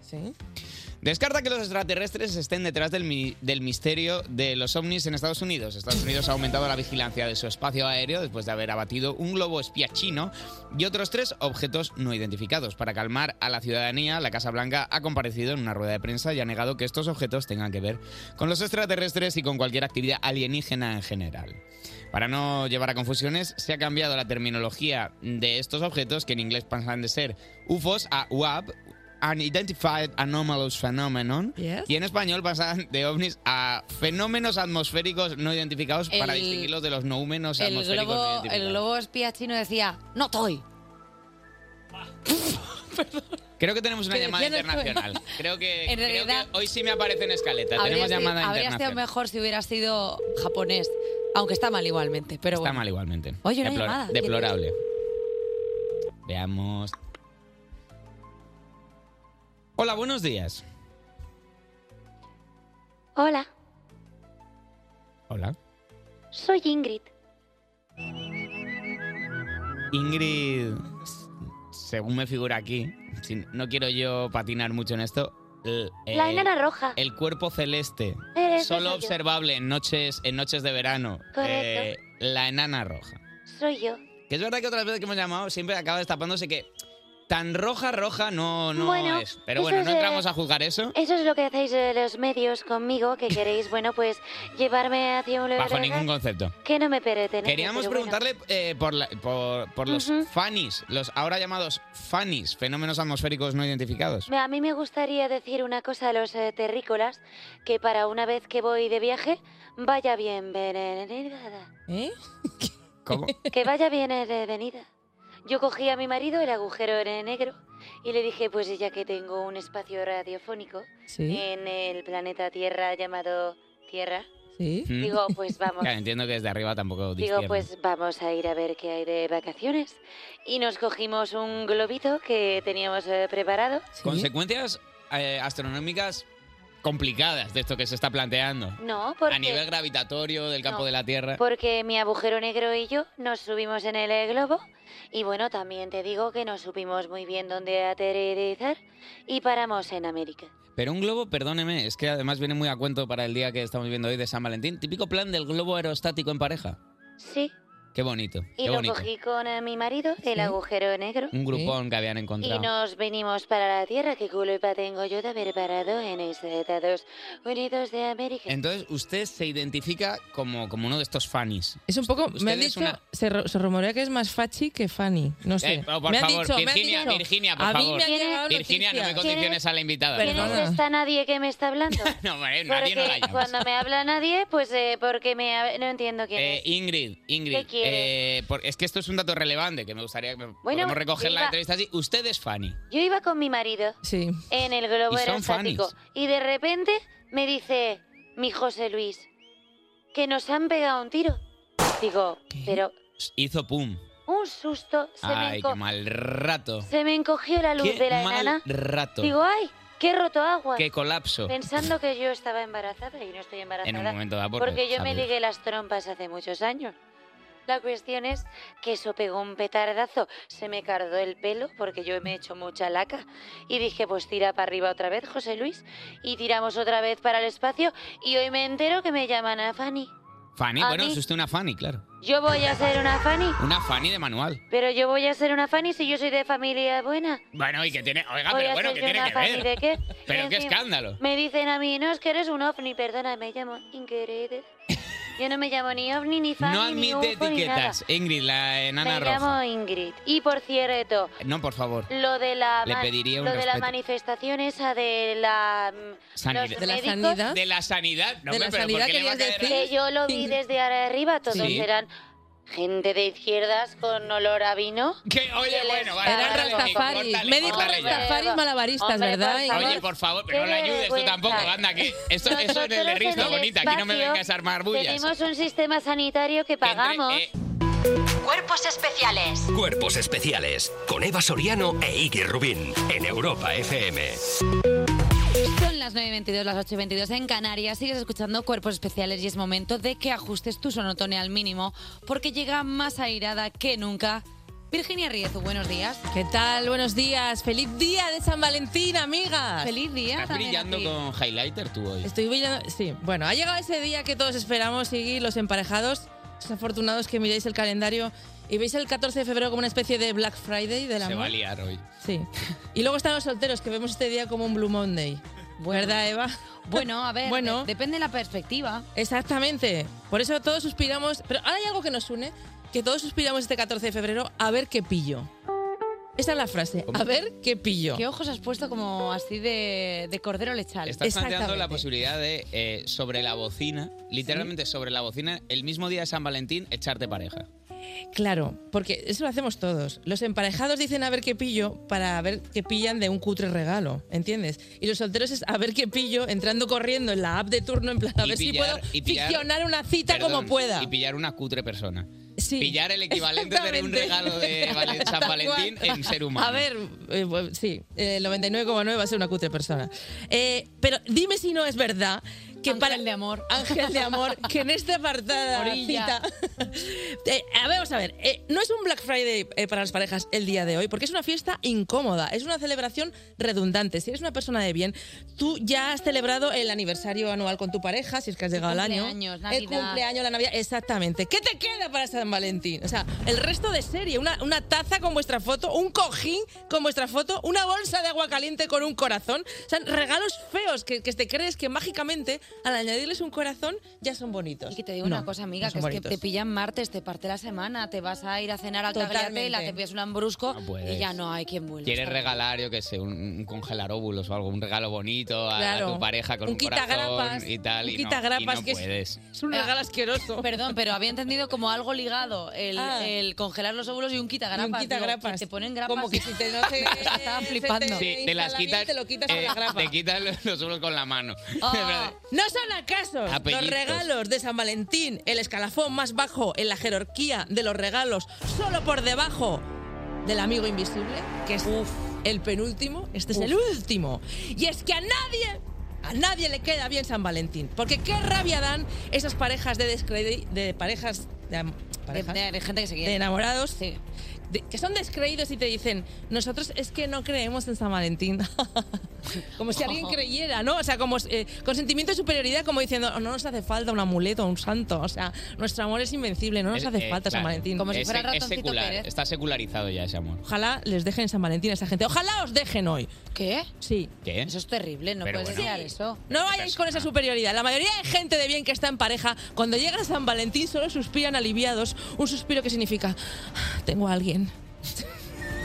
Speaker 3: Descarta que los extraterrestres estén detrás del, mi- del misterio de los ovnis en Estados Unidos. Estados Unidos ha aumentado la vigilancia de su espacio aéreo después de haber abatido un globo espía chino y otros tres objetos no identificados. Para calmar a la ciudadanía, la Casa Blanca ha comparecido en una rueda de prensa y ha negado que estos objetos tengan que ver con los extraterrestres y con cualquier actividad alienígena en general. Para no llevar a confusiones, se ha cambiado la terminología de estos objetos que en inglés pasan de ser UFOs a UAP, Unidentified Anomalous Phenomenon.
Speaker 6: Yes.
Speaker 3: Y en español pasan de ovnis a fenómenos atmosféricos no identificados para
Speaker 2: El-
Speaker 3: distinguirlos de los noúmenos
Speaker 2: El
Speaker 3: atmosféricos no
Speaker 2: globo,
Speaker 3: identificados.
Speaker 2: el globo espía chino decía, no estoy.
Speaker 3: Creo que tenemos una
Speaker 2: Que
Speaker 3: llamada
Speaker 2: decía no estoy.
Speaker 3: internacional. Creo que,
Speaker 2: En
Speaker 3: creo que
Speaker 2: realidad-
Speaker 3: hoy sí me aparece en escaleta.
Speaker 2: Habría
Speaker 3: Tenemos
Speaker 2: sido-
Speaker 3: llamada
Speaker 2: habría sido
Speaker 3: internacional.
Speaker 2: mejor si hubiera sido japonés, aunque está mal igualmente. Pero
Speaker 3: Está
Speaker 2: bueno.
Speaker 3: mal igualmente.
Speaker 2: Oye, una llamada.
Speaker 3: Deplorable. Veamos. Hola, buenos días.
Speaker 22: Hola,
Speaker 3: Hola.
Speaker 22: soy Ingrid.
Speaker 3: Ingrid, s- según me figura aquí, si- no quiero yo patinar mucho en esto. l-
Speaker 22: La
Speaker 3: eh,
Speaker 22: enana roja.
Speaker 3: El cuerpo celeste,
Speaker 22: Eh, esa soy
Speaker 3: solo
Speaker 22: yo.
Speaker 3: observable en noches, en noches de verano.
Speaker 22: Correcto.
Speaker 3: eh, la enana roja.
Speaker 22: Soy yo.
Speaker 3: Que es verdad que otras veces que hemos llamado siempre acaba destapándose que tan roja, roja no, no
Speaker 22: Bueno,
Speaker 3: es. Pero
Speaker 22: eso
Speaker 3: bueno,
Speaker 22: es,
Speaker 3: no
Speaker 22: eh,
Speaker 3: entramos a juzgar eso.
Speaker 22: Eso es lo que hacéis eh, los medios conmigo, que queréis, bueno, pues llevarme hacia un lugar
Speaker 3: Bajo ningún concepto.
Speaker 22: que no me pertenece.
Speaker 3: Queríamos
Speaker 22: pero bueno.
Speaker 3: preguntarle eh, por, la- por, por los
Speaker 22: Ujú.
Speaker 3: fanis, los ahora llamados fanis, fenómenos atmosféricos no identificados.
Speaker 22: Me- A mí me gustaría decir una cosa a los eh, terrícolas, que para una vez que voy de viaje, vaya bien venida.
Speaker 5: ¿Eh?
Speaker 3: ¿Cómo?
Speaker 22: Que vaya bien eh, venida. Yo cogí a mi marido el agujero eh, negro y le dije, pues ya que tengo un espacio radiofónico
Speaker 5: Sí.
Speaker 22: en el planeta Tierra llamado Tierra,
Speaker 5: Sí.
Speaker 3: Mm.
Speaker 22: digo, pues vamos.
Speaker 3: Claro, entiendo que desde arriba tampoco
Speaker 22: Digo,
Speaker 3: discierne.
Speaker 22: pues vamos a ir a ver qué hay de vacaciones. Y nos cogimos un globito que teníamos eh, preparado.
Speaker 3: Consecuencias eh, astronómicas complicadas de esto que se está planteando.
Speaker 22: No, porque,
Speaker 3: A nivel gravitatorio del campo
Speaker 22: No,
Speaker 3: de la Tierra.
Speaker 22: porque mi agujero negro y yo nos subimos en el eh, globo. Y bueno, también te digo que no supimos muy bien dónde aterrizar y paramos en América.
Speaker 3: Pero un globo, perdóneme, es que además viene muy a cuento para el día que estamos viendo hoy de San Valentín. Típico plan del globo aerostático en pareja.
Speaker 22: Sí,
Speaker 3: Qué bonito.
Speaker 22: Y
Speaker 3: qué
Speaker 22: lo
Speaker 3: bonito.
Speaker 22: cogí con eh, mi marido del agujero negro.
Speaker 3: Un grupón que habían encontrado.
Speaker 22: Y nos venimos para la Tierra. ¿Qué culpa tengo yo de haber parado en Estados Unidos de América?
Speaker 3: Entonces, usted se identifica como, como uno de estos fanis.
Speaker 6: Es un poco. Me han
Speaker 3: Ustedes
Speaker 6: dicho.
Speaker 3: una-
Speaker 6: Se, ru- se rumorea que es más Fachi que Fanny. No sé.
Speaker 3: Eh, por
Speaker 6: me han
Speaker 3: favor,
Speaker 6: dicho, me han
Speaker 3: Virginia,
Speaker 6: dicho.
Speaker 3: Virginia, por
Speaker 6: a
Speaker 3: favor.
Speaker 6: Mí me han llegado
Speaker 3: Virginia, no me
Speaker 6: noticias.
Speaker 3: condiciones a la invitada. por
Speaker 22: ¿Quién
Speaker 3: favor.
Speaker 22: es esta nadie que me está hablando?
Speaker 3: No, hombre, nadie no la
Speaker 22: Porque
Speaker 3: llama.
Speaker 22: cuando me habla nadie, pues eh, porque me ha- no entiendo quién
Speaker 3: Eh,
Speaker 22: es.
Speaker 3: Ingrid, Ingrid,
Speaker 22: ¿Qué quiere?
Speaker 3: eh, por- es que esto es un dato relevante que me gustaría que podemos recoger
Speaker 22: viva.
Speaker 3: la entrevista así. Usted es Fanny.
Speaker 22: Yo iba con mi marido
Speaker 6: Sí.
Speaker 22: en el globo
Speaker 3: Y son
Speaker 22: aerostático
Speaker 3: fanis.
Speaker 22: y de repente me dice mi José Luis que nos han pegado un tiro. Digo, pero
Speaker 3: Hizo pum.
Speaker 22: un susto se, me,
Speaker 3: Ay,
Speaker 22: enco-
Speaker 3: qué mal rato.
Speaker 22: se me encogió la luz
Speaker 3: Qué
Speaker 22: de la
Speaker 3: mal
Speaker 22: enana.
Speaker 3: rato.
Speaker 22: Digo, ay, que he roto agua.
Speaker 3: Qué colapso.
Speaker 22: Pensando que yo estaba embarazada y no estoy embarazada.
Speaker 3: En un momento dado, porque,
Speaker 22: porque, yo me
Speaker 3: joder.
Speaker 22: ligué las trompas hace muchos años. La cuestión es que eso pegó un petardazo, se me cardó el pelo porque yo me he hecho mucha laca y dije pues tira para arriba otra vez José Luis y tiramos otra vez para el espacio y hoy me entero que me llaman a Fanny.
Speaker 3: Fanny,
Speaker 22: A
Speaker 3: bueno,
Speaker 22: mí-
Speaker 3: es usted una Fanny, claro.
Speaker 22: Yo voy a ser una Fanny,
Speaker 3: Una Fanny de manual.
Speaker 22: pero yo voy a ser una Fanny si yo soy de familia buena.
Speaker 3: Bueno, y que tiene. Oiga,
Speaker 22: voy
Speaker 3: pero
Speaker 22: a
Speaker 3: bueno,
Speaker 22: ser
Speaker 3: que
Speaker 22: yo
Speaker 3: tiene
Speaker 22: una
Speaker 3: que
Speaker 22: Fanny de
Speaker 3: ver.
Speaker 22: qué.
Speaker 3: Pero qué
Speaker 22: Encima-
Speaker 3: escándalo.
Speaker 22: Me dicen a mí, no, es que eres un ovni, perdona, me llamo Ingrid. Yo no me llamo ni ovni, ni fan,
Speaker 3: No
Speaker 22: ni
Speaker 3: admite
Speaker 22: UFO, ni nada.
Speaker 3: etiquetas, Ingrid, la enana
Speaker 22: me
Speaker 3: roja.
Speaker 22: llamo Ingrid. Y por cierto,
Speaker 3: No, por favor.
Speaker 22: lo de la,
Speaker 3: Le
Speaker 22: ma-
Speaker 3: pediría un
Speaker 22: lo de la
Speaker 3: respeto.
Speaker 22: manifestación esa de la... mm,
Speaker 3: Sanidad.
Speaker 22: los médicos,
Speaker 3: De la sanidad. No, hombre,
Speaker 22: De la
Speaker 3: pero ¿por
Speaker 22: sanidad
Speaker 3: qué le va a
Speaker 22: querías
Speaker 3: caer
Speaker 22: decir. Que yo lo vi desde ahora arriba, todos
Speaker 3: Sí.
Speaker 22: eran gente de izquierdas con olor a vino.
Speaker 3: Que, oye, bueno, vale.
Speaker 22: Eran
Speaker 3: córtale,
Speaker 22: rastafaris,
Speaker 3: córtale,
Speaker 22: médicos
Speaker 3: córtale ya.
Speaker 22: rastafaris malabaristas, Hombre, ¿verdad, por favor.
Speaker 3: Oye, por favor, pero
Speaker 22: Qué
Speaker 3: no le ayudes tú
Speaker 22: vergüenza.
Speaker 3: tampoco, anda, que esto, eso en el de
Speaker 22: Nosotros en
Speaker 3: Risto,
Speaker 22: el
Speaker 3: bonita, aquí no me
Speaker 22: espacio
Speaker 3: vengas a armar bullas. eh,
Speaker 22: Tenemos un sistema sanitario que pagamos.
Speaker 4: Cuerpos especiales
Speaker 1: Cuerpos especiales con Eva Soriano e Iggy Rubín en Europa FM.
Speaker 2: Son las 9.22, las 8.22 en Canarias. Sigues escuchando Cuerpos Especiales y es momento de que ajustes tu sonotone al mínimo porque llega más airada que nunca. Virginia Riezu, buenos días.
Speaker 6: ¿Qué tal? Buenos días. Feliz día de San Valentín, amigas.
Speaker 2: Feliz día
Speaker 3: Estás brillando con highlighter tú
Speaker 22: Este
Speaker 3: hoy.
Speaker 6: Estoy brillando. Sí, bueno, ha llegado ese día que todos esperamos, Iggy, los emparejados, los afortunados que miréis el calendario y veis el 14 de febrero como una especie de Black Friday del
Speaker 3: Se va a
Speaker 6: amor.
Speaker 3: liar hoy.
Speaker 6: Sí. Y luego están los solteros que vemos este día como un Blue Monday. ¿Verdad, Eva?
Speaker 2: Bueno, a ver,
Speaker 6: bueno,
Speaker 2: depende de la perspectiva.
Speaker 6: Exactamente. Por eso todos suspiramos. Pero ahora hay algo que nos une: que todos suspiramos este 14 de febrero a ver qué pillo. Esa es la frase: a ver qué pillo.
Speaker 2: ¿Qué ojos has puesto como así de, de cordero lechal?
Speaker 3: Estás planteando la posibilidad de, eh, sobre la bocina, literalmente sobre la bocina, el mismo día de San Valentín, echarte pareja.
Speaker 6: Claro, porque eso lo hacemos todos. Los emparejados dicen a ver qué pillo para ver qué pillan de un cutre regalo, ¿entiendes? Y los solteros es a ver qué pillo entrando corriendo en la app de turno en plan a
Speaker 3: Y pillar-
Speaker 6: ver si
Speaker 3: y
Speaker 6: puedo
Speaker 3: pillar-
Speaker 6: ficcionar una cita
Speaker 3: Perdón,
Speaker 6: como pueda.
Speaker 3: Y pillar una cutre persona.
Speaker 6: Sí,
Speaker 3: pillar el equivalente de un
Speaker 6: exactamente.
Speaker 3: regalo de Valen- San
Speaker 6: Tal
Speaker 3: Valentín
Speaker 6: cual.
Speaker 3: en ser humano.
Speaker 6: A ver, eh, bueno, sí, el 99,9 va a ser una cutre persona. Eh, pero dime si no es verdad que para el de
Speaker 2: amor,
Speaker 6: Ángel de amor, que en esta apartada
Speaker 2: Orilla.
Speaker 6: cita- Eh, a ver, vamos a ver, eh, no es un Black Friday eh, para las parejas el día de hoy, porque es una fiesta incómoda, es una celebración redundante. Si eres una persona de bien, tú ya has celebrado el aniversario anual con tu pareja, si es que has llegado al año,
Speaker 2: cumpleaños,
Speaker 6: el
Speaker 2: Navidad.
Speaker 6: cumpleaños, la Navidad, exactamente. ¿Qué te queda para San Valentín? O sea, el resto de serie, una, una taza con vuestra foto, un cojín con vuestra foto, una bolsa de agua caliente con un corazón. O sea, regalos feos que, que te crees que mágicamente al añadirles un corazón ya son bonitos. Y que
Speaker 2: te digo una cosa, amiga, que es que te pillan martes, te parte la semana, te vas a ir a cenar al tagliatella,
Speaker 6: Totalmente.
Speaker 2: te pillas un hambrusco
Speaker 3: puedes.
Speaker 2: y ya no hay quien vuelva.
Speaker 3: Quieres regalar, yo qué sé, un, un congelar óvulos o algo, un regalo bonito a,
Speaker 2: Claro.
Speaker 3: tu pareja con
Speaker 2: Un
Speaker 3: un,
Speaker 2: quitagrapas,
Speaker 3: corazón y tal.
Speaker 2: un
Speaker 3: y no-
Speaker 2: quitagrapas
Speaker 3: y no
Speaker 2: que es-
Speaker 3: puedes.
Speaker 6: Es un regalo asqueroso.
Speaker 2: Eh, Perdón, pero había entendido como algo ligado el,
Speaker 6: Ah.
Speaker 2: el congelar los óvulos y un quitagrapas.
Speaker 6: Y un quitagrapas.
Speaker 2: Digo, que te ponen grapas.
Speaker 6: Como que si te- no te-
Speaker 2: Estaba
Speaker 6: se te
Speaker 2: flipando.
Speaker 3: Sí, te las quitas,
Speaker 6: te lo quitas con
Speaker 3: eh,
Speaker 6: la grapa.
Speaker 3: te quitas los- los óvulos con la mano.
Speaker 2: Oh.
Speaker 6: ¿No son acaso los
Speaker 3: Apellidos.
Speaker 6: regalos de San Valentín el escalafón más bajo en la jerarquía de los regalos, solo por debajo del amigo invisible, que es el penúltimo? Este es el último. Y es que a nadie, a nadie le queda bien San Valentín. Porque qué rabia dan esas parejas de descredi- de parejas de, am- parejas,
Speaker 2: de- de gente que se quiere.
Speaker 6: de enamorados. de- que son descreídos y te dicen, nosotros es que no creemos en San Valentín. Como si alguien creyera, ¿no? O sea, como eh, con sentimiento de superioridad, como diciendo, "Oh, no nos hace falta un amuleto, un santo. O sea, nuestro amor es invencible, no nos
Speaker 3: Eh,
Speaker 6: hace
Speaker 3: eh,
Speaker 6: falta San
Speaker 3: claro.
Speaker 6: Valentín.
Speaker 3: Es- es secular, Está secularizado ya ese amor.
Speaker 6: Ojalá les dejen San Valentín a esa gente. Ojalá os dejen hoy.
Speaker 2: ¿Qué?
Speaker 6: Sí.
Speaker 3: ¿Qué?
Speaker 2: Eso es terrible, no
Speaker 6: Pero
Speaker 2: puedes
Speaker 6: bueno.
Speaker 2: desear eso. Ah.
Speaker 6: No vayáis con esa superioridad. La mayoría de gente de bien que está en pareja, cuando llega San Valentín solo suspiran aliviados. Un suspiro que significa, "Ah, tengo a alguien.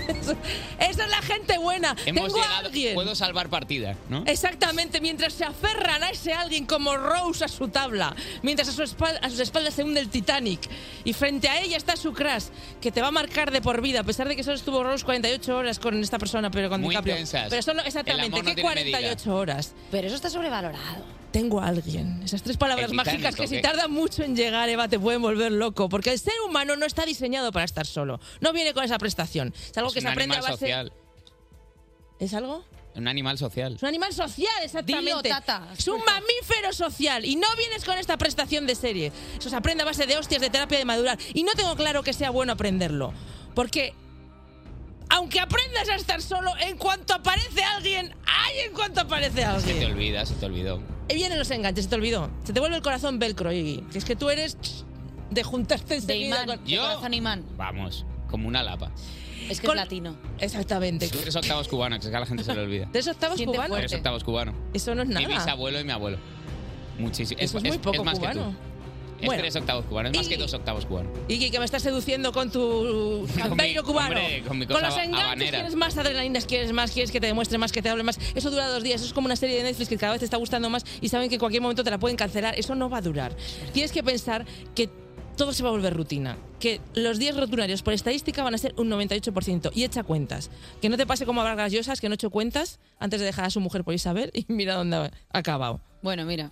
Speaker 6: Eso- Esa es la gente buena.
Speaker 3: Hemos
Speaker 6: tengo a
Speaker 3: llegado-
Speaker 6: alguien.
Speaker 3: Puedo salvar partida, ¿no?
Speaker 6: Exactamente, mientras se aferran a ese alguien como Rose a su tabla, mientras a, su espal- a sus espaldas se hunde el Titanic y frente a ella está su crush que te va a marcar de por vida, a pesar de que solo estuvo Rose 48 horas con esta persona, pero con
Speaker 3: Muy
Speaker 6: DiCaprio.
Speaker 3: intensas.
Speaker 6: Pero solo
Speaker 3: El amor
Speaker 6: exactamente,
Speaker 3: no
Speaker 6: ¿qué
Speaker 3: tiene medida.
Speaker 6: 48 horas?
Speaker 2: Pero eso está sobrevalorado.
Speaker 6: Tengo a alguien. Esas tres palabras
Speaker 2: El
Speaker 6: mágicas
Speaker 2: Titanic,
Speaker 6: que
Speaker 2: ¿o
Speaker 6: si
Speaker 2: qué?
Speaker 6: tardan mucho en llegar, Eva, te pueden volver loco, porque el ser humano no está diseñado para estar solo. No viene con esa prestación. Es algo
Speaker 3: Es
Speaker 6: que
Speaker 3: un
Speaker 6: se aprende a
Speaker 3: animal
Speaker 6: base
Speaker 3: social.
Speaker 6: ¿Es algo?
Speaker 3: Un animal social.
Speaker 6: Es un animal social, exactamente.
Speaker 2: Dilo, tata.
Speaker 6: Es un mamífero social. Y no vienes con esta prestación de serie. Eso se aprende a base de hostias, de terapia de madurar. Y no tengo claro que sea bueno aprenderlo. Porque. Aunque aprendas a estar solo, en cuanto aparece alguien, ¡ay! En cuanto aparece
Speaker 2: Ah,
Speaker 3: Se
Speaker 6: alguien.
Speaker 3: te olvida, se te olvidó.
Speaker 6: Y vienen los enganches, se te olvidó. Se te vuelve el corazón velcro, Iggy. Que es que tú eres ch, de juntarte enseguida con...
Speaker 3: Yo- Vamos, como una lapa.
Speaker 2: Es que
Speaker 6: Con-
Speaker 2: es latino.
Speaker 6: Exactamente.
Speaker 3: Tres octavos cubanos, que es que a la gente se le olvida.
Speaker 6: ¿Tres octavos
Speaker 2: Siente
Speaker 6: cubanos?
Speaker 2: fuerte.
Speaker 3: Tres octavos cubanos.
Speaker 6: Eso no es nada.
Speaker 3: Mi bisabuelo y mi abuelo. Muchísimo.
Speaker 6: Eso es muy poco
Speaker 3: más
Speaker 6: cubano.
Speaker 3: que tú. Es
Speaker 6: Bueno.
Speaker 3: tres octavos cubanos, es más
Speaker 6: Y-
Speaker 3: que dos octavos cubanos.
Speaker 6: Iggy, que me estás seduciendo con tu campeiro cubano.
Speaker 3: hombre, con mi cosa
Speaker 6: los enganches
Speaker 3: habanera.
Speaker 6: quieres más adrenalinas, quieres más, quieres que te demuestre más, que te hable más. Eso dura dos días. Eso es como una serie de Netflix que cada vez te está gustando más y saben que en cualquier momento te la pueden cancelar. Eso no va a durar. Tienes que pensar que todo se va a volver rutina. Que los días rutinarios por estadística van a ser un 98%. Y echa cuentas. Que no te pase como a Vargas Llosas, que no echó cuentas antes de dejar a su mujer por Isabel y mira dónde ha acabado.
Speaker 2: Bueno, mira.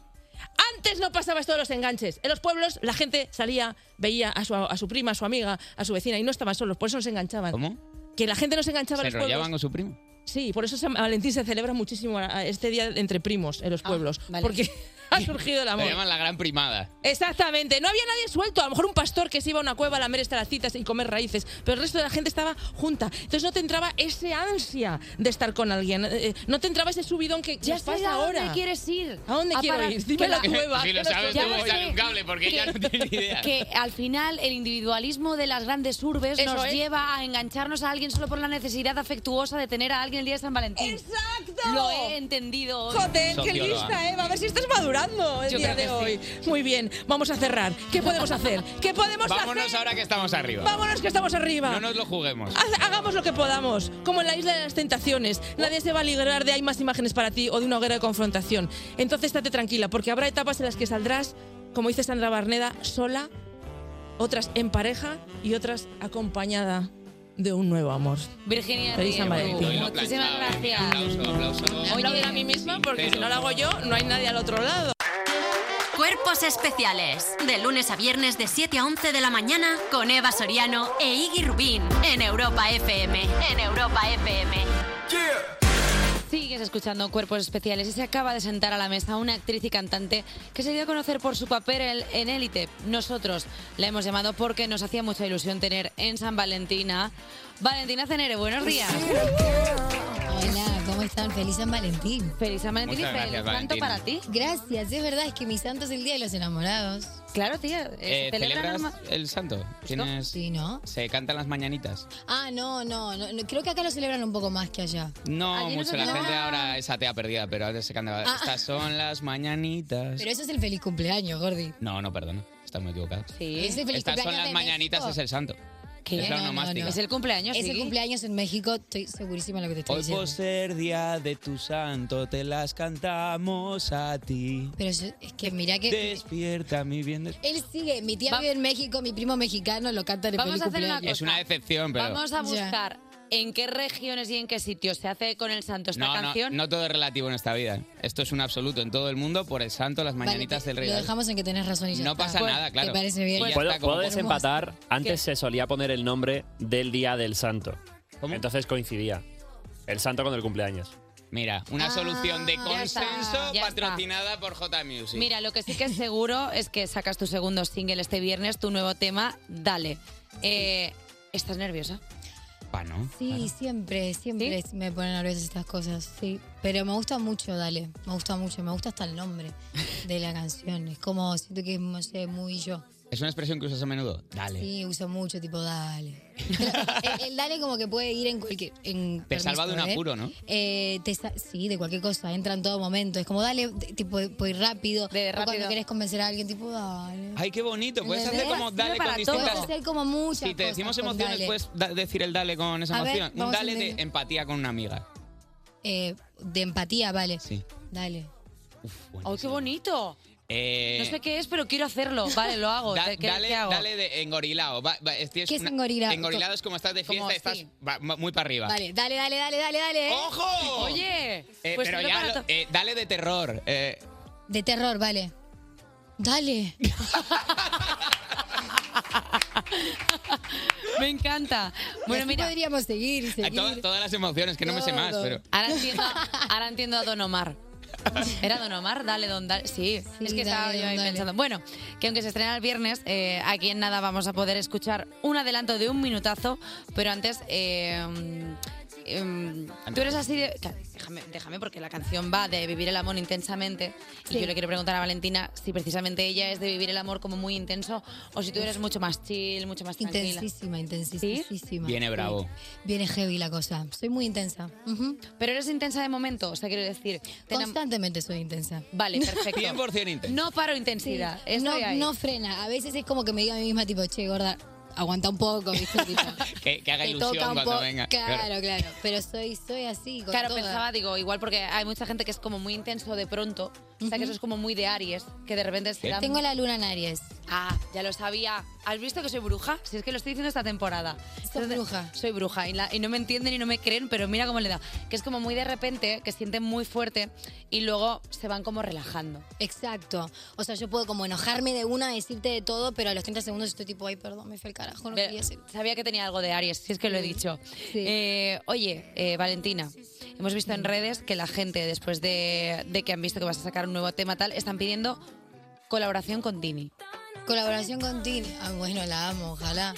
Speaker 6: Antes no pasaba esto de los enganches. En los pueblos la gente salía, veía a su, a su prima, a su amiga, a su vecina y no estaban solos, por eso no se enganchaban.
Speaker 3: ¿Cómo?
Speaker 6: Que la gente no se enganchaba
Speaker 3: Se
Speaker 6: en los pueblos.
Speaker 3: enrollaban con su primo.
Speaker 6: Sí, por eso San Valentín se celebra muchísimo a- a este día entre primos en los
Speaker 2: Ah,
Speaker 6: pueblos. Porque ha surgido el
Speaker 3: Se
Speaker 6: amor.
Speaker 3: llaman la gran primada.
Speaker 6: Exactamente, no había nadie suelto. A lo mejor un pastor que se iba a una cueva a lamer estalactitas y comer raíces, pero el resto de la gente estaba junta. Entonces no te entraba ese ansia de estar con alguien, eh, eh, no te entraba ese subidón que
Speaker 2: Ya
Speaker 6: nos
Speaker 2: sé
Speaker 6: pasa
Speaker 2: a
Speaker 6: ahora.
Speaker 2: dónde quieres ir.
Speaker 6: ¿A dónde
Speaker 2: A
Speaker 6: quiero
Speaker 2: para-
Speaker 6: ir? Dime
Speaker 2: que
Speaker 6: la
Speaker 2: la-
Speaker 6: cueva.
Speaker 3: Si
Speaker 6: que
Speaker 3: lo
Speaker 6: no
Speaker 3: sabes,
Speaker 6: sé.
Speaker 3: tú
Speaker 6: Ya lo
Speaker 3: eres
Speaker 6: sé.
Speaker 3: tan cable, porque ella no tiene ni idea.
Speaker 2: Que al final el individualismo de las grandes urbes
Speaker 6: Eso
Speaker 2: nos
Speaker 6: es.
Speaker 2: lleva a engancharnos a alguien solo por la necesidad afectuosa de tener a alguien el día de San Valentín.
Speaker 6: ¡Exacto!
Speaker 2: Lo he entendido. hoy.
Speaker 6: Joder, qué
Speaker 2: Socióloga.
Speaker 6: lista, Eva. A ver si estás madurando el
Speaker 2: Yo
Speaker 6: día de
Speaker 2: creo que
Speaker 6: hoy. Muy bien, vamos a cerrar. ¿Qué podemos hacer? ¿Qué podemos
Speaker 3: Vámonos
Speaker 6: hacer?
Speaker 3: ahora que estamos arriba.
Speaker 6: Vámonos que estamos arriba. Ah,
Speaker 3: No nos lo juguemos.
Speaker 6: Haz- Hagamos lo que podamos, como en la isla de las tentaciones. Nadie se va a alegrar de hay más imágenes para ti o de una hoguera de confrontación. Entonces estate tranquila, porque habrá etapas en las que saldrás, como dice Sandra Barneda, sola, otras en pareja y otras acompañada de un nuevo amor.
Speaker 2: Virginia,
Speaker 6: Feliz
Speaker 2: tío,
Speaker 6: San Valentín.
Speaker 2: muchísimas gracias.
Speaker 3: Aplauso, aplauso.
Speaker 6: Oye, a mí misma, porque si no lo hago yo, no hay nadie al otro lado.
Speaker 4: Cuerpos especiales. De lunes a viernes de 7 a 11 de la mañana con Eva Soriano e Iggy Rubín en Europa FM. En Europa FM.
Speaker 2: Sigues escuchando Cuerpos Especiales y se acaba de sentar a la mesa una actriz y cantante que se dio a conocer por su papel en- en Élite. Nosotros la hemos llamado porque nos hacía mucha ilusión tener en San Valentina. Valentina Cenere, buenos días.
Speaker 7: Hola, Ah, ¿cómo están? Feliz San Valentín.
Speaker 2: Feliz San Valentín
Speaker 3: Muchas
Speaker 2: y feliz
Speaker 3: gracias,
Speaker 2: santo
Speaker 3: Valentina.
Speaker 2: para ti.
Speaker 7: Gracias, es verdad, es que mi santo es el Día de los Enamorados.
Speaker 2: Claro, tía.
Speaker 3: Eh, ¿Celebras el santo? ¿Tienes...
Speaker 7: Sí, ¿no?
Speaker 3: ¿Se cantan las mañanitas?
Speaker 7: Ah, no, no, no, no, creo que acá lo celebran un poco más que allá.
Speaker 3: No,
Speaker 7: Allí no
Speaker 3: mucho.
Speaker 7: se
Speaker 3: La
Speaker 7: celebra.
Speaker 3: gente ahora es atea perdida, pero antes se cantaba.
Speaker 7: Ah.
Speaker 3: Estas son las mañanitas.
Speaker 7: Pero eso es el feliz cumpleaños, Gordi.
Speaker 3: No, no, perdona. Estás muy equivocado.
Speaker 7: Sí. Es el feliz
Speaker 3: Estas son
Speaker 7: cumpleaños
Speaker 3: las
Speaker 7: de
Speaker 3: mañanitas,
Speaker 7: México.
Speaker 3: es el santo.
Speaker 7: ¿Qué?
Speaker 3: Es
Speaker 7: No,
Speaker 3: la
Speaker 7: no, no,
Speaker 3: onomástica.
Speaker 7: no.
Speaker 2: cumpleaños,
Speaker 7: Es
Speaker 2: sí.
Speaker 7: el cumpleaños en México, estoy segurísima de lo que te estoy
Speaker 3: Hoy
Speaker 7: diciendo.
Speaker 3: por ser día de tu santo, te las cantamos a ti.
Speaker 7: Pero yo- es que mira que...
Speaker 3: Despierta, mi bien. des-
Speaker 7: Él sigue, mi tía vive en México, mi primo mexicano lo canta de
Speaker 2: Vamos
Speaker 7: feliz
Speaker 2: a hacer una
Speaker 7: cumpleaños.
Speaker 3: Es una decepción, pero.
Speaker 2: Vamos a buscar en qué regiones y en qué sitios se hace con el santo esta
Speaker 3: no, no,
Speaker 2: canción.
Speaker 3: no todo es relativo en esta vida. ¿eh? Esto es un absoluto en todo el mundo por el santo, las mañanitas del rey.
Speaker 7: Lo dejamos en que tenés razón y ya
Speaker 3: No
Speaker 7: está.
Speaker 3: pasa nada, claro.
Speaker 7: ¿Te parece bien?
Speaker 16: Pues
Speaker 3: Y ya
Speaker 21: ¿Puedo,
Speaker 3: está, como
Speaker 21: puedo
Speaker 3: por-
Speaker 21: desempatar? Antes se solía poner el nombre del día del santo. Entonces coincidía. El santo con el cumpleaños.
Speaker 3: Mira, Una solución de
Speaker 2: Ah, ya está,
Speaker 3: consenso
Speaker 2: ya está.
Speaker 3: patrocinada por J Music.
Speaker 2: Mira, lo que sí que es seguro es que sacas tu segundo single este viernes, tu nuevo tema, Dale. Eh, ¿Estás nerviosa?
Speaker 3: guapa, Ah, ¿no?
Speaker 7: Sí, siempre, siempre me ponen a veces estas cosas, sí. Pero me gusta mucho, dale, me gusta mucho, me gusta hasta el nombre de la canción. Es como, siento que es, no sé, muy yo.
Speaker 3: Es una expresión que usas a menudo. Dale.
Speaker 7: Sí, uso mucho, tipo, dale. Pero el, el dale como que puede ir en cualquier... En,
Speaker 3: Te salva de un
Speaker 7: ¿eh?
Speaker 3: apuro, ¿no?
Speaker 7: Eh, te sa- sí, de cualquier cosa, entra en todo momento. Es como, dale, t- tipo, puedes ir rápido. De
Speaker 2: rápido.
Speaker 7: cuando quieres convencer a alguien, tipo, dale.
Speaker 3: Ay, qué bonito. Puedes
Speaker 7: ¿Entendés?
Speaker 3: hacer como dale con
Speaker 7: Puedes
Speaker 3: distintas...
Speaker 7: hacer como muchas
Speaker 3: Si te
Speaker 7: cosas
Speaker 3: decimos
Speaker 7: con
Speaker 3: emociones,
Speaker 7: dale.
Speaker 3: puedes da- decir el dale con esa
Speaker 7: A ver,
Speaker 3: emoción. Un
Speaker 7: vamos a
Speaker 3: dale de
Speaker 7: entender.
Speaker 3: empatía con una amiga.
Speaker 7: Eh, de empatía, vale.
Speaker 3: Sí.
Speaker 7: Dale.
Speaker 2: ¡Ay, qué bonito!
Speaker 3: Eh,
Speaker 2: No sé qué es, pero quiero hacerlo. Vale, lo hago.
Speaker 3: da-
Speaker 2: ¿Qué- qué
Speaker 3: dale,
Speaker 2: hago?
Speaker 3: dale de engorilado. Va- va, es- tienes
Speaker 7: ¿Qué es engorilao?
Speaker 3: Engorilado es como estás de
Speaker 7: Como
Speaker 3: fiesta, estás
Speaker 7: así.
Speaker 3: va- ma- muy para arriba.
Speaker 7: Dale, dale, dale, dale, dale, dale.
Speaker 3: ¡Ojo!
Speaker 2: Oye,
Speaker 3: Eh,
Speaker 7: pues
Speaker 3: pero
Speaker 7: solo
Speaker 3: ya,
Speaker 7: para
Speaker 3: lo- eh, dale de terror. eh,
Speaker 7: De terror, vale. Dale.
Speaker 2: Me encanta.
Speaker 7: Bueno, mira. Podríamos seguir y
Speaker 3: a
Speaker 7: seguir.
Speaker 3: todas- todas las emociones, que no me sé más,
Speaker 7: Todo.
Speaker 3: pero...
Speaker 2: Ahora entiendo, ahora entiendo a Don Omar. ¿Era Don Omar? Dale, Don Dale. Sí, es que estaba
Speaker 7: dale,
Speaker 2: yo
Speaker 7: don,
Speaker 2: ahí
Speaker 7: dale.
Speaker 2: pensando. Bueno, que aunque se estrena el viernes, eh, aquí en nada vamos a poder escuchar un adelanto de un minutazo, pero antes... eh, em, tú eres así de... ca- Déjame, déjame, porque la canción va de vivir el amor intensamente. Y
Speaker 7: Sí.
Speaker 2: yo le quiero preguntar a Valentina si precisamente ella es de vivir el amor como muy intenso o si tú eres mucho más chill, mucho más tranquila.
Speaker 7: Intensísima, intensísima.
Speaker 3: Viene
Speaker 7: Sí.
Speaker 3: bravo.
Speaker 7: Viene heavy la cosa. Soy muy intensa. Ujú.
Speaker 2: Pero eres intensa de momento, o sea, quiero decir... te enam-
Speaker 7: Constantemente soy intensa.
Speaker 2: Vale, perfecto.
Speaker 3: 100% intenso.
Speaker 2: No paro
Speaker 7: Sí.
Speaker 2: intensidad.
Speaker 7: No,
Speaker 2: Estoy ahí.
Speaker 7: no frena. A veces es como que me digo a mí misma, tipo, che, gorda, aguanta un poco, ¿viste? Tipo,
Speaker 3: Que, que haga
Speaker 7: te
Speaker 3: ilusión
Speaker 7: toca un
Speaker 3: cuando
Speaker 7: poco.
Speaker 3: venga.
Speaker 7: Claro, claro. Pero soy, soy así. con
Speaker 2: Claro,
Speaker 7: todas.
Speaker 2: pensaba, digo, igual porque hay mucha gente que es como muy intenso de pronto. O sea, que eso es como muy de Aries, que de repente se dan-
Speaker 7: Tengo la luna en Aries.
Speaker 2: Ah, ya lo sabía. ¿Has visto que soy bruja? Si es que lo estoy diciendo esta temporada. Soy bruja. Soy bruja. Y, la- y no me entienden y no me creen, pero mira cómo le da. Que es como muy de repente, que sienten muy fuerte y luego se van como relajando.
Speaker 7: Exacto. O sea, yo puedo como enojarme de una, decirte de todo, pero a los 30 segundos estoy tipo, ay, perdón, me fue el carajo, no
Speaker 2: Ve-
Speaker 7: quería decir.
Speaker 2: Sabía que tenía algo de Aries, si es que lo he dicho. Eh, oye, eh, Valentina, hemos visto en redes que la gente, después de, de que han visto que vas a sacar un nuevo tema tal, están pidiendo colaboración con Tini.
Speaker 7: Colaboración con Tini. Ah, bueno, la amo, ojalá.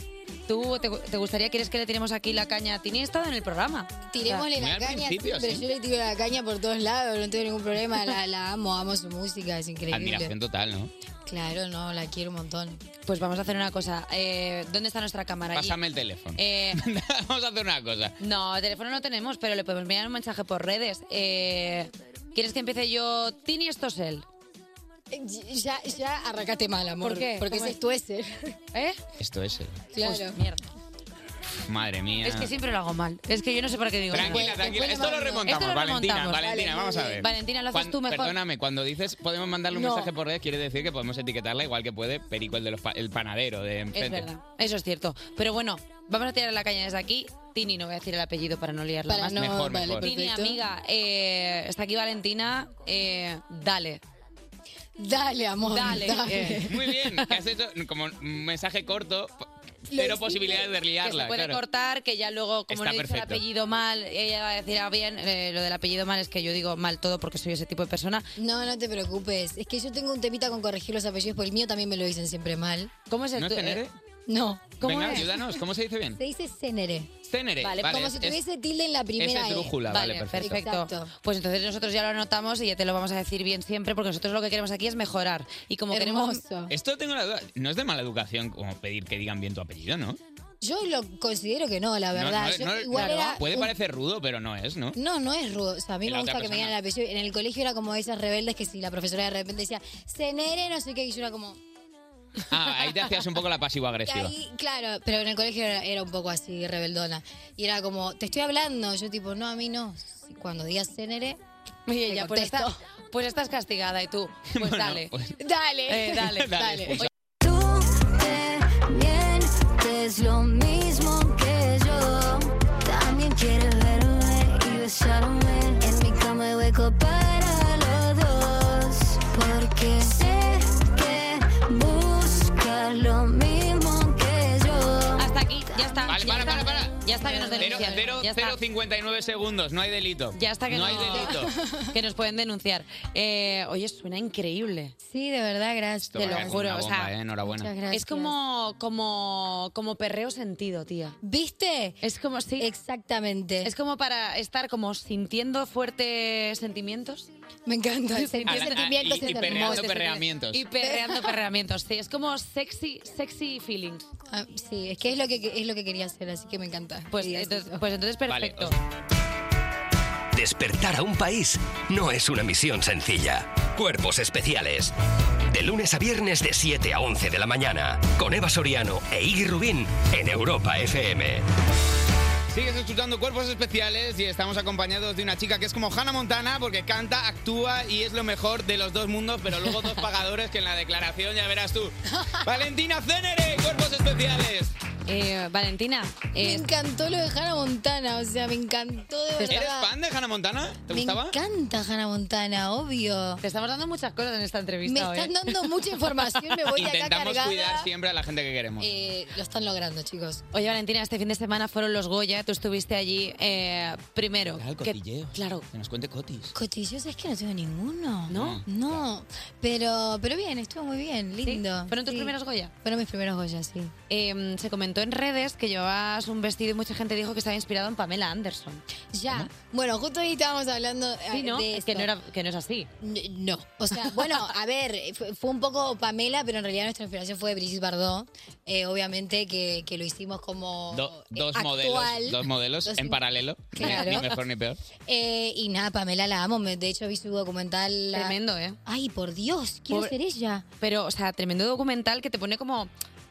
Speaker 2: ¿Tú te, te gustaría, quieres que le tiremos aquí la caña a Tini? Ha estado en el programa.
Speaker 7: Tirémosle
Speaker 2: O
Speaker 7: la
Speaker 2: sea,
Speaker 7: caña, pero yo le tiro la caña por todos lados, no tengo ningún problema. La, la amo, amo su música, es increíble.
Speaker 3: Admiración total, ¿no?
Speaker 7: Claro, no, la quiero un montón.
Speaker 2: Pues vamos a hacer una cosa. Eh, ¿Dónde está nuestra cámara? Allí.
Speaker 3: Pásame el teléfono.
Speaker 2: Eh,
Speaker 3: Vamos a hacer una cosa.
Speaker 2: no, teléfono no tenemos, pero le podemos enviar un mensaje por redes. Eh, ¿Quieres que empiece yo? Tini, esto es él.
Speaker 7: Eh, Ya, ya arrancaste mal, amor.
Speaker 2: ¿Por qué?
Speaker 7: Porque
Speaker 2: ¿Cómo
Speaker 7: ese
Speaker 2: es?
Speaker 7: es tu ese.
Speaker 2: ¿Eh?
Speaker 3: Esto es el...
Speaker 7: Claro.
Speaker 3: Madre mía.
Speaker 2: Es que siempre lo hago mal. Es que yo no sé para qué digo.
Speaker 3: Tranquila,
Speaker 2: nada.
Speaker 3: tranquila. Esto lo remontamos,
Speaker 2: Esto lo
Speaker 3: Valentina.
Speaker 2: remontamos.
Speaker 3: Valentina,
Speaker 2: Vale,
Speaker 3: vamos a
Speaker 2: muy
Speaker 3: ver.
Speaker 2: bien. Valentina, lo haces
Speaker 3: Cuando-
Speaker 2: tú mejor.
Speaker 3: Perdóname, cuando dices podemos mandarle un
Speaker 2: No.
Speaker 3: mensaje por redes, quiere decir que podemos etiquetarla igual que puede Perico, el, de los pa- el panadero de enfrente.
Speaker 2: Es verdad, eso es cierto. Pero bueno, vamos a tirar la caña desde aquí. Tini, no voy a decir el apellido para no liarla
Speaker 3: Para
Speaker 2: más.
Speaker 3: no- Mejor, vale, mejor.
Speaker 2: Tini,
Speaker 3: perfecto.
Speaker 2: amiga, eh, está aquí Valentina. eh, dale.
Speaker 7: Dale, amor.
Speaker 2: Dale.
Speaker 7: dale.
Speaker 2: eh.
Speaker 3: Muy bien, que has hecho como un mensaje corto, cero posibilidades de
Speaker 2: Que
Speaker 3: liarla.
Speaker 2: se puede
Speaker 3: claro.
Speaker 2: cortar, que ya luego,
Speaker 3: Está
Speaker 2: como no he dicho el
Speaker 3: perfecto.
Speaker 2: apellido mal, ella va a decir, ah, bien, eh, lo del apellido mal es que yo digo mal todo porque soy ese tipo de persona.
Speaker 7: No, no te preocupes. Es que yo tengo un temita con corregir los apellidos, porque el mío también me lo dicen siempre mal.
Speaker 2: ¿Cómo es
Speaker 3: ¿No es Tenere?
Speaker 7: Eh, No.
Speaker 3: Venga, ayúdanos, ¿cómo se dice bien?
Speaker 7: Se dice Cenere.
Speaker 3: Ténere.
Speaker 7: Vale, como
Speaker 3: es-
Speaker 7: si
Speaker 3: es-
Speaker 7: tuviese tilde en la primera.
Speaker 3: es
Speaker 7: E.
Speaker 3: drújula, vale, perfecto.
Speaker 7: Exacto.
Speaker 2: Pues entonces nosotros ya lo anotamos y ya te lo vamos a decir bien siempre porque nosotros lo que queremos aquí es mejorar. Y como queremos...
Speaker 3: Esto tengo la duda. No es de mala educación como pedir que digan bien tu apellido, ¿no?
Speaker 7: Yo lo considero que no, la
Speaker 3: No,
Speaker 7: verdad.
Speaker 3: no,
Speaker 7: Yo
Speaker 3: no,
Speaker 7: igual
Speaker 3: no,
Speaker 7: era
Speaker 3: puede
Speaker 7: un-
Speaker 3: parecer rudo, pero no es, ¿no?
Speaker 7: No, no es rudo. O sea, a mí
Speaker 3: Y la
Speaker 7: me gusta
Speaker 3: otra
Speaker 7: que me digan el apellido. En el colegio era como esas rebeldes que si la profesora de repente decía, Cenere, no sé qué, y yo era como,
Speaker 3: Ah, ahí te hacías un poco la
Speaker 7: Y
Speaker 3: pasivo-agresiva.
Speaker 7: ahí, claro, pero en el colegio era, era un poco así, rebeldona. Y era como, te estoy hablando. Yo tipo, no, a mí no. Si Cuando digas Cenere,
Speaker 2: Y ella, pues, está- pues estás castigada y tú, pues dale.
Speaker 7: Dale.
Speaker 2: Eh,
Speaker 7: Dale,
Speaker 2: dale, dale.
Speaker 7: expulsa.
Speaker 8: Mientes lo mismo que yo. También quieres verme y besarme. En mi cama hay hueco para los dos. Porque sé que buscas lo mismo que yo.
Speaker 2: Hasta aquí Ya está.
Speaker 3: Vale,
Speaker 2: ya
Speaker 3: para, para,
Speaker 2: está.
Speaker 3: para.
Speaker 2: Ya está que nos
Speaker 3: Cero-
Speaker 2: denuncian.
Speaker 3: cero-
Speaker 2: ya está.
Speaker 3: 0,59 segundos, no hay delito.
Speaker 2: Ya está que
Speaker 3: no
Speaker 2: no,
Speaker 3: hay delito.
Speaker 2: que nos pueden denunciar. Eh, oye, suena increíble.
Speaker 7: Sí, de verdad, gracias.
Speaker 2: Te lo
Speaker 3: va a ser
Speaker 2: juro,
Speaker 3: una
Speaker 2: o
Speaker 3: bomba,
Speaker 2: sea,
Speaker 3: eh, enhorabuena.
Speaker 7: muchas gracias.
Speaker 2: es como como como perreo sentido, tía.
Speaker 7: ¿Viste?
Speaker 2: Es como sí.
Speaker 7: Exactamente.
Speaker 2: Es como para estar como sintiendo fuertes sentimientos.
Speaker 7: Me encanta.
Speaker 2: Sí,
Speaker 7: sentir
Speaker 2: a la- a-
Speaker 7: sentimientos
Speaker 3: Ah, y- y
Speaker 7: es hermoso.
Speaker 3: perreando perreamientos.
Speaker 2: Y perreando perreamientos, sí, es como sexy sexy feelings.
Speaker 7: Ah, sí, es que es lo que es lo que quería hacer, así que me encanta.
Speaker 2: Pues entonces, pues entonces
Speaker 1: Vale,
Speaker 2: perfecto.
Speaker 1: Despertar a un país no es una misión sencilla. Cuerpos especiales. De lunes a viernes de 7 a 11 de la mañana. Con Eva Soriano e Iggy Rubín en Europa FM.
Speaker 3: Sigues escuchando Cuerpos Especiales y estamos acompañados de una chica que es como Hannah Montana porque canta, actúa y es lo mejor de los dos mundos, pero luego dos pagadores que en la declaración ya verás tú. Valentina Cenere, Cuerpos Especiales.
Speaker 2: Eh, Valentina,
Speaker 7: Me
Speaker 2: eh,
Speaker 7: encantó lo de Hannah Montana, o sea, me encantó de
Speaker 3: ¿Eres
Speaker 7: verdad.
Speaker 3: fan de Hannah Montana? ¿Te
Speaker 7: me
Speaker 3: gustaba?
Speaker 7: encanta Hannah Montana, obvio.
Speaker 2: Te estamos dando muchas cosas en esta entrevista.
Speaker 7: Me
Speaker 2: hoy,
Speaker 7: están
Speaker 2: ¿eh?
Speaker 7: dando mucha información, me voy de acá
Speaker 3: Intentamos cuidar
Speaker 7: cargada.
Speaker 3: siempre a la gente que queremos.
Speaker 7: Eh, lo están logrando, chicos.
Speaker 2: Oye, Valentina, este fin de semana fueron los Goya, tú estuviste allí eh, primero.
Speaker 3: Claro, el
Speaker 2: que-
Speaker 3: cotilleo.
Speaker 2: claro.
Speaker 3: Que nos cuente Cotis.
Speaker 7: Cotillos es que no tengo ninguno.
Speaker 2: ¿No?
Speaker 7: No, pero, pero bien, estuvo muy bien, lindo.
Speaker 2: ¿Fueron tus
Speaker 7: Sí.
Speaker 2: primeros Goya?
Speaker 7: Fueron mis primeros Goya, sí.
Speaker 2: Eh, se comentó en redes que llevabas un vestido y mucha gente dijo que estaba inspirado en Pamela Anderson.
Speaker 7: Ya, bueno, justo ahí estábamos hablando eh,
Speaker 2: Sí, ¿no?
Speaker 7: de
Speaker 2: Es que
Speaker 7: esto.
Speaker 2: no, era, que no es así.
Speaker 7: No. O sea, bueno, a ver, fue, fue un poco Pamela, pero en realidad nuestra inspiración fue Brigitte Bardot. Eh, obviamente que, que lo hicimos como... eh,
Speaker 3: Do- dos
Speaker 7: Oh, actual.
Speaker 3: modelos, dos modelos
Speaker 7: Dos-
Speaker 3: en paralelo, ni-
Speaker 7: Claro.
Speaker 3: ni mejor ni peor.
Speaker 7: Eh, y nada, Pamela la amo. Me- De hecho, vi su documental... la-
Speaker 2: Tremendo, ¿eh?
Speaker 7: Ay, por Dios, quiero
Speaker 2: Pobre-
Speaker 7: ser ella.
Speaker 2: Pero, o sea, tremendo documental que te pone como...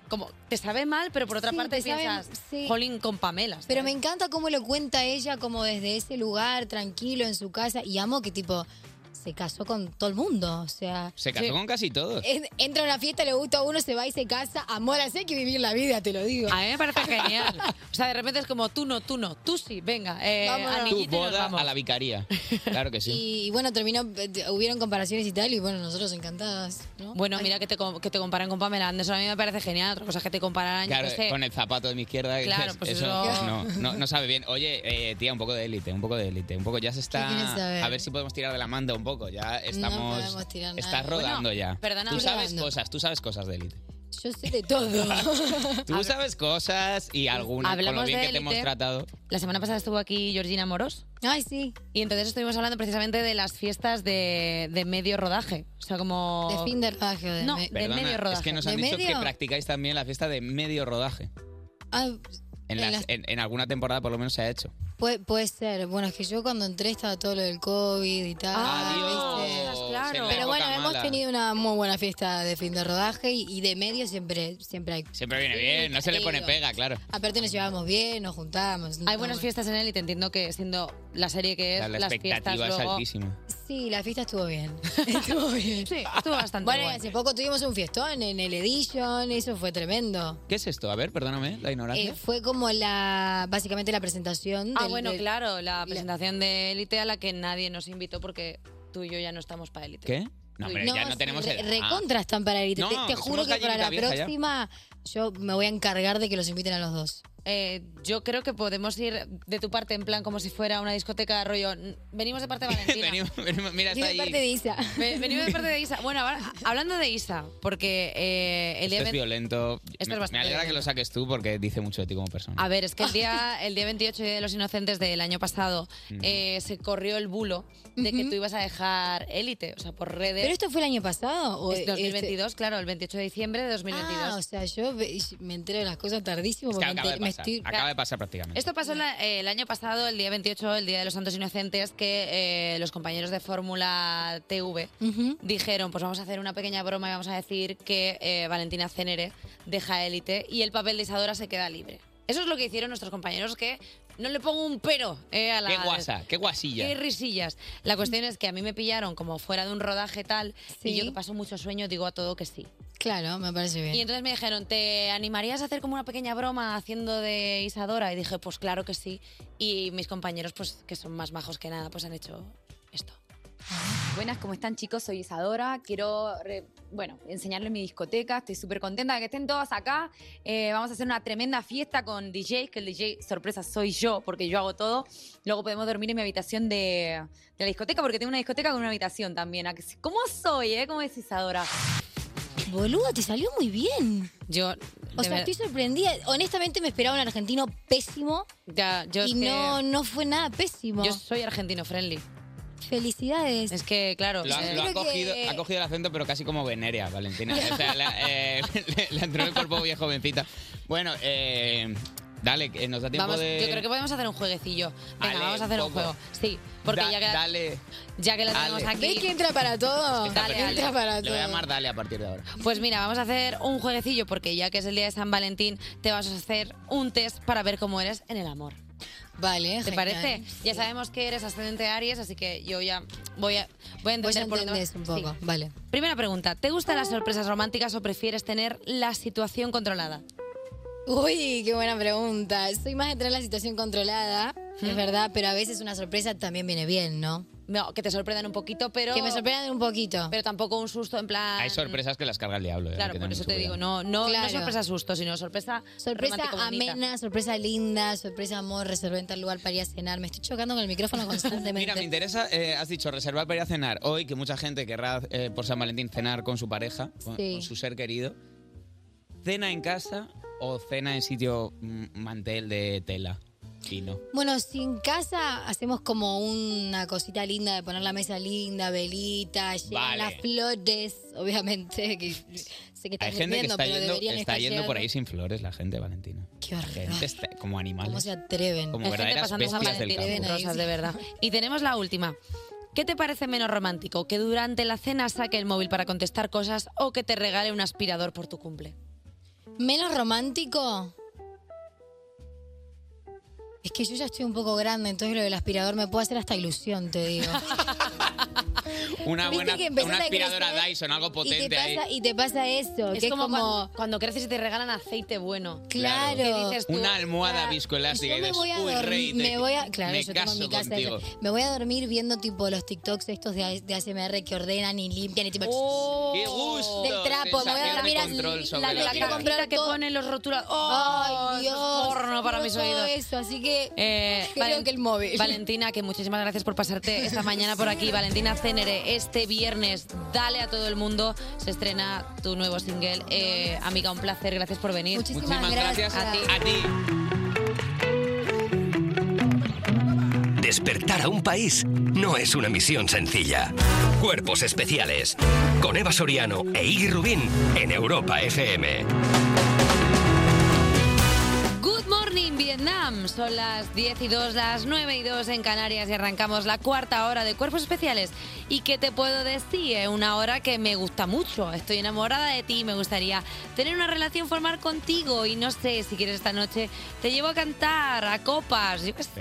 Speaker 2: como te sabe mal, pero por otra
Speaker 7: Sí,
Speaker 2: parte
Speaker 7: te sabe-
Speaker 2: piensas,
Speaker 7: sí.
Speaker 2: jolín con Pamela.
Speaker 7: Pero me encanta cómo lo cuenta ella como desde ese lugar, tranquilo, en su casa. Y amo que tipo... Se casó con todo el mundo, o sea...
Speaker 3: Se casó
Speaker 7: Sí.
Speaker 3: con casi todos.
Speaker 7: En- entra a una fiesta, le gusta a uno, se va y se casa. Amor, así hay que vivir la vida, te lo digo.
Speaker 2: A mí me parece genial. O sea, de repente es como tú no, tú no, tú sí, venga. Eh,
Speaker 7: Vámonos.
Speaker 3: Tu
Speaker 2: anillito y nos
Speaker 3: boda
Speaker 2: vamos.
Speaker 3: a la vicaría. Claro que sí.
Speaker 7: Y, y bueno, terminó, eh, hubieron comparaciones y tal, y bueno, nosotros encantadas. pues, ¿no?
Speaker 2: Bueno, mira que te, com- que te comparan con Pamela Anderson, a mí me parece genial. Otra cosa es que te comparan, yo
Speaker 3: Claro,
Speaker 2: qué sé.
Speaker 3: con el zapato de mi izquierda.
Speaker 2: Claro,
Speaker 3: dices,
Speaker 2: pues
Speaker 3: eso
Speaker 2: eso-
Speaker 3: no, no, no sabe bien. Oye, eh, tía, un poco de élite, un poco de élite, un poco ya se
Speaker 7: ¿Qué quieres
Speaker 3: está.
Speaker 7: saber?
Speaker 3: A ver si podemos tirar de la manta un poco. Ya
Speaker 7: no
Speaker 3: estamos.
Speaker 7: podemos tirar nada.
Speaker 3: estás rodando ya.
Speaker 7: perdona,
Speaker 3: tú
Speaker 7: estoy
Speaker 3: sabes
Speaker 7: rodando.
Speaker 3: cosas, tú sabes cosas de élite.
Speaker 7: Yo sé de todo.
Speaker 3: Tú sabes cosas y algunas con lo
Speaker 2: Hablamos
Speaker 3: bien
Speaker 2: de
Speaker 3: que te hemos
Speaker 2: élite.
Speaker 3: tratado.
Speaker 2: La semana pasada estuvo aquí Georgina Moros.
Speaker 7: Ay, sí.
Speaker 2: Y entonces estuvimos hablando precisamente de las fiestas de, de medio rodaje. O sea, como...
Speaker 7: De fin de rodaje. De
Speaker 2: No,
Speaker 7: me-
Speaker 2: de
Speaker 3: Perdona,
Speaker 2: medio rodaje.
Speaker 3: Es que nos
Speaker 7: ¿De
Speaker 3: han dicho que
Speaker 7: medio?
Speaker 3: practicáis también la fiesta de medio rodaje.
Speaker 7: Ah,
Speaker 3: En,
Speaker 7: En
Speaker 3: las-
Speaker 7: las-
Speaker 3: en- en alguna temporada por lo menos se ha hecho.
Speaker 7: puede, puede ser. Bueno, es que yo cuando entré estaba todo lo del COVID y tal.
Speaker 2: Ah,
Speaker 7: ¿viste?
Speaker 2: Oh,
Speaker 3: en la
Speaker 7: Pero bueno,
Speaker 3: época
Speaker 7: hemos
Speaker 3: mala.
Speaker 7: tenido una muy buena fiesta de fin de rodaje y, y de medio siempre, siempre hay.
Speaker 3: Siempre viene bien, no se le pone pega, claro.
Speaker 7: Aparte nos llevábamos bien, nos juntábamos.
Speaker 2: Hay buenas fiestas en él y te entiendo que siendo la serie que es,
Speaker 3: La, la
Speaker 2: las
Speaker 3: expectativa
Speaker 2: fiestas
Speaker 3: es
Speaker 2: luego...
Speaker 3: altísima.
Speaker 7: Sí, la fiesta estuvo bien. Estuvo bien.
Speaker 2: Sí, estuvo bastante
Speaker 7: bueno.
Speaker 2: guay.
Speaker 7: y hace poco tuvimos un fiestón en el Edition, eso fue tremendo.
Speaker 3: ¿Qué es esto? A ver, perdóname, la ignorancia.
Speaker 7: Eh, fue como la, básicamente la presentación.
Speaker 2: Ah,
Speaker 7: del-
Speaker 2: bueno,
Speaker 7: del-
Speaker 2: claro, la presentación de Élite a la que nadie nos invitó porque tú y yo ya no estamos para Élite.
Speaker 3: ¿Qué? No, hombre, ya no
Speaker 7: sí,
Speaker 3: tenemos
Speaker 7: re-
Speaker 3: edad.
Speaker 7: Recontra están para Élite.
Speaker 3: Ah. No,
Speaker 7: te, te
Speaker 3: somos
Speaker 7: juro que para
Speaker 3: gallinita
Speaker 7: la
Speaker 3: vieja ya.
Speaker 7: próxima yo me voy a encargar de que los inviten a los dos.
Speaker 2: Eh, yo creo que podemos ir de tu parte en plan como si fuera una discoteca rollo. n- Venimos de parte de Valentina.
Speaker 3: Ah, Venimos- venimos- mira, está
Speaker 7: Venimos de
Speaker 3: ahí.
Speaker 7: parte de Isa.
Speaker 2: Ve- Venimos de parte de Isa. Bueno, ahora, hablando de Isa, porque eh, el
Speaker 3: Esto
Speaker 2: día
Speaker 3: es
Speaker 2: ve-
Speaker 3: violento.
Speaker 2: es
Speaker 3: Me- me,
Speaker 2: bastante
Speaker 3: alegra que
Speaker 2: violento. Ah,
Speaker 3: lo saques tú porque dice mucho de ti como persona.
Speaker 2: A ver, es que el día, el día 28 Día de los Inocentes del año pasado
Speaker 3: Mm.
Speaker 2: eh, se corrió el bulo de que tú ibas a dejar élite, o sea, por redes.
Speaker 7: ¿Pero esto fue el año pasado? ¿O
Speaker 2: Es
Speaker 7: este-
Speaker 2: 2022, claro, el 28 de diciembre de 2022.
Speaker 7: Ah, o sea, yo ve- me entero de las cosas tardísimo
Speaker 3: Es que
Speaker 7: porque
Speaker 3: acaba de
Speaker 7: me
Speaker 3: pasar.
Speaker 7: estoy...
Speaker 3: Acaba de pasar prácticamente.
Speaker 2: Esto pasó la- eh, el año pasado, el día 28, el Día de los Santos Inocentes, que eh, los compañeros de Fórmula TV dijeron, pues vamos a hacer una pequeña broma y vamos a decir que eh, Valentina Cenere deja élite y el papel de Isadora se queda libre. Eso es lo que hicieron nuestros compañeros, que no le pongo un pero eh, a la...
Speaker 3: Qué guasa, qué guasilla.
Speaker 2: Qué risillas. La cuestión es que a mí me pillaron como fuera de un rodaje tal y
Speaker 7: Sí.
Speaker 2: yo que paso mucho sueño digo a todo que sí.
Speaker 7: Claro, me parece bien.
Speaker 2: Y entonces me dijeron, ¿te animarías a hacer como una pequeña broma haciendo de Isadora? Y dije, pues claro que sí. Y mis compañeros, pues que son más majos que nada, pues han hecho esto.
Speaker 10: Buenas, ¿cómo están chicos? Soy Isadora. Quiero, re- bueno, enseñarles mi discoteca. Estoy súper contenta de que estén todos acá. Eh, vamos a hacer una tremenda fiesta con DJs, que el DJ, sorpresa, soy yo, porque yo hago todo. Luego podemos dormir en mi habitación de, de la discoteca, porque tengo una discoteca con una habitación también. ¿A que sí? ¿Cómo soy, eh? ¿Cómo es Isadora?
Speaker 7: Boluda, te salió muy bien.
Speaker 10: Yo.
Speaker 7: O
Speaker 10: de
Speaker 7: sea,
Speaker 10: ver-
Speaker 7: estoy sorprendida. Honestamente me esperaba un argentino pésimo.
Speaker 2: Ya, yo
Speaker 7: y
Speaker 2: es que-
Speaker 7: no, no fue nada pésimo.
Speaker 2: Yo soy argentino friendly.
Speaker 7: Felicidades.
Speaker 2: Es que, claro.
Speaker 3: Lo,
Speaker 10: eh,
Speaker 3: ha, lo ha cogido, ha cogido el acento, pero casi como venerea, Valentina. O sea, la, eh, le- le entró el cuerpo bien jovencita. Bueno, eh, dale, que nos da tiempo
Speaker 2: Vamos,
Speaker 3: de...
Speaker 2: Yo creo que podemos hacer un jueguecillo. Venga,
Speaker 3: Ale,
Speaker 2: vamos a hacer un,
Speaker 3: poco.
Speaker 2: juego. Sí, porque
Speaker 3: Da-
Speaker 2: ya que la,
Speaker 3: dale.
Speaker 2: ya que la
Speaker 3: Ale.
Speaker 2: tenemos aquí.
Speaker 3: Ve que
Speaker 7: entra para todo.
Speaker 3: Está perfecto.
Speaker 2: entra para
Speaker 3: Le voy a
Speaker 2: todo.
Speaker 3: llamar Dale a partir de ahora.
Speaker 2: Pues mira, vamos a hacer un jueguecillo porque ya que es el día de San Valentín, te vas a hacer un test para ver cómo eres en el amor.
Speaker 3: eh,
Speaker 7: Vale,
Speaker 2: ¿Te
Speaker 7: genial.
Speaker 2: parece? Ya
Speaker 7: Sí.
Speaker 2: sabemos que eres ascendente Aries, así que yo ya voy a, voy a
Speaker 7: Vos ya
Speaker 2: entender por dónde
Speaker 7: entendés
Speaker 2: vas.
Speaker 7: un poco.
Speaker 2: Sí.
Speaker 7: Vale.
Speaker 2: Primera pregunta, ¿te gustan las sorpresas románticas o prefieres tener la situación controlada?
Speaker 7: Uy, qué buena pregunta. Soy más de tener la situación controlada, es
Speaker 2: Mm.
Speaker 7: verdad, pero a veces una sorpresa también viene bien, ¿no?
Speaker 2: No, que te sorprendan un poquito, pero...
Speaker 7: Que me sorprendan un poquito.
Speaker 2: Pero tampoco un susto en plan...
Speaker 7: Ah,
Speaker 3: Hay sorpresas que las carga el diablo. eh, hay
Speaker 2: Claro,
Speaker 3: que
Speaker 2: por
Speaker 3: tener
Speaker 2: eso
Speaker 3: mucho
Speaker 2: te digo,
Speaker 3: cuidado.
Speaker 2: no, no,
Speaker 7: Claro.
Speaker 2: no sorpresa susto, sino sorpresa
Speaker 7: Sorpresa
Speaker 2: romántico, bonita.
Speaker 7: amena, sorpresa linda, sorpresa amor, reserventa el lugar para ir a cenar. Me estoy chocando con el micrófono constantemente.
Speaker 3: Mira, me interesa, eh, has dicho reservar para ir a cenar hoy, que mucha gente querrá eh, por San Valentín cenar con su pareja, con,
Speaker 7: Sí.
Speaker 3: con su ser querido. ¿Cena en casa o cena en sitio mm, mantel de tela chino?
Speaker 7: Bueno, si en casa hacemos como una cosita linda de poner la mesa linda, velita, llegan
Speaker 3: Vale.
Speaker 7: las flores, obviamente, que sé que están
Speaker 3: Hay gente que
Speaker 7: durmiendo,
Speaker 3: está
Speaker 7: pero
Speaker 3: yendo,
Speaker 7: deberían
Speaker 3: está
Speaker 7: estar
Speaker 3: yendo por
Speaker 7: llegando.
Speaker 3: ahí sin flores la gente, Valentina.
Speaker 7: Qué
Speaker 3: Gente está- como animales.
Speaker 7: ¿Cómo se atreven?
Speaker 3: Como verdaderas bestias del campo.
Speaker 2: Rosas, de verdad. Y tenemos la última. ¿Qué te parece menos romántico? ¿Que durante la cena saque el móvil para contestar cosas o que te regale un aspirador por tu cumple?
Speaker 7: ¿Menos romántico? Es que yo ya estoy un poco grande, entonces lo del aspirador me puede hacer hasta ilusión, te digo.
Speaker 3: Una
Speaker 7: Viste
Speaker 3: buena
Speaker 7: que empezás
Speaker 3: una
Speaker 7: a
Speaker 3: aspiradora Dyson, algo potente
Speaker 7: y, te pasa,
Speaker 3: ahí.
Speaker 7: y te pasa eso,
Speaker 2: Es
Speaker 7: que
Speaker 2: como
Speaker 7: es como...
Speaker 2: cuando, cuando creces y te regalan aceite bueno.
Speaker 7: Claro.
Speaker 2: Que dices tú,
Speaker 3: Una almohada
Speaker 7: "Ah,
Speaker 3: viscoelástica y
Speaker 7: Yo me
Speaker 3: dices,
Speaker 7: voy a
Speaker 3: "Uy, rey,
Speaker 7: dormir,
Speaker 3: te-
Speaker 7: me voy a, claro,
Speaker 3: me
Speaker 7: yo tengo en mi
Speaker 3: caso
Speaker 7: casa eso.
Speaker 3: contigo".
Speaker 7: me voy a dormir viendo tipo los TikToks estos de, A- de ASMR que ordenan y limpian y tipo
Speaker 3: ¡Qué gusto!
Speaker 7: del trapo, me voy a
Speaker 3: Sensación de
Speaker 7: dormir así,
Speaker 3: control sobre la
Speaker 7: quiero
Speaker 3: vida.
Speaker 7: comprar
Speaker 2: que ponen los rotuladores. ¡Oh,
Speaker 7: Ay,
Speaker 2: eso es
Speaker 7: Dios,
Speaker 2: porno para
Speaker 7: quiero
Speaker 2: mis
Speaker 7: todo
Speaker 2: oídos.
Speaker 7: Eso, así que
Speaker 2: Eh,
Speaker 7: creo
Speaker 2: Valen-
Speaker 7: que el móvil.
Speaker 2: Valentina, que muchísimas gracias por pasarte esta mañana por aquí. Valentina Cenere, este viernes, dale a todo el mundo. Se estrena tu nuevo single. Eh, amiga, un placer. Gracias por venir.
Speaker 3: Muchísimas gracias
Speaker 2: a ti.
Speaker 3: A ti.
Speaker 1: Despertar a un país no es una misión sencilla. Cuerpos especiales. Con Eva Soriano e Iggy Rubín en Europa FM.
Speaker 2: Good morning, Vietnam. Son las 10 y 2, las 9 y 2 en Canarias y arrancamos la cuarta hora de Cuerpos Especiales. ¿Y qué te puedo decir? Es una hora que me gusta mucho. Estoy enamorada de ti. Me gustaría tener una relación formal contigo. Y no sé, si quieres esta noche, te llevo a cantar, a copas, yo qué sé.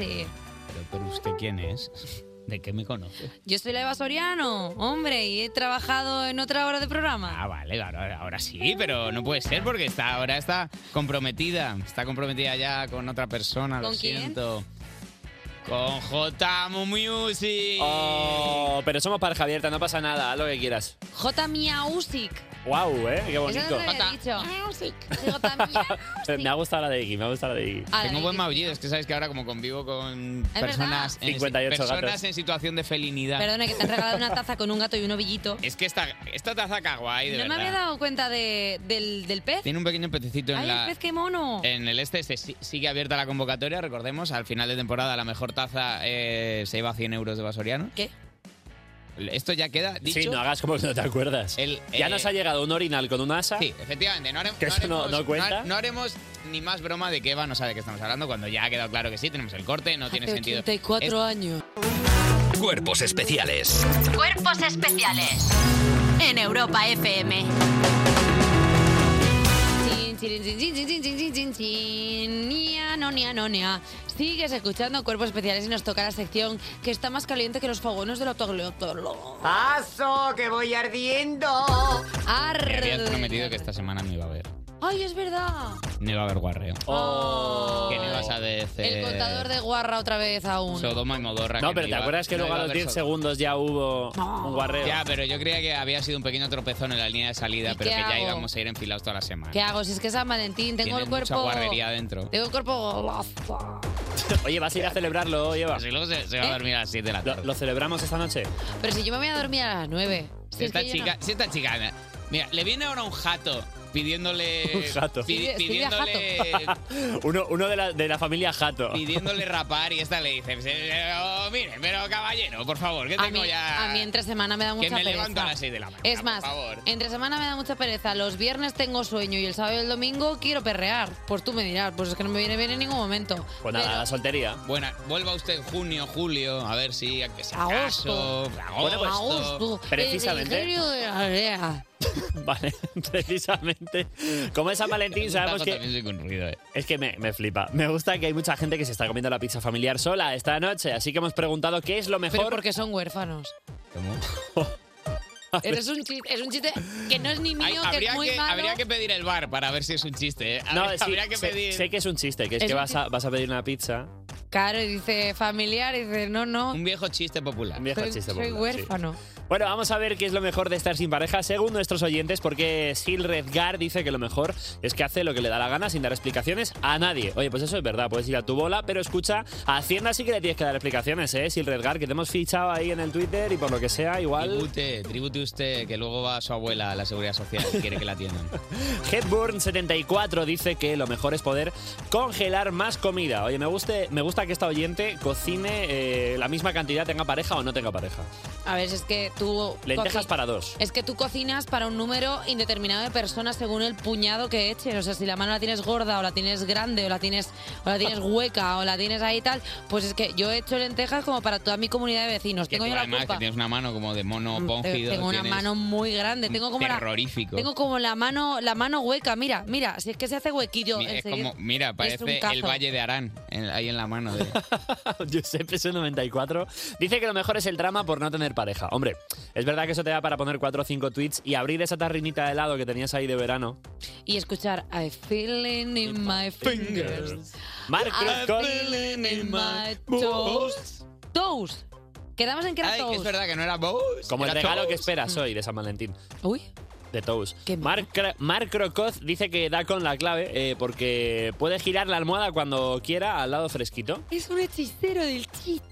Speaker 3: Pero, pero usted quién es? ¿De qué me conoce?
Speaker 2: Yo soy la Eva Soriano, hombre, y he trabajado en otra hora de programa.
Speaker 3: Ah, vale, ahora, ahora sí, pero no puede ser porque está, ahora está comprometida. Está comprometida ya con otra persona, lo
Speaker 2: ¿Con quién?
Speaker 3: siento. Con JMU Music.
Speaker 21: Oh, pero somos pareja abierta, no pasa nada, haz lo que quieras.
Speaker 2: J. Miausic.
Speaker 21: Wow, eh, qué
Speaker 2: Eso
Speaker 21: bonito. Eh,
Speaker 2: no te había dicho.
Speaker 21: me ha gustado la de Iggy, me ha gustado la de Iggy.
Speaker 2: Ah,
Speaker 3: Tengo buen maullido, es que sabes que ahora como convivo con
Speaker 2: Es
Speaker 3: personas, en,
Speaker 21: 58
Speaker 3: personas
Speaker 21: gatos.
Speaker 3: en situación de felinidad.
Speaker 2: Perdona, que te han regalado una taza con un gato y un ovillito.
Speaker 3: Es que esta, esta taza kawaii, de
Speaker 2: No me
Speaker 3: verdad.
Speaker 2: había dado cuenta de- del, del pez.
Speaker 3: Tiene un pequeño pececito en
Speaker 2: ¡Ay,
Speaker 3: la...
Speaker 2: el pez, qué mono!
Speaker 3: En el este, este sí- sigue abierta la convocatoria, recordemos, al final de temporada la mejor taza eh, se lleva 100 euros de Vasoriano.
Speaker 2: ¿Qué?
Speaker 3: Esto ya queda dicho.
Speaker 21: Sí, no hagas como que no te acuerdas. ya
Speaker 3: eh,
Speaker 21: nos ha llegado un orinal con un asa.
Speaker 3: Sí, efectivamente, no haremos,
Speaker 21: Que eso no- no cuenta.
Speaker 3: ha- no haremos ni más broma de que Eva no sabe de qué estamos hablando cuando ya ha quedado claro que sí, tenemos el corte, no tiene sentido.
Speaker 2: años.
Speaker 1: Cuerpos especiales.
Speaker 4: Cuerpos especiales en Europa FM.
Speaker 2: Chin, chirin, chin, chin, chin, chin, chin, chin, chin, chin. Nia, no, nia, no, nia. Sigues escuchando Cuerpos Especiales y nos toca la sección que está más caliente que los fogones del autoglotólogo.
Speaker 11: ¡Paso, que voy ardiendo!
Speaker 3: Me habías
Speaker 2: ¡Arde!
Speaker 3: prometido que esta semana no iba a haber,
Speaker 2: ¡Ay, es verdad!
Speaker 3: Oh. no iba a haber eh, guarreo. Que no ibas a de- vez.
Speaker 2: Oh. El contador de guarra otra vez aún.
Speaker 3: Sodoma y Modorra.
Speaker 21: No, pero ¿te acuerdas que luego a los 10 segundos ya hubo un guarreo?
Speaker 3: Ya, pero yo creía que había sido un pequeño tropezón en la línea de salida, pero
Speaker 2: qué
Speaker 3: que ya
Speaker 2: hago?
Speaker 3: íbamos a ir enfilados toda la semana.
Speaker 2: ¿Qué hago? Si es que San Valentín, tengo
Speaker 3: Tiene
Speaker 2: el cuerpo.
Speaker 3: Mucha guarrería adentro.
Speaker 2: Tengo el cuerpo golazo.
Speaker 21: Oye, vas a ir a celebrarlo hoy, Eva.
Speaker 3: luego se, va a dormir a las 7 de la
Speaker 21: tarde. ¿Lo, celebramos esta noche?
Speaker 2: Pero si yo me voy a dormir a las 9. Si
Speaker 3: Si
Speaker 2: es que
Speaker 3: esta,
Speaker 2: yo
Speaker 3: chica,
Speaker 2: no-
Speaker 3: si esta chica, mira, mira, le viene ahora un jato pidiéndole.
Speaker 21: Un jato.
Speaker 3: pi-
Speaker 2: Sí, sí, vía jato.
Speaker 3: pidiéndole,
Speaker 21: Uno, uno de, la, de la familia Jato.
Speaker 3: pidiéndole rapar y esta le dice: "Pero, Mire, pero caballero, por favor, que
Speaker 2: A
Speaker 3: tengo
Speaker 2: mí,
Speaker 3: ya.
Speaker 2: a mí entre semana me da mucha
Speaker 3: que me
Speaker 2: pereza.
Speaker 3: levanto a las 6 de la mañana.
Speaker 2: Es más,
Speaker 3: Ah, por favor.
Speaker 2: entre semana me da mucha pereza. Los viernes tengo sueño y el sábado y el domingo quiero perrear. Pues tú me dirás, pues es que no me viene bien en ningún momento.
Speaker 21: Pues nada, la soltería.
Speaker 3: Buena, vuelva usted en junio, julio, a ver si, a que si
Speaker 2: Agosto.
Speaker 3: acaso,
Speaker 21: Bueno, pues,
Speaker 2: Agosto,
Speaker 21: precisamente.
Speaker 2: El imperio de la aldea.
Speaker 21: Vale, precisamente. Como es San Valentín, sabemos
Speaker 3: Tajo
Speaker 21: que.
Speaker 3: también soy con ruido, eh.
Speaker 21: Es que me, me flipa. Me gusta que hay mucha gente que se está comiendo la pizza familiar sola esta noche, así que hemos preguntado qué es lo
Speaker 2: Pero
Speaker 21: mejor.
Speaker 2: porque son huérfanos. Eres un chiste, es un chiste que no es ni
Speaker 3: Ay,
Speaker 2: mío, que
Speaker 3: habría,
Speaker 2: es muy
Speaker 3: que,
Speaker 2: malo.
Speaker 3: habría que pedir el bar para ver si es un chiste. eh.
Speaker 21: No,
Speaker 3: Habría,
Speaker 21: sí,
Speaker 3: habría que
Speaker 21: sé,
Speaker 3: pedir.
Speaker 21: sé que es un chiste, que es,
Speaker 2: Es
Speaker 21: que
Speaker 2: un
Speaker 21: vas a, vas a pedir una pizza.
Speaker 2: Claro, y dice familiar, y dice no, no.
Speaker 3: Un viejo chiste popular.
Speaker 21: Un viejo
Speaker 2: soy,
Speaker 21: chiste
Speaker 2: soy
Speaker 21: popular, sí.
Speaker 2: huérfano.
Speaker 21: Bueno, vamos a ver qué es lo mejor de estar sin pareja según nuestros oyentes, porque Sil Redgar dice que lo mejor es que hace lo que le da la gana sin dar explicaciones a nadie. Oye, pues eso es verdad, puedes ir a tu bola, pero escucha, a Hacienda sí que le tienes que dar explicaciones, ¿eh? Sil Redgar, que te hemos fichado ahí en el Twitter y por lo que sea, igual.
Speaker 3: Tribute, tribute usted, que luego va su abuela a la seguridad social y quiere que la atiendan.
Speaker 21: Headburn74 dice que lo mejor es poder congelar más comida. Oye, me, guste, me gusta que esta oyente cocine eh, la misma cantidad, tenga pareja o no tenga pareja.
Speaker 2: A ver, es que tú.
Speaker 21: Lentejas
Speaker 2: coci-
Speaker 21: para dos.
Speaker 2: Es que tú cocinas para un número indeterminado de personas según el puñado que eches. O sea, si la mano la tienes gorda o la tienes grande o la tienes, o la tienes hueca o la tienes ahí y tal, pues es que yo he hecho lentejas como para toda mi comunidad de vecinos.
Speaker 3: Que
Speaker 2: Tengo
Speaker 3: tú,
Speaker 2: yo la
Speaker 3: además, que
Speaker 2: culpa. Mm, eh,
Speaker 3: tienes una mano como de mono póngido.
Speaker 2: Tengo una
Speaker 3: tienes
Speaker 2: mano muy grande. Tengo como la,
Speaker 3: terrorífico.
Speaker 2: tengo como la mano, la mano hueca. Mira, mira, si es que se hace huequillo.
Speaker 3: Mi- es
Speaker 2: enseguida.
Speaker 3: como, mira,
Speaker 2: Es un
Speaker 3: parece el
Speaker 2: cazo.
Speaker 3: Valle de Arán, en- ahí en la mano. De...
Speaker 21: Giuseppe es el 94 dice que lo mejor es el drama por no tener pareja. Hombre, es verdad que eso te da para poner 4 o 5 tweets y abrir esa tarrinita de helado que tenías ahí de verano.
Speaker 2: Y escuchar I feeling in my fingers.
Speaker 21: Mark
Speaker 2: I
Speaker 21: Cruzcott.
Speaker 2: feeling in my toes. Toes. Quedamos en que era
Speaker 21: Ay, que es
Speaker 2: toes.
Speaker 21: verdad
Speaker 3: que no era Bose.
Speaker 21: Como el
Speaker 2: Era
Speaker 21: regalo
Speaker 2: Toast.
Speaker 21: que esperas hoy de San Valentín.
Speaker 2: Uy.
Speaker 21: De Toast. Mark, Cro- Mark Crocoz dice que da con la clave eh, porque puede girar la almohada cuando quiera al lado fresquito.
Speaker 2: Es un hechicero del chiste.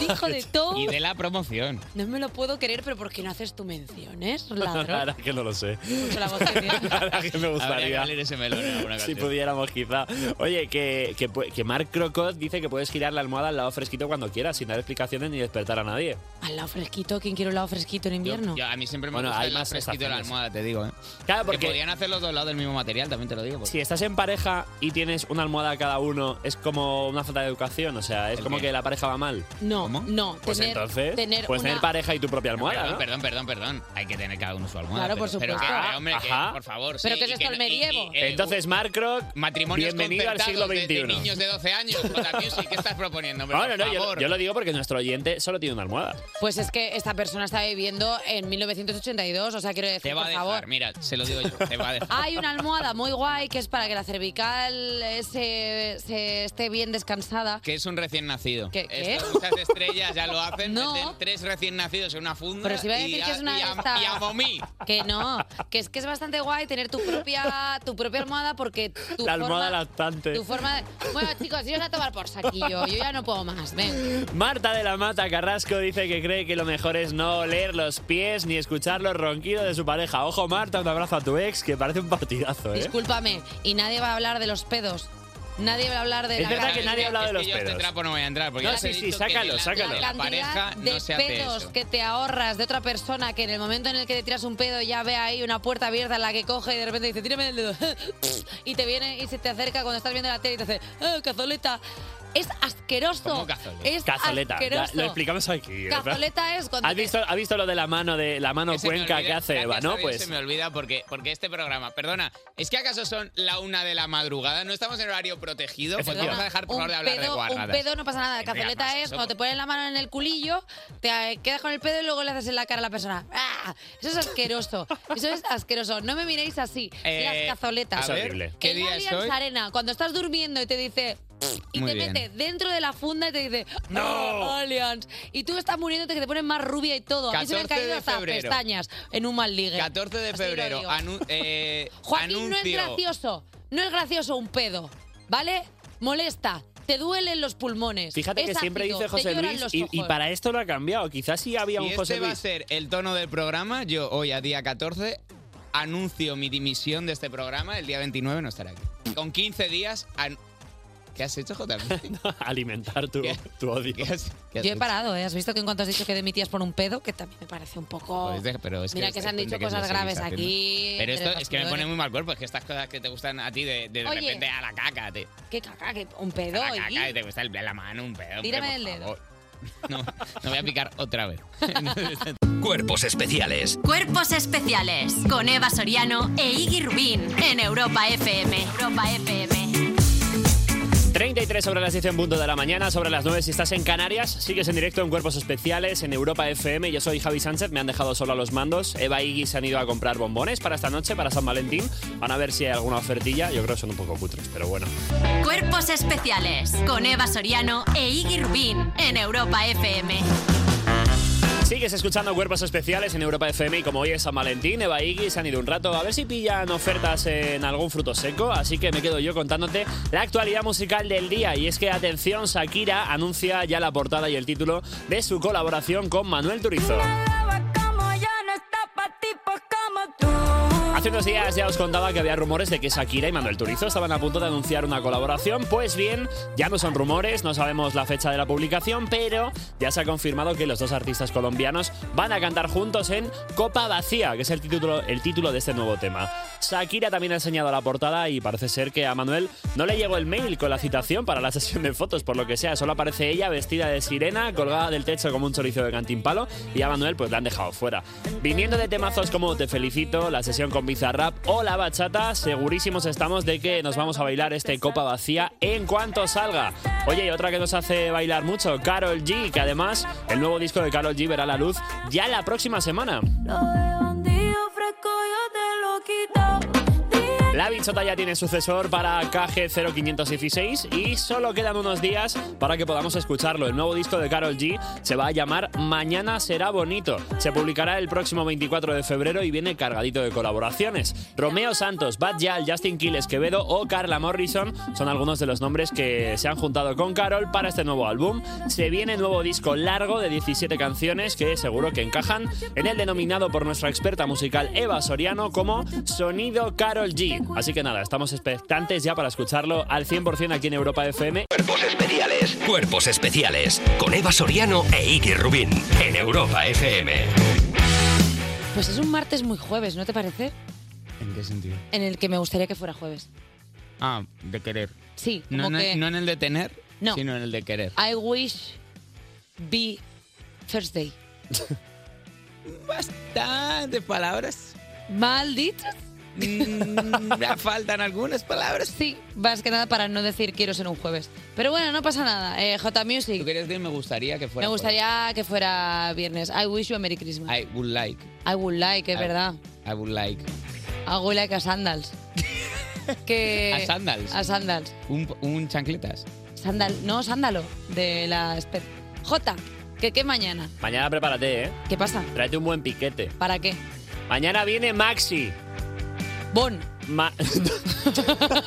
Speaker 2: Hijo de
Speaker 21: Y
Speaker 2: toes.
Speaker 21: de
Speaker 3: la promoción.
Speaker 2: No me lo puedo creer, pero ¿por qué no haces tu mención, eh, ladrón?
Speaker 21: Ahora que no lo sé.
Speaker 2: Mucho la voz
Speaker 21: Ahora que me gustaría. si
Speaker 3: canción.
Speaker 21: pudiéramos, quizá. Oye, que, que, pu- que Mark Crocoz dice que puedes girar la almohada al lado fresquito cuando quieras, sin dar explicaciones ni despertar a nadie.
Speaker 2: Al lado fresquito, ¿quién quiere un lado fresquito en invierno?
Speaker 3: Yo- a mí siempre me
Speaker 21: Bueno,
Speaker 3: gusta
Speaker 21: hay
Speaker 3: el lado
Speaker 21: más
Speaker 3: fresquito de la
Speaker 21: estaciones.
Speaker 3: almohada, te digo. ¿eh?
Speaker 21: Claro,
Speaker 3: porque... podrían hacer los dos lados del mismo material, también te lo digo. porque-
Speaker 21: Si estás en pareja y tienes una almohada cada uno, es como una falta de educación, o sea, es como que la pareja va mal.
Speaker 2: No, no.
Speaker 21: Pues
Speaker 2: tener,
Speaker 21: entonces,
Speaker 2: tener
Speaker 21: puedes
Speaker 2: una-
Speaker 21: tener pareja y tu propia almohada,
Speaker 3: perdón,
Speaker 21: ¿no?
Speaker 3: perdón, perdón, perdón. Hay que tener cada uno su almohada.
Speaker 21: Claro,
Speaker 3: pero-
Speaker 21: por
Speaker 3: pero
Speaker 21: supuesto.
Speaker 3: que, hombre, que,
Speaker 21: Ajá.
Speaker 3: por favor.
Speaker 2: ¿Pero
Speaker 3: sí,
Speaker 2: qué es
Speaker 3: y
Speaker 2: esto,
Speaker 3: no-
Speaker 2: el medievo?
Speaker 3: y- eh,
Speaker 21: Entonces, Mark Rock,
Speaker 3: matrimonios
Speaker 21: bienvenido al siglo
Speaker 3: concertados
Speaker 21: XXI.
Speaker 3: de- de niños de 12 años, Jota Music, ¿qué estás proponiendo? hombre?
Speaker 21: no, no,
Speaker 3: Por
Speaker 21: no, yo,
Speaker 3: favor.
Speaker 21: yo lo digo porque nuestro oyente solo tiene una almohada.
Speaker 2: Pues es que esta persona está viviendo en 1982, o sea, quiero decir,
Speaker 3: Te va a
Speaker 2: por
Speaker 3: dejar,
Speaker 2: favor.
Speaker 3: mira, se lo digo yo, te va a dejar.
Speaker 2: Hay una almohada muy guay que es para que la cervical eh, se, se esté bien descansada.
Speaker 3: Que es un recién nacido.
Speaker 2: ¿Qué- qué?
Speaker 3: Esto, muchas estrellas ya lo hacen, meten tres recién nacidos en una funda
Speaker 2: Pero si iba a
Speaker 3: y
Speaker 2: decir que es una
Speaker 3: y a,
Speaker 2: esta-
Speaker 3: y a momí.
Speaker 2: Que no, que es que es bastante guay tener tu propia, tu propia almohada porque tu
Speaker 21: la almohada
Speaker 2: forma...
Speaker 21: lactante.
Speaker 2: Tu forma de... Bueno, chicos, iros a tomar por saquillo. Yo ya no puedo más. Ven.
Speaker 21: Marta de la Mata Carrasco dice que cree que lo mejor es no oler los pies ni escuchar los ronquidos de su pareja. Ojo, Marta, un abrazo a tu ex, que parece un partidazo, ¿eh?
Speaker 2: Discúlpame. Y nadie va a hablar de los pedos. Nadie va a hablar de
Speaker 21: Es
Speaker 2: la
Speaker 21: verdad
Speaker 2: cara-
Speaker 21: que nadie ha hablado de los
Speaker 3: Yo a este
Speaker 21: pedos.
Speaker 3: trapo no voy a entrar porque
Speaker 21: No,
Speaker 3: ya os
Speaker 21: sí,
Speaker 3: he
Speaker 21: sí,
Speaker 3: dicho que
Speaker 21: sácalo,
Speaker 3: la-
Speaker 21: sácalo.
Speaker 3: la pareja
Speaker 2: de
Speaker 3: no se hace
Speaker 2: pedos
Speaker 3: eso.
Speaker 2: que te ahorras de otra persona que en el momento en el que te tiras un pedo ya ve ahí una puerta abierta en la que coge y de repente dice, tírame el dedo. y te viene y se te acerca cuando estás viendo la tele y te hace, "Eh, cazoleta! Es asqueroso. Es
Speaker 21: Cazoleta, ya
Speaker 2: asqueroso.
Speaker 21: lo explicamos aquí. ¿verdad?
Speaker 2: Cazoleta es cuando
Speaker 21: ¿Has
Speaker 2: te-
Speaker 21: visto, ¿Has visto lo de la mano de la mano
Speaker 3: Se me
Speaker 21: cuenca
Speaker 3: olvida,
Speaker 21: que hace
Speaker 3: gracias
Speaker 21: Eva,
Speaker 3: a
Speaker 21: no?
Speaker 3: Dios
Speaker 21: Pues
Speaker 3: Se me olvida porque, porque este programa, perdona, ¿es que acaso son la una de la madrugada? No estamos en horario protegido, pues
Speaker 21: Efectivamente.
Speaker 3: vamos a dejar por
Speaker 2: un
Speaker 3: favor de hablar de
Speaker 2: pedo, un
Speaker 3: guarradas.
Speaker 2: pedo no pasa nada.
Speaker 3: Venga,
Speaker 2: Cazoleta
Speaker 3: más
Speaker 2: es
Speaker 3: eso, pues.
Speaker 2: cuando te ponen la mano en el culillo, te eh, quedas con el pedo y luego le haces en la cara a la persona. ¡Ah! Eso es asqueroso. Eso es asqueroso. No me miréis así.
Speaker 3: Eh,
Speaker 2: las cazoletas.
Speaker 3: a ver, ¿qué
Speaker 2: El
Speaker 3: día
Speaker 2: Allianz
Speaker 3: es hoy?
Speaker 2: Arena, cuando estás durmiendo y te dice... "Pff", y
Speaker 3: Muy
Speaker 2: te
Speaker 3: bien.
Speaker 2: mete dentro de la funda y te dice
Speaker 3: ¡No!
Speaker 2: "Ah, Allianz". Y tú estás muriéndote que te pones más rubia y todo. A mí se me han
Speaker 3: 14
Speaker 2: caído
Speaker 3: de
Speaker 2: hasta
Speaker 3: febrero.
Speaker 2: pestañas en un mal ligue.
Speaker 3: 14 de
Speaker 2: Así lo
Speaker 3: febrero.
Speaker 2: digo.
Speaker 3: anu- eh,
Speaker 2: Joaquín, no es
Speaker 3: anuncio.
Speaker 2: gracioso. No es gracioso un pedo. ¿Vale? Molesta. Te duelen los pulmones.
Speaker 21: Fíjate
Speaker 2: es
Speaker 21: que siempre
Speaker 2: ácido,
Speaker 21: dice
Speaker 2: te
Speaker 21: José
Speaker 2: lloran
Speaker 21: Luis
Speaker 2: los
Speaker 21: y, y
Speaker 2: ojos.
Speaker 21: para esto lo ha cambiado. Quizás sí había un
Speaker 3: y
Speaker 21: José
Speaker 3: este va a
Speaker 21: Luis.
Speaker 3: ser el tono del programa. Yo hoy, a día 14, anuncio mi dimisión de este programa. El día 29 no estaré aquí. Con 15 días... an- ¿Qué has hecho, Jota?
Speaker 21: Alimentar tu, tu odio.
Speaker 2: Yo he parado, ¿eh? ¿Has visto que en cuanto has dicho que demitías por un pedo? Que también me parece un poco...
Speaker 3: Pues deja- pero es
Speaker 2: Mira que se han
Speaker 3: depende
Speaker 2: dicho
Speaker 3: qué es lo
Speaker 2: cosas
Speaker 3: que
Speaker 2: graves
Speaker 3: seguís
Speaker 2: aquí.
Speaker 3: haciendo. Pero
Speaker 2: entre
Speaker 3: esto es que me pone
Speaker 2: bastidores.
Speaker 3: muy mal cuerpo. Es que estas cosas que te gustan a ti de, de,
Speaker 2: Oye.
Speaker 3: repente a la caca. Te,
Speaker 2: Qué caca, que un pedo.
Speaker 3: a la
Speaker 2: y-
Speaker 3: caca y te gusta el, la mano, un pedo. hombre,
Speaker 2: Tírame
Speaker 3: por
Speaker 2: del dedo.
Speaker 3: favor. No, no voy a picar otra vez.
Speaker 1: Cuerpos especiales
Speaker 4: Cuerpos especiales con Eva Soriano e Iggy Rubín en Europa FM. Europa FM.
Speaker 21: 33 sobre las 10 en punto de la mañana, sobre las 9 si estás en Canarias, sigues en directo en Cuerpos Especiales, en Europa FM, yo soy Javi Sánchez, me han dejado solo a los mandos, Eva y Iggy se han ido a comprar bombones para esta noche, para San Valentín, van a ver si hay alguna ofertilla, yo creo que son un poco cutres, pero bueno.
Speaker 4: Cuerpos especiales con Eva Soriano e Iggy Rubín en Europa FM.
Speaker 21: Sigues escuchando Cuerpos Especiales en Europa FM y como hoy es San Valentín, Eva y Iggy se han ido un rato a ver si pillan ofertas en algún fruto seco, así que me quedo yo contándote la actualidad musical del día y es que atención, Shakira anuncia ya la portada y el título de su colaboración con Manuel Turizo. Hace unos días ya os contaba que había rumores de que Shakira y Manuel Turizo estaban a punto de anunciar una colaboración. Pues bien, ya no son rumores, no sabemos la fecha de la publicación, pero ya se ha confirmado que los dos artistas colombianos van a cantar juntos en Copa Vacía, que es el título, el título de este nuevo tema. Shakira también ha enseñado la portada y parece ser que a Manuel no le llegó el mail con la citación para la sesión de fotos, por lo que sea. Solo aparece ella vestida de sirena, colgada del techo como un chorizo de cantimpalo y a Manuel pues la han dejado fuera. Viniendo de temazos como Te felicito, la sesión con Bizarrap o la bachata, segurísimos estamos de que nos vamos a bailar este copa vacía en cuanto salga. Oye, y otra que nos hace bailar mucho, Carol G, que además el nuevo disco de Carol G verá la luz ya la próxima semana. La bichota ya tiene sucesor para KG0516 y solo quedan unos días para que podamos escucharlo. El nuevo disco de Carol G se va a llamar Mañana será bonito. Se publicará el próximo 24 de febrero y viene cargadito de colaboraciones. Romeo Santos, Bad Yal, Justin Quiles, Quevedo o Carla Morrison son algunos de los nombres que se han juntado con Carol para este nuevo álbum. Se viene nuevo disco largo de 17 canciones que seguro que encajan en el denominado por nuestra experta musical Eva Soriano como Sonido Carol G. Así que nada, estamos expectantes ya para escucharlo al 100% aquí en Europa FM.
Speaker 1: especiales. Cuerpos especiales con Eva Soriano e Iggy Rubín en Europa FM.
Speaker 2: Pues es un martes muy jueves, ¿no te parece?
Speaker 3: ¿En qué sentido?
Speaker 2: En el que me gustaría que fuera jueves.
Speaker 3: Ah, de querer.
Speaker 2: Sí,
Speaker 3: No,
Speaker 2: como
Speaker 3: en el-
Speaker 2: que-
Speaker 3: no en el de tener,
Speaker 2: No.
Speaker 3: sino en el de querer.
Speaker 2: I wish be Thursday.
Speaker 3: Bastantes palabras.
Speaker 2: Malditas.
Speaker 3: Me Mm, faltan algunas palabras.
Speaker 2: Sí, más que nada para no decir quiero ser un jueves. Pero bueno, no pasa nada. Eh, J Music.
Speaker 3: ¿Tú querías decir me gustaría que
Speaker 2: Me
Speaker 3: fuera?
Speaker 2: gustaría que fuera viernes. I wish you a Merry Christmas.
Speaker 3: jueves? I would like.
Speaker 2: I would like, es
Speaker 3: I-
Speaker 2: verdad.
Speaker 3: I would like.
Speaker 2: I would like a sandals. que,
Speaker 3: A sandals.
Speaker 2: Eh, A sandals.
Speaker 3: Un, un chancletas.
Speaker 2: Sandal, no, sándalo. De la... espe- J, que qué mañana.
Speaker 21: Mañana prepárate, ¿eh?
Speaker 2: ¿Qué pasa?
Speaker 21: Tráete un buen piquete.
Speaker 2: ¿Para qué?
Speaker 21: Mañana viene Maxi.
Speaker 2: Bon.
Speaker 21: Ma-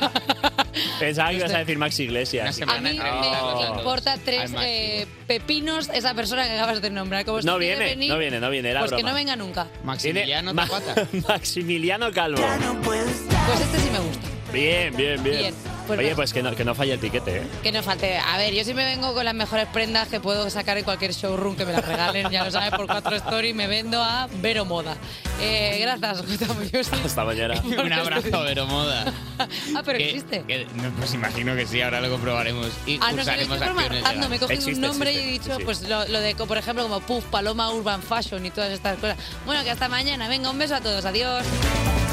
Speaker 21: Pensaba que ibas a decir Maxi Iglesias.
Speaker 2: Este- A mí me
Speaker 21: Oh,
Speaker 2: importa tres eh, pepinos esa persona que acabas de nombrar. Como si
Speaker 21: No
Speaker 2: quiere
Speaker 21: viene,
Speaker 2: venir,
Speaker 21: no viene, no viene, era
Speaker 2: Pues que
Speaker 21: broma.
Speaker 2: no venga nunca.
Speaker 21: Maximiliano Maximiliano Calvo.
Speaker 2: Pues este sí me gusta.
Speaker 21: Bien, bien, bien.
Speaker 2: Bien, pues
Speaker 21: Oye,
Speaker 2: ve-
Speaker 21: pues que no, que no falle el piquete, ¿eh?
Speaker 2: Que no falte. A ver, yo siempre vengo con las mejores prendas que puedo sacar en cualquier showroom que me las regalen. Ya lo sabes, por cuatro stories me vendo a Vero Moda. Eh, gracias, Jota Music.
Speaker 21: Hasta mañana.
Speaker 3: un abrazo, Vero Moda.
Speaker 2: Ah, pero
Speaker 3: Que-
Speaker 2: existe.
Speaker 3: que- no, pues imagino que sí, ahora lo comprobaremos y
Speaker 2: Ah, no sé,
Speaker 3: usaremos
Speaker 2: estoy
Speaker 3: acciones
Speaker 2: formando,
Speaker 3: legales.
Speaker 2: me he cogido un nombre y he dicho, pues lo, lo de, por ejemplo, como Puff, Paloma Urban Fashion y todas estas cosas. Bueno, que hasta mañana. Venga, un beso a todos. Adiós.